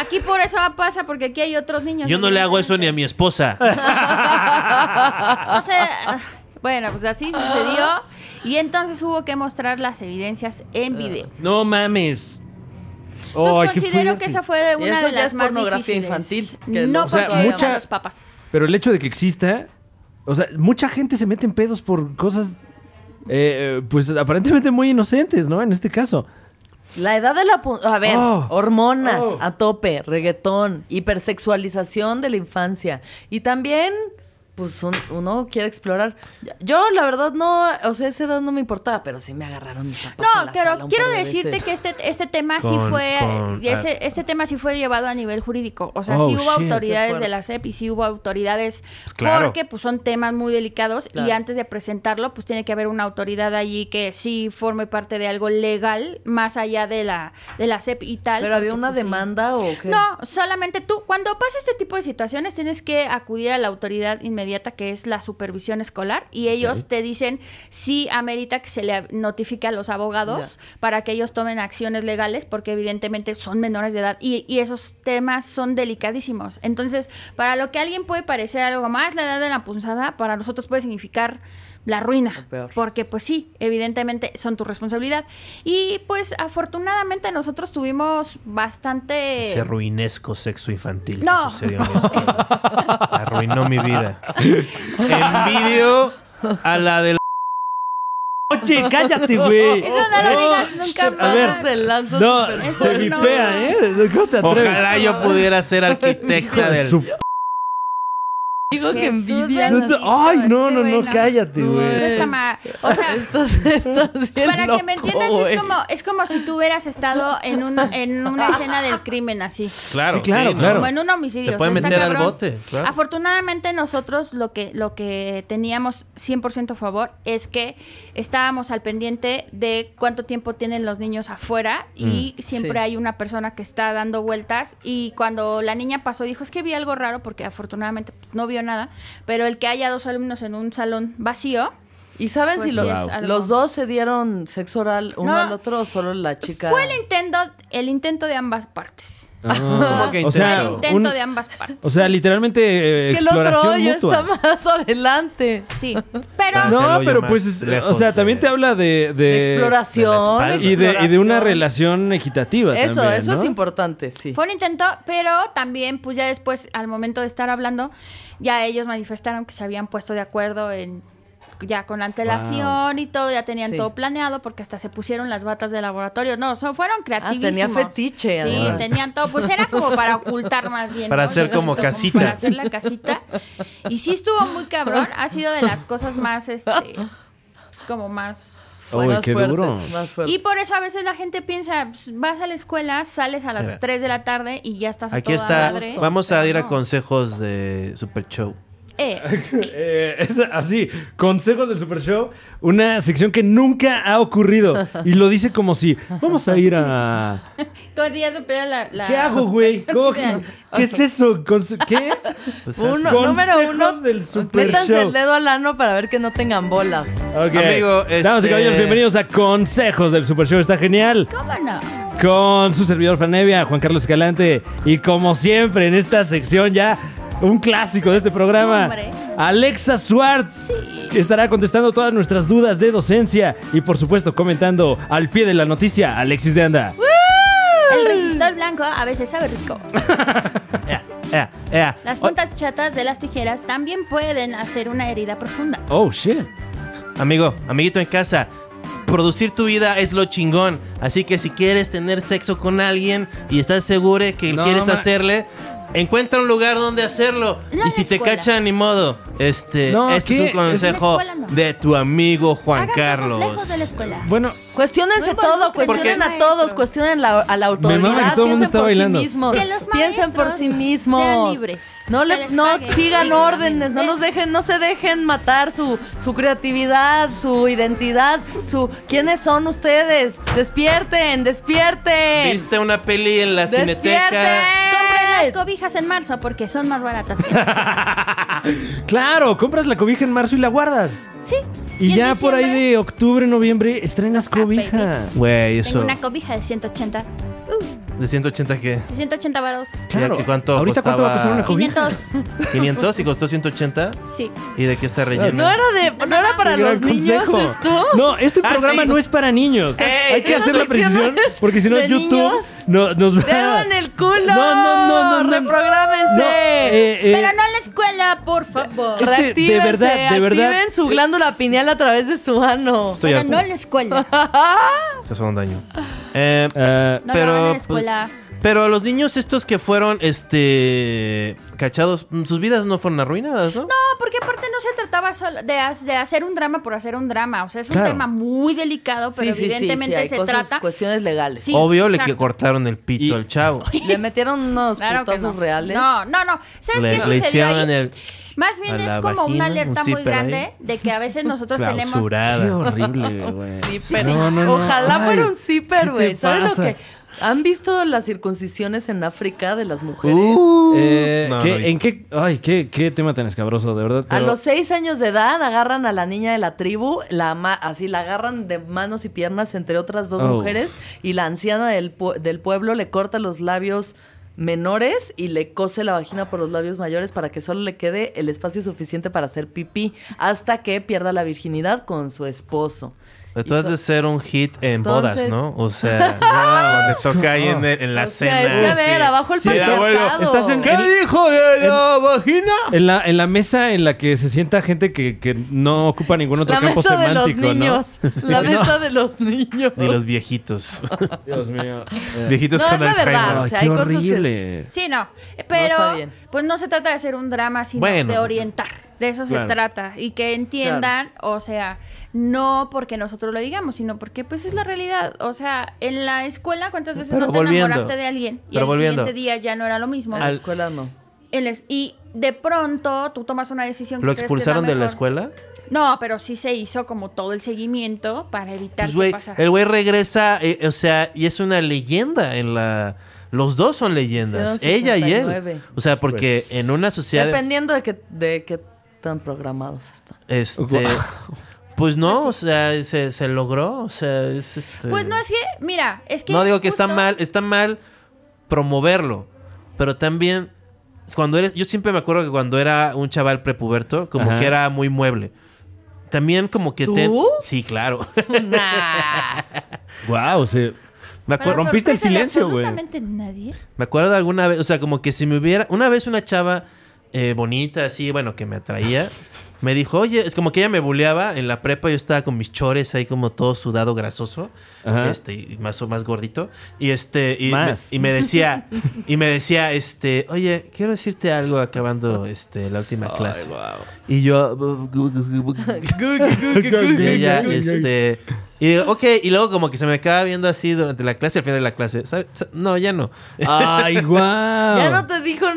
D: Aquí por eso pasa, porque aquí hay otros niños.
A: Yo no le hago eso ni a mi esposa.
D: O sea, bueno, pues así sucedió. Y entonces hubo que mostrar las evidencias
B: Ah.
D: en video.
C: no mames. Ay,
D: Entonces
C: qué
D: considero
C: fuerte.
D: que esa fue de una
B: Eso
D: de
B: ya
D: las
B: es
D: más
B: pornografía
D: difíciles.
B: infantil, que
D: no
B: no-
C: O sea,
D: porque
C: mucha-
D: usan los papás.
C: Pero el hecho de que exista, o sea, mucha gente se mete en pedos por cosas, eh, eh, pues aparentemente muy inocentes, ¿no? En este caso.
B: La edad de la... pu- A ver,
C: Oh.
B: hormonas
C: Oh.
B: a tope, reggaetón, hipersexualización de la infancia. Y también, pues un- uno quiere explorar. Yo, la verdad, no... O sea, esa edad no me importaba, pero sí me agarraron mis papás en
D: No,
B: la sala
D: pero
B: un
D: quiero
B: par de
D: decirte
B: veces.
D: que este, este tema sí
A: Con-
D: fue
A: con-
D: ese- este tema sí fue llevado a nivel jurídico, o sea,
C: Oh,
D: sí hubo
C: shit, qué
D: autoridades
C: fuerte.
D: de la SEP y sí hubo autoridades
A: claro.
D: porque pues son temas muy delicados y
B: Claro.
D: antes de presentarlo pues tiene que haber una autoridad allí que sí forme parte de algo legal más allá de la de la SEP y tal.
B: ¿Pero había
D: porque,
B: una
D: pues, sí.
B: demanda o qué?
D: No, solamente tú. Cuando pasa este tipo de situaciones, tienes que acudir a la autoridad inmediata, que es la supervisión escolar, y ellos te dicen si amerita que se le notifique a los abogados para que ellos tomen acciones legales, porque evidentemente son menores de edad y, y esos temas son delicadísimos. Entonces, para lo que a alguien puede parecer algo más, la edad de la punzada, para nosotros puede significar la ruina,
B: Lo peor.
D: porque pues sí, evidentemente son tu responsabilidad. Y pues afortunadamente nosotros tuvimos bastante...
G: Eh.
A: Ese ruinesco sexo infantil
D: No.
A: que sucedió en este mi escuela. Arruinó mi vida. Envidio a la de la...
C: Oye, cállate, güey.
D: Eso no lo digas nunca más.
C: Eh, A ver,
B: Se lanza
C: no,
B: súper
D: Eso
C: se
D: no.
C: vipea, ¿eh? ¿Cómo te atreves?
A: Ojalá yo pudiera ser arquitecta
C: Hijo de
A: del...
C: su-
B: Digo que
D: Jesús
B: envidia.
D: bendito,
C: Ay, no,
D: este
C: no,
D: güey,
C: no, cállate, güey.
D: Eso está mal. O sea,
B: Estás, estás bien
D: para que me
B: loco,
D: entiendas,
B: güey.
D: es como, es como si tú hubieras estado en, un, en una escena del crimen así.
A: Claro,
C: Sí, claro,
A: ¿no?
C: claro.
D: Como en un homicidio.
A: Te
D: o sea,
A: pueden
D: está
A: meter al
D: cabrón. Ah,
A: bote, claro.
D: Afortunadamente nosotros lo que, lo que teníamos 100% a favor es que estábamos al pendiente de cuánto tiempo tienen los niños afuera y
C: Mm.
D: siempre
B: Sí.
D: hay una persona que está dando vueltas y cuando la niña pasó dijo es que vi algo raro porque afortunadamente pues, no vio nada, pero el que haya dos alumnos en un salón vacío
B: ¿Y saben
D: Pues
B: si
D: sí,
B: los,
D: es algo.
B: los dos se dieron sexo oral uno
D: No.
B: al otro o solo la chica?
D: fue el intento, el intento de ambas partes.
A: Como que
C: o sea,
A: intento.
D: intento
C: un-
D: de ambas partes.
C: O sea, literalmente eh,
B: Que el otro
C: exploración
B: hoyo
C: mutua.
B: está más adelante.
D: Sí, pero
A: Entonces,
C: No,
A: el hoyo
C: pero
A: más
C: pues, es- o
A: lejos
C: sea,
A: de-
C: también te habla de, Eh, de-
B: exploración.
A: de la espalda.
C: y de y de una
B: exploración.
C: relación equitativa.
B: Eso,
C: también,
B: eso
C: ¿no?
B: es importante, sí.
D: fue un intento, pero también pues ya después, al momento de estar hablando, ya ellos manifestaron que se habían puesto de acuerdo en ya con antelación y todo, ya tenían
B: Sí.
D: todo planeado porque hasta se pusieron las batas de laboratorio. No, so- fueron creativísimos.
B: Ah, tenía fetiche,
D: Sí,
B: además.
D: tenían todo. Pues era como para ocultar más bien.
A: Para
D: ¿no?
A: hacer
D: Yo
A: como
D: siento
A: casita.
D: Para hacer la casita. Y sí estuvo muy cabrón. Ha sido de las cosas más, este, pues, como más
C: Uy,
D: fuertes.
B: Más
C: qué
B: fuertes,
C: duro.
B: más fuertes.
A: pues
D: Y por eso a veces la gente piensa, pues, vas a la escuela, sales a las
A: Mira.
D: 3 de la tarde y ya estás a
A: Aquí
D: toda
A: está.
D: madre.
A: Vamos a
D: Pero
A: ir a
D: no.
A: consejos de Super Show.
D: Eh,
C: Eh, es así, consejos del Super Show, una sección que nunca ha ocurrido. Y lo dice como si, vamos a ir a...
D: como si ya supiera la... la-
C: ¿Qué hago, güey? ¿Cómo que- ¿Qué es eso? Conse- ¿Qué?
A: Pues,
B: Uno-
A: hazlo.
B: número uno,
C: Consejos del Super
B: métanse
C: Show.
B: el dedo al ano para ver que no tengan bolas.
C: Ok.
A: Amigo, este-
C: Damas y caballeros, bienvenidos a Consejos del Super Show. Está genial.
D: ¿Cómo no?
C: Con su servidor Franevia, Juan Carlos Escalante. Y como siempre, en esta sección ya... Un clásico de este programa.
D: Hombre.
C: Alexa Schwartz.
D: Sí.
C: que estará contestando todas nuestras dudas de docencia y por supuesto comentando al pie de la noticia Alexis de Anda.
D: El resistor blanco a veces sabe rico.
A: Ea, ea, ea. Oh,
D: Las
A: O-
D: puntas chatas de las tijeras también pueden hacer una herida profunda.
C: Oh shit.
A: Amigo, amiguito en casa, producir tu vida es lo chingón. Así que si quieres tener sexo con alguien y estás seguro que
C: No,
A: quieres
C: ma-
A: hacerle, encuentra un lugar donde hacerlo.
D: No
A: y si
D: en la
A: te
D: escuela.
A: cachan, ni modo. Este,
C: No,
A: este es
C: ¿qué?
A: un consejo
D: En la escuela no.
A: de tu amigo Juan
D: Hagan cosas
A: Carlos.
D: pues lejos de la escuela.
C: Bueno,
B: Cuestiónense
D: No
B: todo,
D: involucren
B: cuestionen
D: al
B: a todos,
D: maestro.
B: cuestionen la- a la autoridad,
C: mama que todo el mundo
B: piensen
C: está
B: por
C: bailando.
B: sí mismos.
D: Que los
B: piensen por sí
D: maestros
B: mismos.
D: sean libres.
B: No,
D: Se
B: le-
D: les
B: no
D: pague
B: sigan
D: dignamente.
B: órdenes, no los dejen, no se dejen matar su, su creatividad, su identidad, su quiénes son ustedes. Despierten, despierten.
A: Viste una peli en la cineteca.
D: Compren las
B: Despierten.
D: cobijas en marzo porque son más baratas. que-
C: claro, compras la cobija en marzo y la guardas.
D: Sí.
C: Y,
D: en
C: ya por ahí
D: diciembre
C: de octubre, noviembre estrenas
D: O sea,
C: cobija.
A: Güey,
D: Tengo
A: eso.
D: una cobija de 180. Uh,
A: ¿De 180 qué?
D: de 180 varos.
C: Claro.
A: que cuánto
C: Ahorita cuánto va a costar
A: costaba?
C: una cobija.
D: 500.
A: 500 y costó 180.
D: Sí.
A: ¿Y de qué está relleno?
B: No era de, no era para Este los
C: Gran
B: niños
C: consejo.
B: esto.
C: No, este
A: Ah,
C: programa
A: sí.
C: no es para niños.
A: Ey,
C: Hay que
A: esa
C: hacer la
B: sección
C: precisión
B: no es
C: porque si no
B: de
C: YouTube
B: niños.
C: no- nos va
B: Dedo en el culo.
C: No, no, no, no, no.
B: Reprográmense.
C: No, eh, eh,
D: Pero no en la escuela, por favor.
C: Este, de
B: Reactívense,
C: verdad, de verdad. Eh,
B: Activen su glándula pineal a través de su ano.
A: Estoy
D: Pero
A: harto.
D: no en la escuela.
A: Esto es un daño. Eh,
C: eh,
D: No
A: pero,
D: lo hagan en la
A: pues,
D: escuela.
A: Pero los niños estos que fueron, este, cachados, mm, sus vidas no fueron arruinadas, ¿no?
D: No, porque aparte no se trataba solo de, ha- de hacer un drama por hacer un drama. O sea, es un
C: Claro.
D: tema muy delicado,
B: Sí,
D: pero
B: sí, sí,
D: evidentemente
B: sí, hay
D: se
B: cosas-
D: trata.
B: cuestiones legales.
D: Sí,
A: Obvio le que
D: exacto.
A: cortaron el pito
C: Y-
A: al chavo.
B: Le metieron unos
D: Claro que
B: putazos
D: no.
B: reales.
D: No, no, no. ¿Sabes
A: Le-
D: qué
A: le
D: sucedió ahí?
A: hicieron el-
D: Más bien
A: a
D: es
A: la
D: como
A: vagina,
D: una
A: un
D: alerta muy
A: zipper ahí.
D: grande de que a veces nosotros tenemos
C: Qué
A: Clausurada.
C: horrible, güey.
B: Sí, pero-
C: No, no, no.
B: Ojalá
C: Ay,
B: fuera un
C: ¿qué
B: zipper,
C: te
B: güey. ¿Sabes
C: pasa?
B: lo que? ¿Han visto las circuncisiones en África de las mujeres? Uh.
C: Eh,
A: No,
C: ¿qué-
A: no viste.
C: ¿En qué? Ay, qué, qué tema tan escabroso, de verdad.
B: A
C: pero-
B: los seis años de edad agarran a la niña de la tribu, la ama- así la agarran de manos y piernas entre otras dos
C: Oh.
B: mujeres y la anciana del, pue- del pueblo le corta los labios menores y le cose la vagina por los labios mayores para que solo le quede el espacio suficiente para hacer pipí hasta que pierda la virginidad con su esposo.
A: Esto
B: Y
A: has
B: so-
A: de ser un hit en bodas,
B: Entonces-
A: ¿no? O sea, no, te toca ahí en, el- en la
B: O sea,
A: cena.
B: es que, a ver, abajo el
A: el abuelo,
B: patriarcado.
C: estás en-
A: ¿Qué dijo de la vagina?
C: En la, en la mesa en la que se sienta gente que, que no ocupa ningún otro
B: La
C: campo
B: mesa de los
C: semántico, ¿no?
B: niños. La mesa de los niños.
A: Ni los viejitos.
C: Dios mío. Eh,
A: viejitos
B: No,
A: con
B: es la
A: Alzheimer.
B: verdad. Ah, o
C: ay,
B: sea,
C: qué
B: hay cosas que-
C: horrible.
D: Sí, no. Pero,
B: está bien.
D: pues no se trata de hacer un drama, sino
A: Bueno.
D: de orientar. De eso
C: Claro.
D: se trata. Y que entiendan, o sea, no porque nosotros lo digamos, sino porque pues es la realidad. O sea, en la escuela, ¿cuántas veces
A: Pero
D: no te
A: volviendo.
D: enamoraste de alguien? Y
A: Pero
D: al
A: volviendo.
D: siguiente día ya no era lo mismo.
B: En la escuela no.
D: Él es- y de pronto tú tomas una decisión
A: ¿Lo
D: que crees que es la
A: expulsaron de la
D: mejor.
A: escuela?
D: No, pero sí se hizo como todo el seguimiento para evitar
A: Pues,
D: que
A: güey,
D: pasara.
A: el güey regresa, eh, o sea, y es una leyenda en la... Los dos son leyendas,
B: Hicieron
A: ella y él.
B: 69.
A: O sea, porque en una sociedad...
B: Dependiendo de qué, de qué tan programados están.
A: Este... Pues no, o sea, se, se logró, o sea, es este...
D: Pues no es que, mira, es que
A: No digo que está
D: justo-
A: mal, está mal promoverlo, pero también cuando eres, yo siempre me acuerdo que cuando era un chaval prepuberto, como
C: Ajá.
A: que era muy mueble. También como que te
B: ¿Tú?
A: Sí, claro.
B: Nah.
C: Wow,
A: Me
D: Para
C: rompiste el
A: acuerdo,
D: sorpresa de
C: silencio, güey.
D: absolutamente nadie.
A: me acuerdo de alguna vez, o sea, como que si me hubiera una vez una chava eh, bonita así, bueno, que me atraía, me dijo, "Oye, es como que ella me buleaba en la prepa, yo estaba con mis chores ahí como todo sudado grasoso."
C: Ajá.
A: este, y más o más gordito. Y este, y,
C: Más.
A: Me, y me decía, y me decía, este, oye, quiero decirte algo acabando este, la última clase. Y yo,
B: Gu, gu, gu, gu, gu,
A: y
B: gu.
A: ella, este, y digo, ok, y luego como que se me acaba viendo así durante la clase, al final de la clase, ¿sabe? Sa- No, ya no.
C: Ay, wow.
B: Ya no te dijo
C: Ah,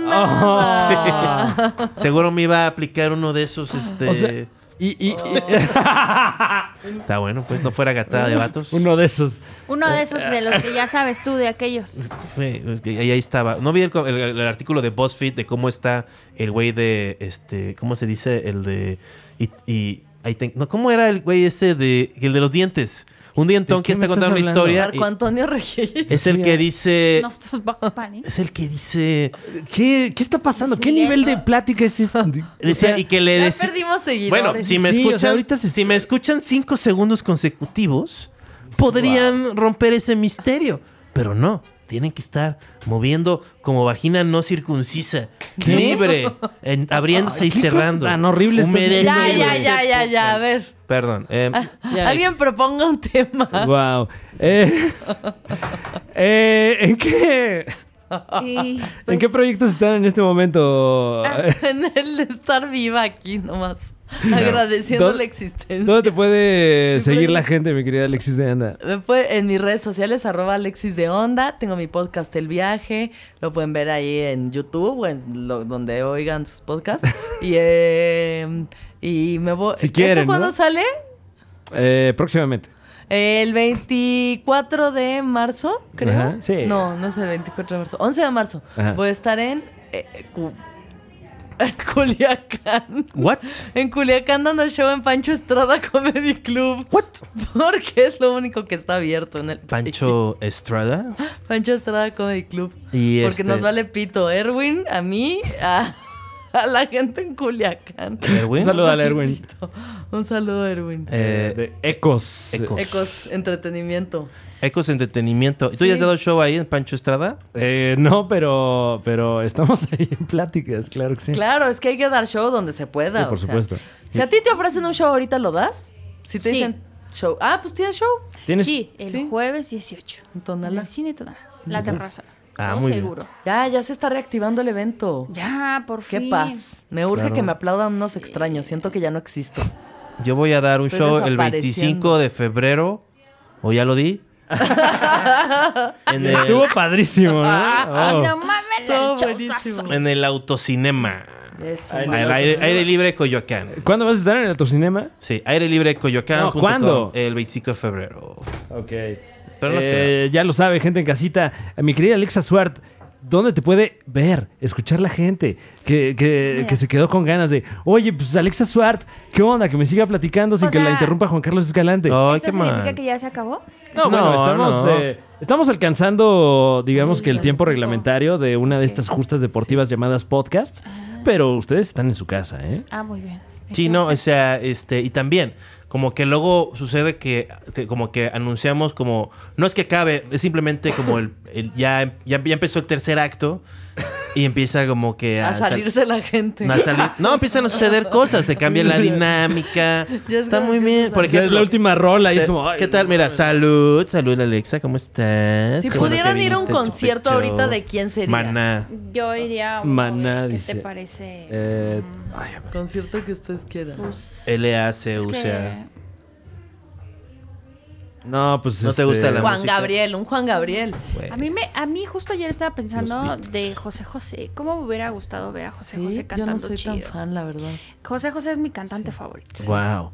D: Ah,
B: nada.
A: Seguro me iba a aplicar uno de esos, este,
C: O sea, y, y- y-
A: está bueno, pues no fuera gatada de vatos.
C: uno de esos.
D: Uno de esos de los que ya sabes tú, de aquellos.
A: Fue- y ahí estaba. ¿No vi el, co- el- el artículo de BuzzFeed de cómo está el güey de, este, ¿cómo se dice? El de, y, y- I think- no, ¿cómo era el güey ese de, el de los dientes? Un dientón
C: ¿De
A: que
C: qué me
A: está contando
C: estás
A: una
C: hablando?
A: historia. y eh,
B: Marco Antonio Regil.
A: es el que dice,
D: Nuestros Box Bunny.
A: es el que dice,
C: ¿Qué, qué está pasando? ¿Qué
D: Miguel,
C: nivel de
D: ¿no?
C: plática es este?
A: decía, y que le
B: Ya
A: decía,
B: perdimos seguidores.
A: bueno, si me
C: Sí, o
A: escuchan,
C: sea, ahorita se-
A: si me escuchan cinco segundos consecutivos, podrían romper ese misterio, pero no. Tienen que estar moviendo como vagina no circuncisa, libre, en- abriéndose y
C: qué cosas
A: cerrando.
C: tan horribles estás
A: Humedecido.
B: Ya,
C: Sí,
B: ya,
C: güey.
B: ya, ya, ya. A ver.
A: Perdón. eh,
C: Ah.
B: Alguien proponga un tema.
C: Wow. Eh, eh, ¿En qué?
D: Y,
C: ¿En
D: pues, Ah,
C: qué proyectos están en este momento?
B: en el estar viva aquí nomás. Agradeciendo
C: ¿Dónde-
B: la existencia.
C: ¿Dónde te puede seguir la gente, mi querida Alexis de Anda?
B: Me puede- en mis redes sociales, arroba Alexis de Onda. Tengo mi podcast El Viaje. Lo pueden ver ahí en YouTube o en lo- donde oigan sus podcasts. Y, eh, y me voy.
C: Si quieren,
B: ¿Esto cuándo
C: ¿no?
B: sale?
C: Eh, próximamente.
B: El 24 de marzo, creo.
C: Ajá, sí.
B: No, no es el 24 de marzo. 11 de marzo.
C: Ajá.
B: Voy a estar en. eh, Cu- en Culiacán.
A: ¿What?
B: En Culiacán dando show en Pancho Estrada Comedy Club.
A: ¿What?
B: Porque es lo único que está abierto en el
A: Pancho Estrada.
B: país. Pancho Estrada Comedy Club.
A: Y
B: Porque
A: este-
B: nos vale pito Erwin, a mí, a, a la gente en Culiacán.
A: Erwin.
C: Un saludo a Erwin.
B: Un saludo, Erwin.
A: Eh,
C: de Ecos.
A: Ecos.
B: Ecos Entretenimiento.
A: Ecos Entretenimiento. ¿Tú ya has
B: Sí.
A: dado show ahí en Pancho Estrada?
C: Eh, no, pero, pero estamos ahí en pláticas, claro que sí.
B: Claro, es que hay que dar show donde se pueda.
C: Sí,
B: o
C: por
B: sea.
C: supuesto.
B: Si a ti te ofrecen un show ahorita, ¿lo das? Si te
D: Sí.
B: dicen show. Ah, pues tienes show.
C: ¿Tienes?
D: Sí, el
B: Sí.
D: jueves 18.
B: En
D: En
B: Tonalá.
D: el cine Tonalá. La terraza.
A: Ah,
D: Todo
A: muy bien.
D: seguro.
B: Ya, ya se está reactivando el evento.
D: Ya, por
B: Qué
D: fin.
B: paz. Me urge
A: Claro.
B: que me aplaudan unos extraños. Siento que ya no existo.
A: Yo voy a dar un
B: Estoy
A: show el
B: desapareciendo.
A: 25 de febrero. ¿O ya lo di? en,
C: Estuvo
A: el,
C: padrísimo, ¿no?
D: Ay,
C: Oh.
D: Ah, no mames, el
B: Todo
D: showzazo.
B: buenísimo.
A: en el autocinema.
B: Eso.
C: Ay, no.
A: Al aire, aire libre Coyoacán.
C: ¿Cuándo vas a estar en el autocinema?
A: Sí, aire libre Coyoacán.
C: No, ¿cuándo?
A: El 25 de febrero.
C: Ok. Eh,
A: Pero no
C: ya lo sabe, gente en casita. A mi querida Alexa Suart, ¿dónde te puede ver, escuchar la gente que, que-
D: Mira.
C: que se quedó con ganas de, oye, pues Alexa Suart, ¿qué onda? Que me siga platicando sin
D: O
C: que la
D: sea-
C: interrumpa Juan Carlos Escalante.
A: No, Ay,
D: ¿Eso
A: qué
D: significa
A: mal.
D: que ya se acabó?
C: No, bueno,
A: No,
C: estamos,
A: no.
C: eh, estamos alcanzando, digamos
D: Sí,
C: que el
D: sí,
C: tiempo
D: sí.
C: reglamentario de una de
D: Ok.
C: estas justas deportivas llamadas podcast, pero ustedes están en su casa, ¿eh?
D: Ah, muy bien.
A: Sí, no, o sea, este, y también, como que luego sucede que, que como que anunciamos como, no es que acabe, es simplemente como el, el- ya, ya, ya empezó el tercer acto y empieza como que
B: A
A: sal-
B: salirse la gente.
A: a salir- no, empiezan a suceder cosas, se cambia la dinámica,
B: Ya es
A: está
B: como
A: muy
B: que
A: bien, por
C: Porque es la
A: ejemplo...
C: última rola y es
A: te-
C: como, ay,
A: ¿Qué tal?
C: no
A: Mira,
C: mames.
A: salud, salud Alexa, ¿cómo estás?
B: Si
A: Qué bueno que
B: pudieran ir a un
A: viniste tu
B: concierto
A: pecho.
B: ahorita, ¿de quién sería?
A: Maná.
D: Yo iría a uno
C: Maná
D: de- ¿Qué
C: dice,
D: te parece?
C: Eh, ay,
B: Concierto que ustedes quieran.
D: Pues, es que-
A: L-A-C-U-C-A.
C: no, pues
A: ¿No te gusta la
B: Juan
A: música.
B: Gabriel, un Juan Gabriel.
A: Güey.
D: A mí, me, a mí justo ayer estaba pensando
A: Beatles.
D: de José José. ¿Cómo me hubiera gustado ver a José
B: Sí,
D: José
B: yo
D: cantando
B: no soy
D: chido?
B: tan fan, la verdad.
D: José José es mi cantante favorito.
C: Wow.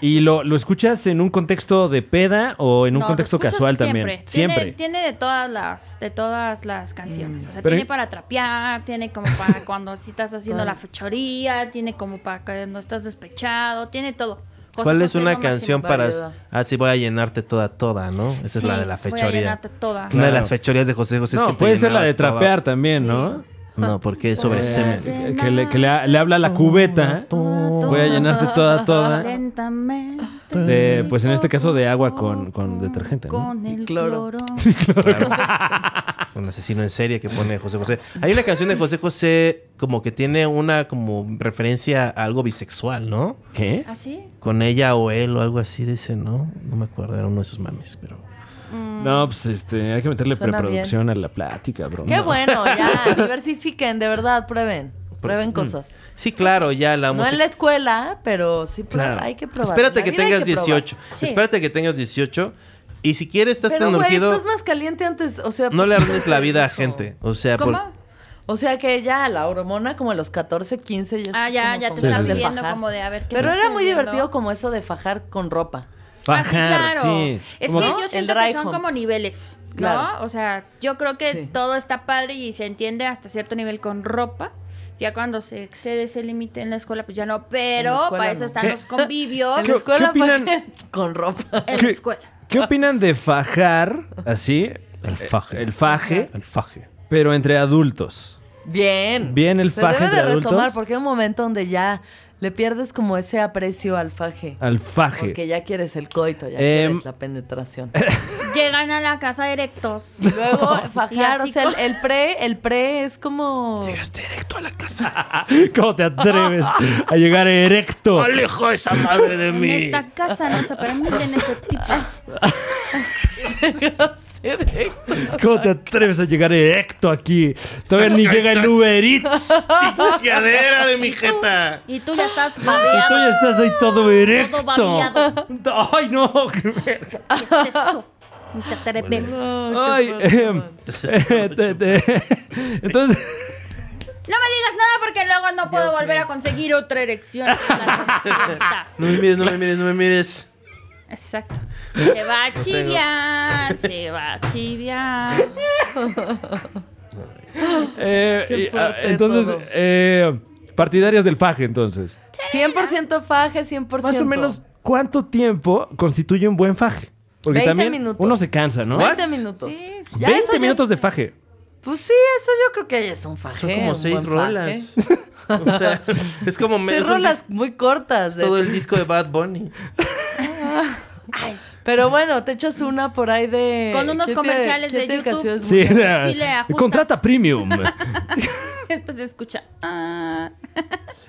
C: ¿Y lo, lo escuchas en un contexto de peda o en un
D: No,
C: contexto
D: lo escucho
C: casual
D: siempre.
C: también?
D: Tiene-
C: Siempre. Mm.
D: Tiene, de todas las, de todas las canciones. O sea,
C: Pero-
D: tiene para trapear, tiene como para cuando sí estás haciendo
B: Claro.
D: la fechoría, tiene como para cuando estás despechado, tiene todo. José
A: ¿Cuál es
D: José
A: una
D: Gómez,
A: canción
D: sin-
A: para...
B: variedad.
A: Ah, sí, voy a llenarte toda, toda, ¿no? Esa es
D: Sí,
A: la de la
D: voy a
A: fechoría.
D: llenarte toda.
A: Una de
C: Claro.
A: las fechorías de José José. es
C: no,
A: que te
C: puede ser la
A: llenaba
C: de
A: toda.
C: trapear también, ¿no?
A: No, porque es sobre
D: Eh,
A: semen.
D: sí.
C: Que, le, que le- le habla a la cubeta. Voy a llenarte toda, toda.
D: Lentamente.
C: De, pues en este caso de agua con, con detergente. ¿no?
D: Con el
B: Cloro.
D: cloro.
A: Un asesino en serie que pone José José. Hay una canción de José José como que tiene una como referencia a algo bisexual, ¿no?
C: ¿Qué?
D: ¿Así?
A: Con ella o él o algo así, dice, ¿no? No me acuerdo, era uno de sus mames, pero...
C: No, pues este, hay que meterle
B: Suena
C: preproducción a la plática, bro.
B: Qué
C: No.
B: bueno, ya. Diversifiquen, de verdad, prueben. Prueben
A: Pues, Mm.
B: cosas.
A: Sí, claro, ya la
B: No
A: música...
B: en la escuela, pero sí prueba-
C: Claro.
B: hay que probar.
A: Espérate
B: En la
A: que
B: vida hay
A: tengas
B: probar.
A: 18.
D: Sí.
A: Espérate que tengas 18. Y si quieres, estás
B: Pero,
A: tan
B: güey,
A: urgido,
B: estás más caliente antes, o sea...
A: no le arruines la vida a
B: eso.
A: gente. O sea, por-
D: ¿Cómo?
B: O sea que ya la hormona como a los 14, 15 ya
D: Ah,
B: estás
D: ya,
B: como
D: ya te
B: con
C: Sí,
D: estás
B: ganas de
D: viendo
B: fajar.
D: como de a ver qué
B: Pero
D: está
B: era muy
D: haciendo.
B: divertido como eso de fajar con ropa.
C: Fajar,
D: Ah, sí, claro.
C: sí.
D: Es
C: Como-
D: que
B: ¿No?
D: yo
B: El
D: siento que
B: dry
D: son
B: home.
D: como niveles, ¿no?
B: Claro.
D: O sea, yo creo que
B: Sí.
D: todo está padre y se entiende hasta cierto nivel con ropa. Ya cuando se excede ese límite en la escuela, pues ya no,
B: En la
D: pero
B: escuela
D: para eso
B: no.
D: están
C: ¿Qué?
D: los convivios
B: En
C: ¿Qué-
B: la escuela
C: qué opinan?
B: fajan con ropa.
D: en
C: ¿Qué?
D: la escuela.
C: ¿Qué opinan de fajar así?
A: El faje.
C: El faje,
A: El faje.
C: pero entre adultos.
B: Bien.
C: Bien el
B: Se
C: faje
B: debe de
C: entre adultos.
B: retomar porque hay un momento donde ya le pierdes como ese aprecio al faje.
C: Al faje.
B: Porque ya quieres el coito, ya
C: Ah, Em,
B: quieres la penetración.
D: Llegan a la casa directos.
B: Y luego fajar, o sea, el,
D: Clásico.
B: el pre, el pre es como...
A: Llegaste directo a la casa.
C: ¿Cómo te atreves a llegar erecto?
E: Alejo esa madre de
D: En
E: mí.
D: esta casa no se permiten ese tipo.
C: ¿Cómo te atreves a llegar erecto aquí? Todavía ni
E: Saca
C: llega el
E: esa-
C: Uber Eats.
E: Chiquiadera de mi jeta.
D: Y tú ya estás
C: Y tú ya
D: babeado.
C: estás ahí todo erecto.
D: babeado.
C: Ay, no. qué verga.
D: ¿Qué es eso? Ni te atreves. No
C: Ay, em, eh, te- te- entonces,
D: me digas nada porque luego no puedo volver a conseguir otra erección. en la fiesta.
A: No me mires, no me mires, no me mires.
D: Exacto. Se va a chiviar, se va a chiviar.
C: eh,
B: Sí,
C: y,
B: fuerte
C: ah, entonces,
B: todo.
C: eh, partidarias del faje, entonces.
B: 100% faje, 100%.
C: Más o menos, ¿cuánto tiempo constituye un buen faje? Porque
B: 20
C: también
B: minutos.
C: uno se cansa, ¿no?
B: 20 minutos.
D: Sí.
B: Ya
C: 20
B: eso ya es-
C: minutos de faje.
B: Pues sí, eso yo creo que ya es un faje.
A: Son como
B: un
A: seis
B: buen
A: rolas.
B: faje.
A: O sea, es como me-
B: Seis
A: es un
B: rolas
A: dis-
B: muy cortas. de-
A: todo el disco de Bad Bunny.
B: Pero bueno, te echas una por ahí de...
D: Con unos
B: ¿Qué te-
D: comerciales
B: qué
D: de
B: te
D: YouTube.
B: canciones
C: Sí,
B: muy-
C: era-
D: Sí le ajustas.
C: contrata premium.
D: Después se escucha. ah.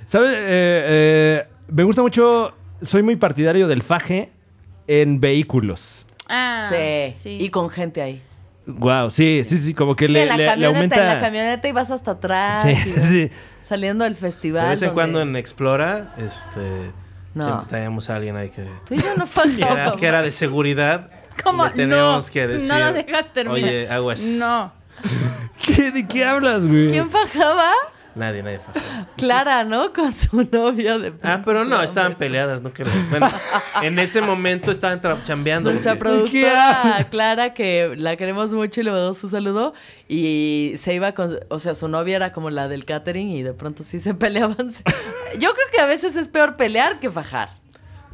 C: ¿Sabes? Eh, eh, me gusta mucho, soy muy partidario del faje en vehículos.
D: Ah,
B: Sí.
D: sí.
B: Y con gente ahí.
C: Wow, sí, sí, sí, como que
B: Sí,
C: le,
B: en la
C: le- le
B: camioneta,
C: aumenta.
B: en la camioneta y vas hasta atrás.
C: sí,
B: y vas
C: sí.
B: Saliendo del festival.
A: De vez en
B: donde-
A: cuando en Explora, este.
B: No.
A: Siempre teníamos a alguien ahí que.
B: Tú y yo no
A: que era,
B: fajábamos.
A: que era de seguridad.
D: ¿Cómo?
A: Le teníamos
D: No,
A: que decir.
D: no lo dejas terminar.
A: Oye, aguas.
D: No.
C: ¿Qué- ¿De qué hablas, güey?
B: ¿Quién fajaba?
A: Nadie, nadie fajaba.
B: Clara, ¿no? Con su novio de...
A: Ah, pero no, estaban peleadas, no creo. Bueno, en ese momento estaban tra- chambeando.
B: Nuestra
A: porque-
B: productora Clara, que la queremos mucho y le damos un saludo, y se iba con, o sea, su novia era como la del catering y de pronto sí se peleaban. Yo creo que a veces es peor pelear que fajar.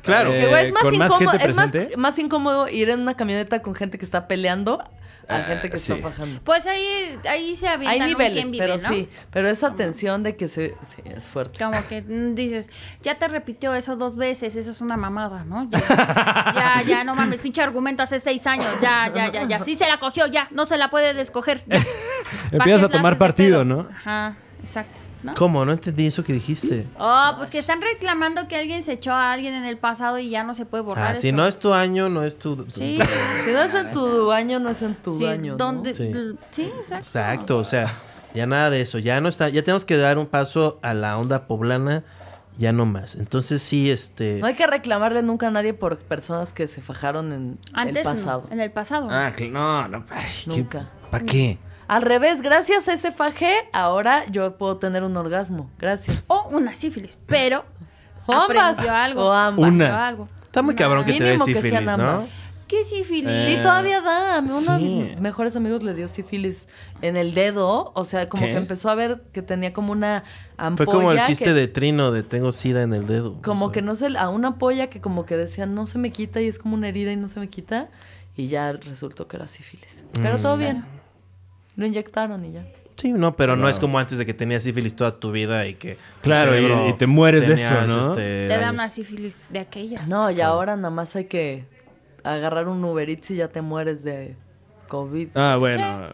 A: Claro.
C: Eh,
B: Que, güey, es más
C: ¿con más
B: incómodo,
C: gente
B: es más,
C: presente?
B: más incómodo ir en una camioneta con gente que está peleando a gente que
C: Ah, sí.
B: está fajando.
D: Pues ahí, ahí se avientan
B: Hay
D: un
B: niveles,
D: quién vive,
B: pero
D: ¿no?
B: sí, pero esa tensión de que se, sí, es fuerte.
D: Como que mm, dices, ya te repitió eso dos veces, eso es una mamada, ¿no? Ya, ya, ya, no mames, pinche argumento hace seis años, ya, ya, ya, ya. Sí se la cogió, ya, no se la puede descoger. ya. ¿Pa' qué
C: Empiezas a
D: la
C: tomar
D: haces de
C: partido,
D: pedo?
C: ¿no?
D: Ajá, exacto, ¿no?
A: ¿Cómo? No entendí eso que dijiste.
D: Oh, pues que están reclamando que alguien se echó a alguien en el pasado y ya no se puede borrar
A: Ah,
D: eso.
A: si no es tu año, no es tu.
D: Sí.
B: Si no es en tu baño, no es en tu
D: Sí,
B: baño. ¿no?
D: donde-
A: Sí.
D: l- sí, exacto.
A: Exacto, o sea, ya nada de eso, ya no está, ya tenemos que dar un paso a la onda poblana, ya no más. Entonces sí, este,
B: No hay que reclamarle nunca a nadie por personas que se fajaron en el
D: Antes no,
B: pasado.
D: en el pasado.
C: Ah, cl- no, no. ay, ¿qué-
B: Nunca.
C: ¿Para qué?
B: Al revés, gracias a ese faje, ahora yo puedo tener un orgasmo. Gracias.
D: O una sífilis, pero
B: O ambas.
D: aprendió algo.
B: O ambas.
C: Una.
D: aprendió algo.
A: está muy cabrón que te dé
B: Mínimo que
A: sífilis,
B: sean ambas.
A: ¿no?
D: ¿Qué sífilis?
A: Eh.
B: Sí,
D: Sí,
B: todavía da. A mí Uno de
C: sí.
B: mis mejores amigos le dio sífilis en el dedo. O sea, como
C: ¿Qué?
B: que empezó a ver que tenía como una
A: Fue
B: ampolla.
A: como el chiste
B: que,
A: de Trino de tengo sida en el dedo.
B: Como
A: O sea,
B: que no sé, a una ampolla que como que decían no se me quita y es como una herida y no se me quita. Y ya resultó que era sífilis. Pero
A: Mm.
B: todo bien. Lo inyectaron y ya.
A: Sí, no, pero no es como antes de que tenías sífilis toda tu vida y que...
C: Claro,
A: tu
C: y-
A: cerebro
C: y te mueres de
A: tenías,
C: eso, ¿no?
A: este,
D: te da
A: daños.
D: una sífilis de aquella.
B: No, y ahora nada más hay que agarrar un Uber Eats y ya te mueres de COVID.
C: Ah, bueno.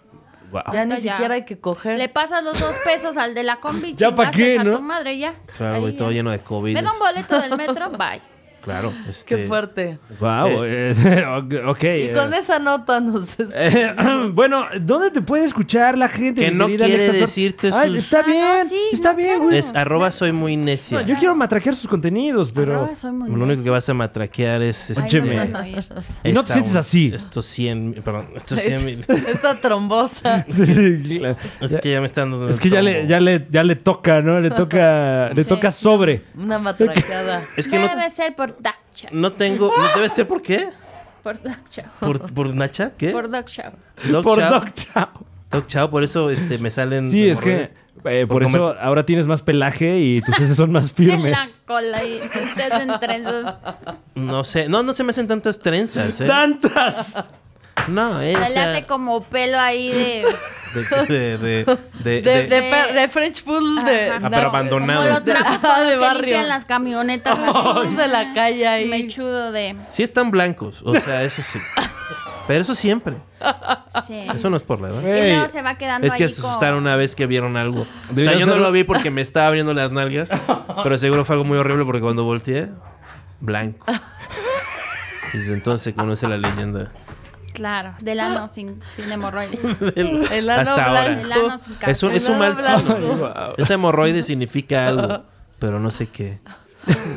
C: Wow.
A: Ah.
B: ya ni
D: ahorita ya.
B: siquiera hay que coger.
D: Le pasas los dos pesos al de la combi.
C: Ya pa'
D: chingaste
C: qué,
D: a
C: ¿no?
D: tu madre ya.
A: Claro,
D: Ahí
A: güey,
D: ya.
A: todo lleno de COVID.
D: Me da un boleto del metro, bye.
A: Claro. Este,
B: Qué fuerte.
C: Wow. eh, ok.
B: Y con
C: eh,
B: esa nota nos
C: eh,
B: despedimos.
C: bueno, ¿dónde te puede escuchar la gente?
A: Que
C: mi
A: no
C: querida
A: quiere
C: Alexa Sor-
A: decirte
C: Ay,
A: sus-
C: Está
D: Ah, no,
C: bien,
D: sí,
C: está
D: no,
C: bien,
D: claro.
C: güey.
A: Es arroba soy muy necia.
C: No, yo quiero matraquear sus contenidos, pero...
D: Arroba soy muy
A: Lo único que
D: necia.
A: vas a matraquear es...
D: Ay, no
C: Óyeme.
D: te van a oír. Tss.
C: Y no te
A: esta-
C: sientes así.
A: Estos 100... Perdón, estos 100 mil...
B: Esta trombosa.
C: Sí, sí, claro.
A: Es que ya me están dando...
C: Es que ya le, ya le, ya le toca, ¿no? Le toca, le
D: Sí.
C: toca sobre.
B: Una matraqueada.
A: Es que no,
D: Debe ser por Duck Show.
A: no tengo... ¿no ¿Debe ser por qué?
D: Por Duck Show.
A: ¿Por, por Nacha? ¿Qué?
D: Por Duck Show.
A: Dog
C: por
A: Chow.
C: Doc Chao.
A: Doc Chow, por eso este, me salen...
C: Sí, es que eh, por,
A: Por
C: eso
A: comer-
C: ahora tienes más pelaje y tus heces son más
D: En la
C: firmes.
D: cola y ustedes en trenzas.
A: No sé. No, no se me hacen tantas trenzas, ¿eh?
C: ¡Tantas!
A: No, eh, o
D: Se le
A: sea,
D: hace como pelo ahí de.
A: de, de, de, de-
B: De, de,
D: de-
B: per- de French Pool de.
A: Ah,
D: Ajá.
A: pero
B: no,
D: Como
A: abandonado.
D: los trapos con
B: Ah,
D: los
B: de
D: que
B: barrio.
D: limpian las camionetas.
B: Pool de la calle ahí.
D: Me chudo de.
A: Sí están blancos, o sea, eso sí. Pero eso siempre.
D: Sí.
A: Eso no es por la edad.
D: Y
C: Ey.
D: luego se va quedando
A: Es que
D: ahí
A: se
D: con-
A: asustaron una vez que vieron algo. O sea,
C: Debería
A: yo no
C: ser-
A: lo vi porque me estaba abriendo las nalgas, pero seguro fue algo muy horrible porque cuando volteé, blanco. Y Desde entonces se conoce la leyenda.
D: Claro, del ano sin, sin hemorroides.
B: El ano
A: Hasta ahora.
D: Del
B: blanco.
D: ano sin cáncer.
A: Es un, es un
B: El
A: mal
B: ano blanco.
A: signo. Esa hemorroide significa algo, pero no sé qué.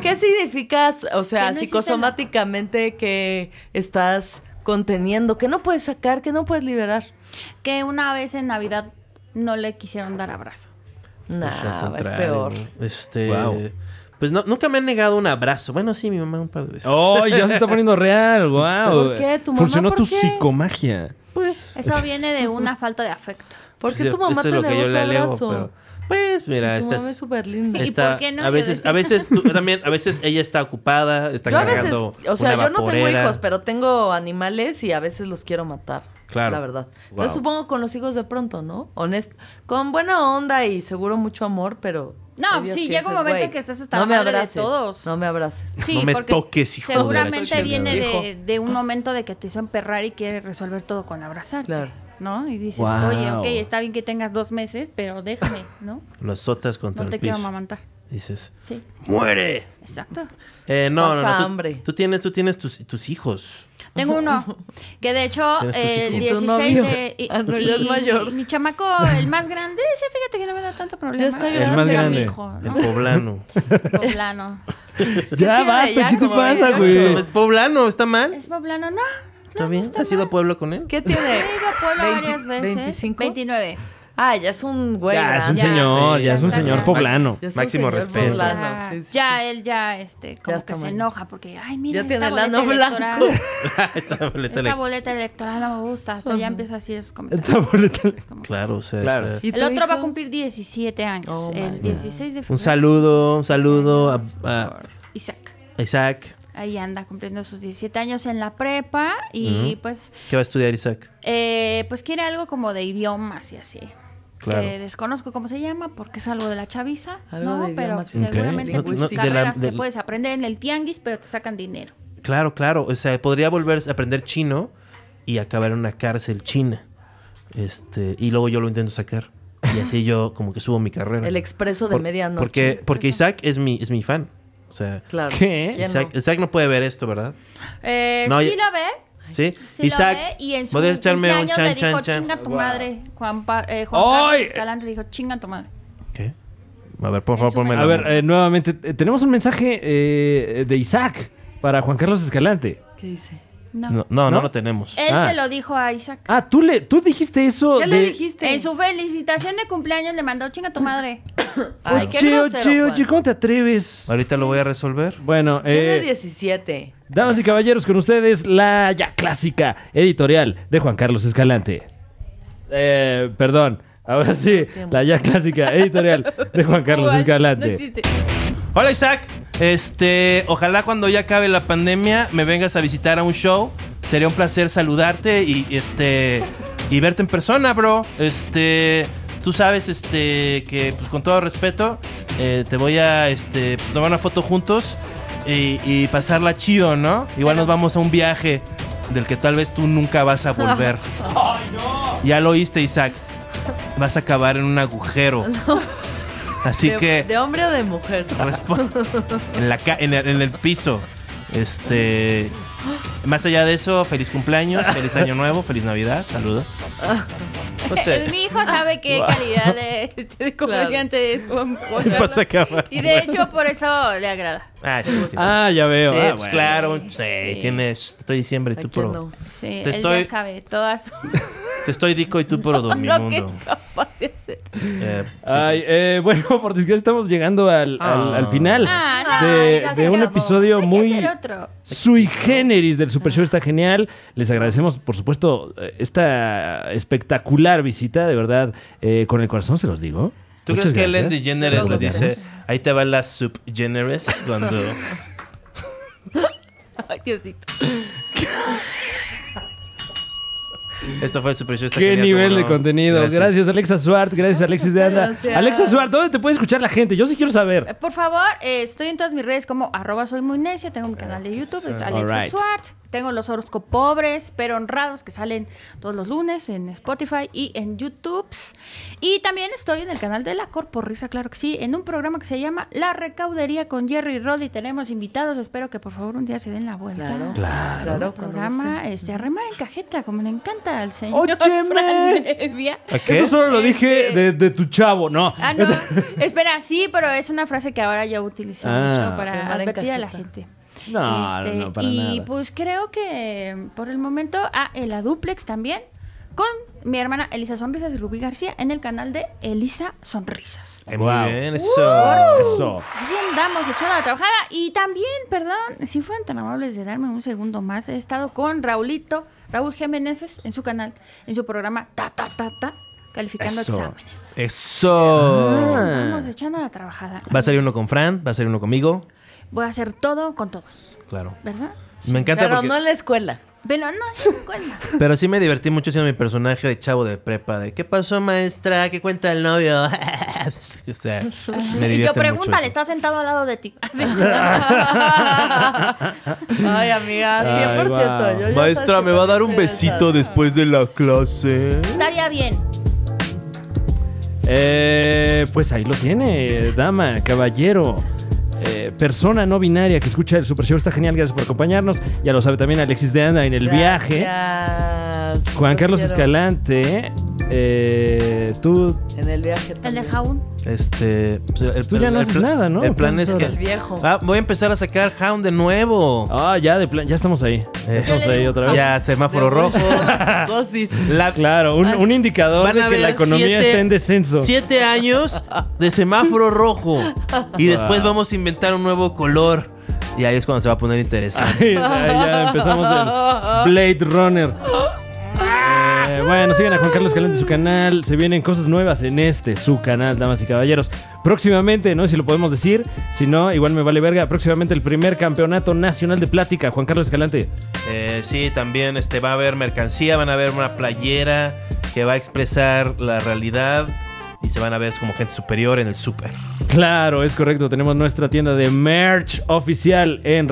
B: ¿Qué significa, o sea,
D: Que no existe
B: psicosomáticamente que estás conteniendo, que no puedes sacar, que no puedes liberar?
D: Que una vez en Navidad no le quisieron dar abrazo.
A: Pues, al
B: Nah, es
A: contrario,
B: peor.
A: Este,
C: Wow.
A: Pues no, nunca me han negado un abrazo. Bueno, sí, mi mamá un par de veces.
C: ¡Oh, ya se está poniendo real! ¡Wow!
B: ¿Por qué? ¿Tu mamá
C: Funcionó
B: por
C: tu
B: qué?
C: psicomagia.
A: Pues,
D: Eso viene de una falta de afecto.
B: ¿Por qué
A: pues,
B: tu mamá
A: eso es
B: te
A: lo que
B: negó
A: yo
B: su
A: le alego,
B: abrazo?
A: pero, pues, mira,
B: tu
A: estas-
B: mamá es súper linda.
D: ¿Y
A: esta-
D: por qué no?
A: A
D: Yo
A: veces,
D: decía.
A: a veces tú- también, a veces ella está ocupada, está
B: Yo a veces,
A: cargando
B: o sea,
A: una
B: yo no tengo
A: vaporera.
B: hijos, pero tengo animales y a veces los quiero matar.
A: Claro.
B: La verdad. Entonces supongo con los hijos de pronto, ¿no? Honest, con buena onda y seguro mucho amor, pero.
D: No,
B: hay días
D: sí,
B: que
D: llega un
B: dices,
D: momento
B: "Güey,
D: en que estás hasta
B: no
D: la
B: me
D: madre de
B: abraces,
D: todos".
B: No me abraces.
D: Sí,
A: No me
D: porque
A: toques, hijo de la
D: seguramente
A: chingada.
D: viene de,
B: Hijo.
D: de un momento de que te hizo emperrar y quiere resolver todo con abrazarte.
B: Claro.
D: ¿No? Y dices,
C: Wow.
D: oye, ok, está bien que tengas dos meses, pero déjame, ¿no?
A: Los sotas contra
D: No te
A: el
D: quiero
A: piso.
D: amamantar.
A: Dices,
D: Sí,
E: ¡Muere!
D: exacto.
A: eh, no, no,
B: Pasa
A: no, tú-
B: hambre.
A: Tú, tienes, tú tienes tus, tus hijos.
D: Tengo uno que de hecho
A: Tienes tus hijos.
D: el
B: ¿Y tu
D: 16
B: novio?
D: de y,
B: Ah, no, ya es
D: y-
B: mayor.
D: y mi chamaco el más grande, sí, fíjate que no me da tanto problema.
B: está
D: Pero
C: grande. El más
D: era mi
C: grande.
D: hijo,
B: Ah,
A: El
D: ¿no?
A: poblano.
D: Poblano.
C: Ya
B: tiene eh?
C: basta,
B: ya
C: ¿qué te
B: como
C: pasa,
B: 28?
C: güey?
A: es poblano, ¿está mal?
D: ¿Es poblano? No.
A: ¿Está bien? ¿Has ido a Puebla con él?
B: ¿Qué tiene?
D: He ido a Puebla
B: ¿Veinti-
D: varias veces.
B: 25?
D: 29.
B: Ah, ya es un güey.
C: Ya, es un
B: grande.
D: Ya,
C: señor,
A: sí,
C: ya es un
D: ya
C: señor
D: está.
C: poblano.
B: Ya es un
A: Máximo
B: señor
A: respeto.
B: poblano,
D: ya,
B: sí, sí,
D: ya
B: sí.
D: él ya este como
B: está
D: que se
B: mal.
D: enoja porque ay mira
B: Ya tiene el
D: esta
B: ano
D: boleta
B: blanco.
D: electoral,
A: Esta boleta
D: Esta
A: le-
D: boleta electoral no me gusta, o sea, ya empieza a decir esos comentarios.
C: Esta boleta-
D: Como-
A: Claro, o sea,
C: Claro.
A: está-
B: ¿Y
D: El
B: tu
D: otro va a
B: hijo?
D: cumplir 17 años,
B: Oh, my
D: el
B: God.
D: 16 de febrero.
A: Un saludo, un saludo a, a
D: Isaac.
A: Isaac.
D: Ahí anda cumpliendo sus 17 años en la prepa y
A: Ujú.
D: pues
A: ¿Qué va a estudiar Isaac?
D: eh, pues quiere algo como de idiomas y así.
A: Claro.
D: Que desconozco cómo se llama porque es algo de la chaviza,
B: Algo
D: ¿no?
B: de
D: Pero
B: idiomas.
D: pues,
A: Ok.
D: seguramente
A: No,
D: pues,
A: no, de la-
D: carreras que
A: del-
D: puedes aprender en el tianguis, pero te sacan dinero.
A: Claro, claro. O sea, podría volver a aprender chino y acabar en una cárcel china. Este, y luego yo lo intento sacar. Y así yo como que subo mi carrera.
B: El expreso de
A: Por-
B: medianoche.
A: Porque, porque Isaac es mi, es mi fan. O sea,
B: Claro.
C: ¿Qué?
B: ¿quién
A: Isaac,
B: no?
A: Isaac no puede ver esto, ¿verdad?
D: Eh,
A: No,
D: sí
A: ya-
D: lo ve.
A: Sí.
D: Sí
A: Isaac,
D: lo ve y en su
A: ¿podrías echarme un
D: cumpleaños
A: chan,
D: le dijo,
A: chan, chan?
D: chinga tu madre. Juan, Pa- eh, Juan Carlos
C: ¡Ay!
D: Escalante le dijo, chinga tu madre.
A: ¿Qué? A ver, por
D: Es
A: favor,
D: un
A: ponme la
C: A ver,
A: mano.
C: eh, nuevamente, eh, tenemos un mensaje eh, de Isaac para Juan Carlos Escalante.
B: ¿Qué dice?
D: No.
A: No, no,
C: ¿No?
A: no lo tenemos.
D: Él
C: Ah.
D: se lo dijo a Isaac.
C: Ah, tú le, tú dijiste eso.
B: ¿Qué le
C: de-
B: dijiste?
D: En su felicitación de cumpleaños le mandó chinga tu madre.
B: Ay, qué
C: Oye,
B: grosero,
C: oye,
B: Juan.
C: oye, ¿cómo te atreves?
A: Ahorita lo voy a resolver.
C: Bueno,
B: Tiene
C: eh,
B: 17.
C: damas y caballeros, con ustedes la ya clásica editorial de Juan Carlos Escalante. Eh, perdón, ahora sí, la ya clásica editorial de Juan Carlos
D: Igual, no
C: Escalante.
D: existe.
A: Hola Isaac, este, ojalá cuando ya acabe la pandemia me vengas a visitar a un show. Sería un placer saludarte y este y verte en persona, bro. Este, tú sabes este que pues, con todo respeto eh, te voy a este pues, tomar una foto juntos y, y pasarla chido, ¿no? Igual nos vamos a un viaje del que tal vez tú nunca vas a volver. Ya lo oíste, Isaac. Vas a acabar en un agujero. Así
B: de,
A: que
B: ¿De hombre o de mujer?
A: Respo- en, la ca- en, el, en el piso. Este. Más allá de eso, feliz cumpleaños, feliz año nuevo, feliz Navidad, saludos. No
D: Eh,
A: sé.
D: Mi hijo sabe qué calidad de, este, de comediante es Juan- Juan Carlos.
A: Vas a acabar.
D: Y de hecho, por eso le agrada.
A: Ah, sí, sí, sí.
C: Ah, ya
A: Sí,
C: veo. ah,
A: pues,
C: bueno.
A: claro. Sí,
D: Sí.
A: tienes. Estoy diciembre y
B: Ay,
A: tú
B: yo
A: por.
B: no.
D: Sí,
A: Te
D: él
A: estoy-
D: ya sabe todas
A: Te estoy dico y tú por
D: lo que
A: Domimundo.
D: es capaz de hacer.
A: Eh, sí.
C: Ay, eh, bueno, por desgracia estamos llegando al, al-
A: Ah.
C: al final
D: Ah, no,
C: de,
D: digas
C: de
D: que
C: un
D: no.
C: episodio
D: Hay que
C: muy
D: hacer otro.
C: sui generis del Super Show. Está genial. Les agradecemos, por supuesto, eh, esta espectacular visita. De verdad, eh, con el corazón se los digo.
A: ¿Tú
C: Muchas
A: crees que Ellen
C: gracias.
A: DeGeneres le
B: Todos
A: dice? Ahí te va la subgeneres cuando.
D: Ay, Diosito.
A: Esto fue el Super Show. está
C: Qué
A: genial,
C: nivel
A: ¿cómo
C: de
A: no?
C: contenido. Gracias, Alexa Suart. Gracias, Alexis de Anda.
B: gracias.
C: Alexa Suart, ¿dónde te puede escuchar la gente? Yo sí quiero
D: Eh,
C: saber.
D: Por favor, eh, estoy en todas mis redes como arroba soy muy necia, tengo mi canal de YouTube, es Alexa
C: Alright.
D: Suart. Tengo los horóscopos pobres, pero honrados, que salen todos los lunes en Spotify y en YouTube. Y también estoy en el canal de La Corporrisa, claro que sí, en un programa que se llama La Recaudería con Jerry y Roddy. Tenemos invitados, espero que por favor un día se den la vuelta.
B: Claro.
C: Claro.
B: Claro, cuando
D: programa,
B: gusten.
D: este, arremar en cajeta, como le encanta al señor.
C: ¡Óyeme!
D: Fran Evia.
A: ¿A qué?
C: Eso solo lo dije
D: Este-
C: de, de tu chavo, no.
D: Ah, no. Espera, sí, pero es una frase que ahora yo utilizo
C: Ah.
D: mucho para
B: Llamar en
D: advertir a la
B: cajeta.
D: gente. Este,
C: No, no, no, para
D: y
C: nada.
D: pues creo que mm, por el momento, ah, en la duplex también, con mi hermana Elisa Sonrisas y Rubí García en el canal de Elisa Sonrisas.
A: Ay,
C: Wow.
A: Eh, Muy bien, eso.
C: Eso.
D: Ahí andamos echando la trabajada. Y también, perdón, si fueran tan amables de darme un segundo más, he estado con Raulito, Raúl Jiménez, en su canal, en su programa Ta Ta Ta Ta, calificando
C: Eso.
D: exámenes.
A: Eh. Eso.
D: Vamos echando la trabajada.
A: Va a salir uno con Fran, va a salir uno conmigo.
D: Voy a hacer todo con todos,
A: Claro.
D: ¿verdad?
A: Me encanta
B: Pero
A: porque-
B: no en la escuela.
D: Pero no se dan cuenta.
A: Pero sí me divertí mucho siendo mi personaje de chavo de prepa. De, ¿Qué pasó, maestra? ¿Qué cuenta el novio? o sea, me
D: y yo
A: divierte mucho
D: pregúntale,
A: eso.
D: está sentado al lado de ti. Así.
B: Ay, amiga, 100%.
C: Ay, wow.
B: yo ya
A: Maestra,
B: sabes
A: ¿me
B: que
A: va a dar un
B: también soy de
A: besito
B: esas.
A: después de la clase?
D: Estaría bien.
C: Eh, pues ahí lo tiene, dama, caballero. eh, persona no binaria que escucha el Super Show está genial, gracias por acompañarnos. Ya lo sabe también Alexis de Anda en el viaje.
B: Gracias.
C: Juan
B: Los
C: Carlos
B: quiero.
C: Escalante, eh, tú,
B: En el viaje.
D: El de
B: también.
D: Jaún.
A: Este. pues, el,
C: Tú ya
A: el-
C: no
A: el
C: haces
A: pla-
C: nada, ¿no?
A: El plan es
C: Entonces,
A: que.
B: El viejo.
A: Ah, voy a empezar a sacar Hound de nuevo.
C: ah, ya de plan, ya estamos ahí, ya
A: Eh.
C: estamos ahí otra vez.
A: Ya, semáforo rojo.
B: Dosis.
A: La-
C: Claro, un, un indicador
A: Van
C: de
A: a
C: que la
A: haber
C: economía
A: siete-
C: está en descenso.
A: Siete años de semáforo rojo. Y después vamos a inventar un nuevo color. Y ahí es cuando se va a poner interesante.
C: Ay, ya empezamos el Blade Runner. Eh, bueno, sigan a Juan Carlos Calante en su canal. Se vienen cosas nuevas en este, su canal, damas y caballeros. Próximamente, no sé si lo podemos decir, si no, igual me vale verga. Próximamente el primer campeonato nacional de plática, Juan Carlos Escalante.
A: Eh, sí, también este, va a haber mercancía, van a haber una playera que va a expresar la realidad y se van a ver como gente superior en el súper.
C: Claro, es correcto. Tenemos nuestra tienda de merch oficial en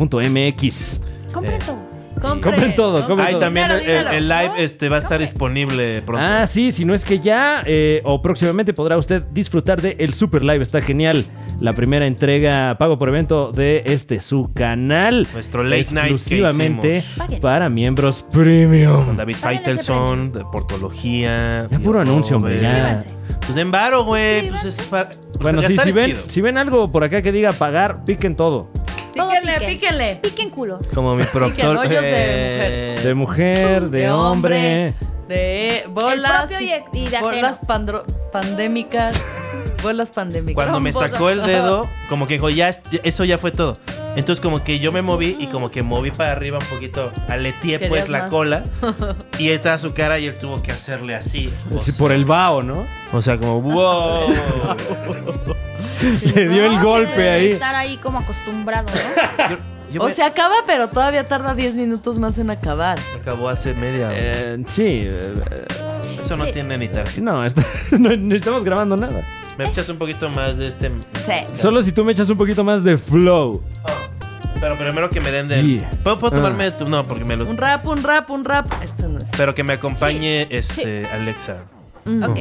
C: reycamiseta.mx.
D: Compren
A: Eh.
D: todo.
B: Compren,
C: Compren todo, compren
A: Ahí
C: todo.
A: también
B: Dígalo,
A: el, el- el
B: dígalo.
A: live este, va a estar
D: Ok.
A: disponible pronto.
C: Ah, sí, si no es que ya eh, o próximamente podrá usted disfrutar de El Super Live. Está genial. La primera entrega pago por evento de este su canal.
A: Nuestro late night que
C: exclusivamente
A: hicimos.
D: Paguen.
C: para miembros
A: Con
C: premium.
A: David
D: Págale ese
A: Faitelson, de Portología.
C: Ya puro
A: Diego
C: anuncio, hombre,
A: Robert.
C: ya.
A: Pues den varo, güey. Pues es para-
C: Bueno, sí,
A: gastar
C: si
A: es
C: ven,
A: chido.
C: si ven algo por acá que diga pagar, piquen todo.
D: Todo
B: Píquenle,
D: piquen.
B: píquenle.
D: Piquen culos.
A: Como mi proctor.
B: hoyos de
A: eh,
C: De mujer, de hombre.
B: De bolas.
D: El propio y- y de
B: bolas
D: ajenos.
B: pandro- pandémicas. Secuelas pandémicas.
A: Cuando me
B: Trombos.
A: sacó el dedo, como que dijo, ya, es- eso ya fue todo. Entonces como que yo me moví y como que moví para arriba un poquito, aleteé pues
B: Querías
A: la
B: más.
A: cola y estaba su cara y él tuvo que hacerle así. O,
C: Sí, por el vaho, ¿no?
A: o sea, como, wow.
C: Le dio el
D: No,
C: golpe
D: debe de
C: ahí.
D: Estar ahí como acostumbrado, ¿no?
A: Yo- yo
B: O
A: me-
B: se acaba, pero todavía tarda 10 minutos más en acabar.
A: acabó hace media. hora.
C: Eh, sí. eh, eh,
A: eso no
D: sí.
A: tiene ni tarjeta.
C: no, está- no, no estamos grabando nada.
B: Eh.
A: Me echas un poquito más de este...
B: Sí.
C: Solo si tú me echas un poquito más de flow.
A: Pero primero que me den de...
C: Yeah.
A: ¿Puedo, puedo
C: Ah.
A: tomarme de tu...? No, porque me lo...
B: Un rap, un rap, un rap. Esto no es. Mm.
A: Pero que me acompañe este Alexa.
D: Ok.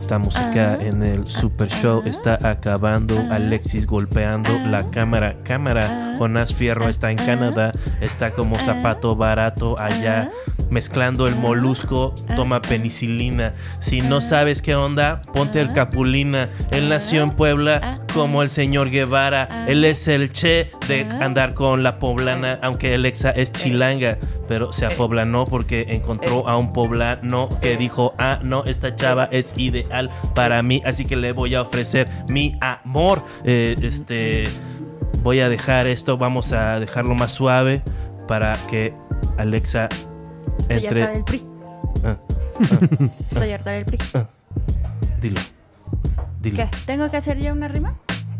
A: Esta música
D: Ajá.
A: en el Super Show está acabando. Alexis golpeando la cámara. Cámara. Jonás Fierro está en Canadá. Está como zapato barato allá. Mezclando el molusco. Toma penicilina. Si no sabes qué onda, ponte el capulina. Él nació en
D: Ah,
A: Puebla como el señor Guevara. Él es el che de
D: Ah.
A: andar con la poblana. Aunque Alexa
D: Eh.
A: es chilanga. Pero se apoblanó porque encontró a un poblano
D: Eh.
A: que dijo, ah, no, esta chava es ideal para mí, así que le voy a ofrecer mi amor. Eh, este, voy a dejar esto, vamos a dejarlo más suave para que Alexa
D: Estoy
A: entre...
D: harta del PRI.
A: Ah,
D: Estoy harta del PRI.
A: Dilo, dilo.
D: ¿Qué? ¿Tengo que hacer ya una rima?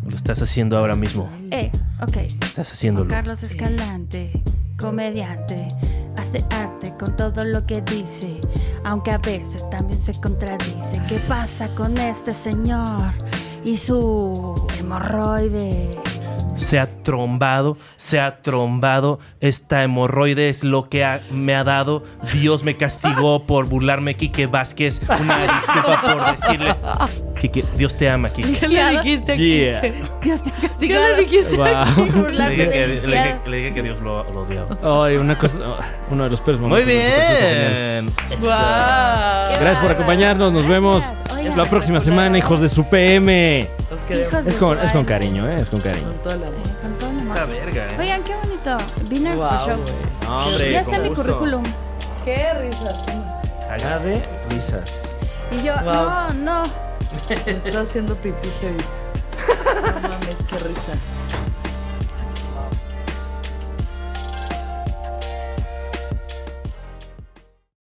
A: Lo estás haciendo ahora mismo.
D: Eh, ok.
A: Estás
D: Juan
A: haciéndolo.
D: Carlos Escalante, comediante, hace arte con todo lo que dice, aunque a veces también se contradice. ¿Qué pasa con este señor y su hemorroide?
A: se ha trombado, se ha trombado. Esta hemorroide es lo que ha- me ha dado. Dios me castigó por burlarme, Quique Vázquez. Una disculpa por decirle. Quique, Dios te ama, Quique.
B: ¿Qué le dijiste aquí?
C: Yeah.
D: Dios te
B: ¿Qué le
D: castigado.
B: dijiste
C: Wow.
B: aquí?
A: Le
D: Burlarte
A: dije, que,
D: de
A: le
D: Lisiado.
A: dije- le dije que Dios lo, lo odiaba. pues,
C: Ay, una cosa. oh, Uno de los peores
A: Muy
C: momentos. de nuestro proceso genial.
A: bien.
B: Wow.
D: Qué
C: Gracias por
D: bárbaro.
C: acompañarnos. Nos vemos
D: Gracias. Oigan,
C: la próxima semana, hijos de su PM.
B: Los
D: Hijos
B: queremos.
D: de
C: Es con,
D: su
C: es con
D: alma.
C: cariño, ¿eh? Es con cariño.
B: Con todo el amor.
D: Con todo el
A: Esta
D: amor.
A: verga, eh.
D: Oigan, qué bonito. Vine al
B: Guau,
D: Super Show.
B: güey.
C: hombre,
D: ya está
C: con
D: mi
C: gusto.
D: currículum.
B: Qué risa.
C: Agade risas.
D: Y yo,
B: Guau.
D: no, no.
B: Está haciendo pipí heavy. No mames, qué risa.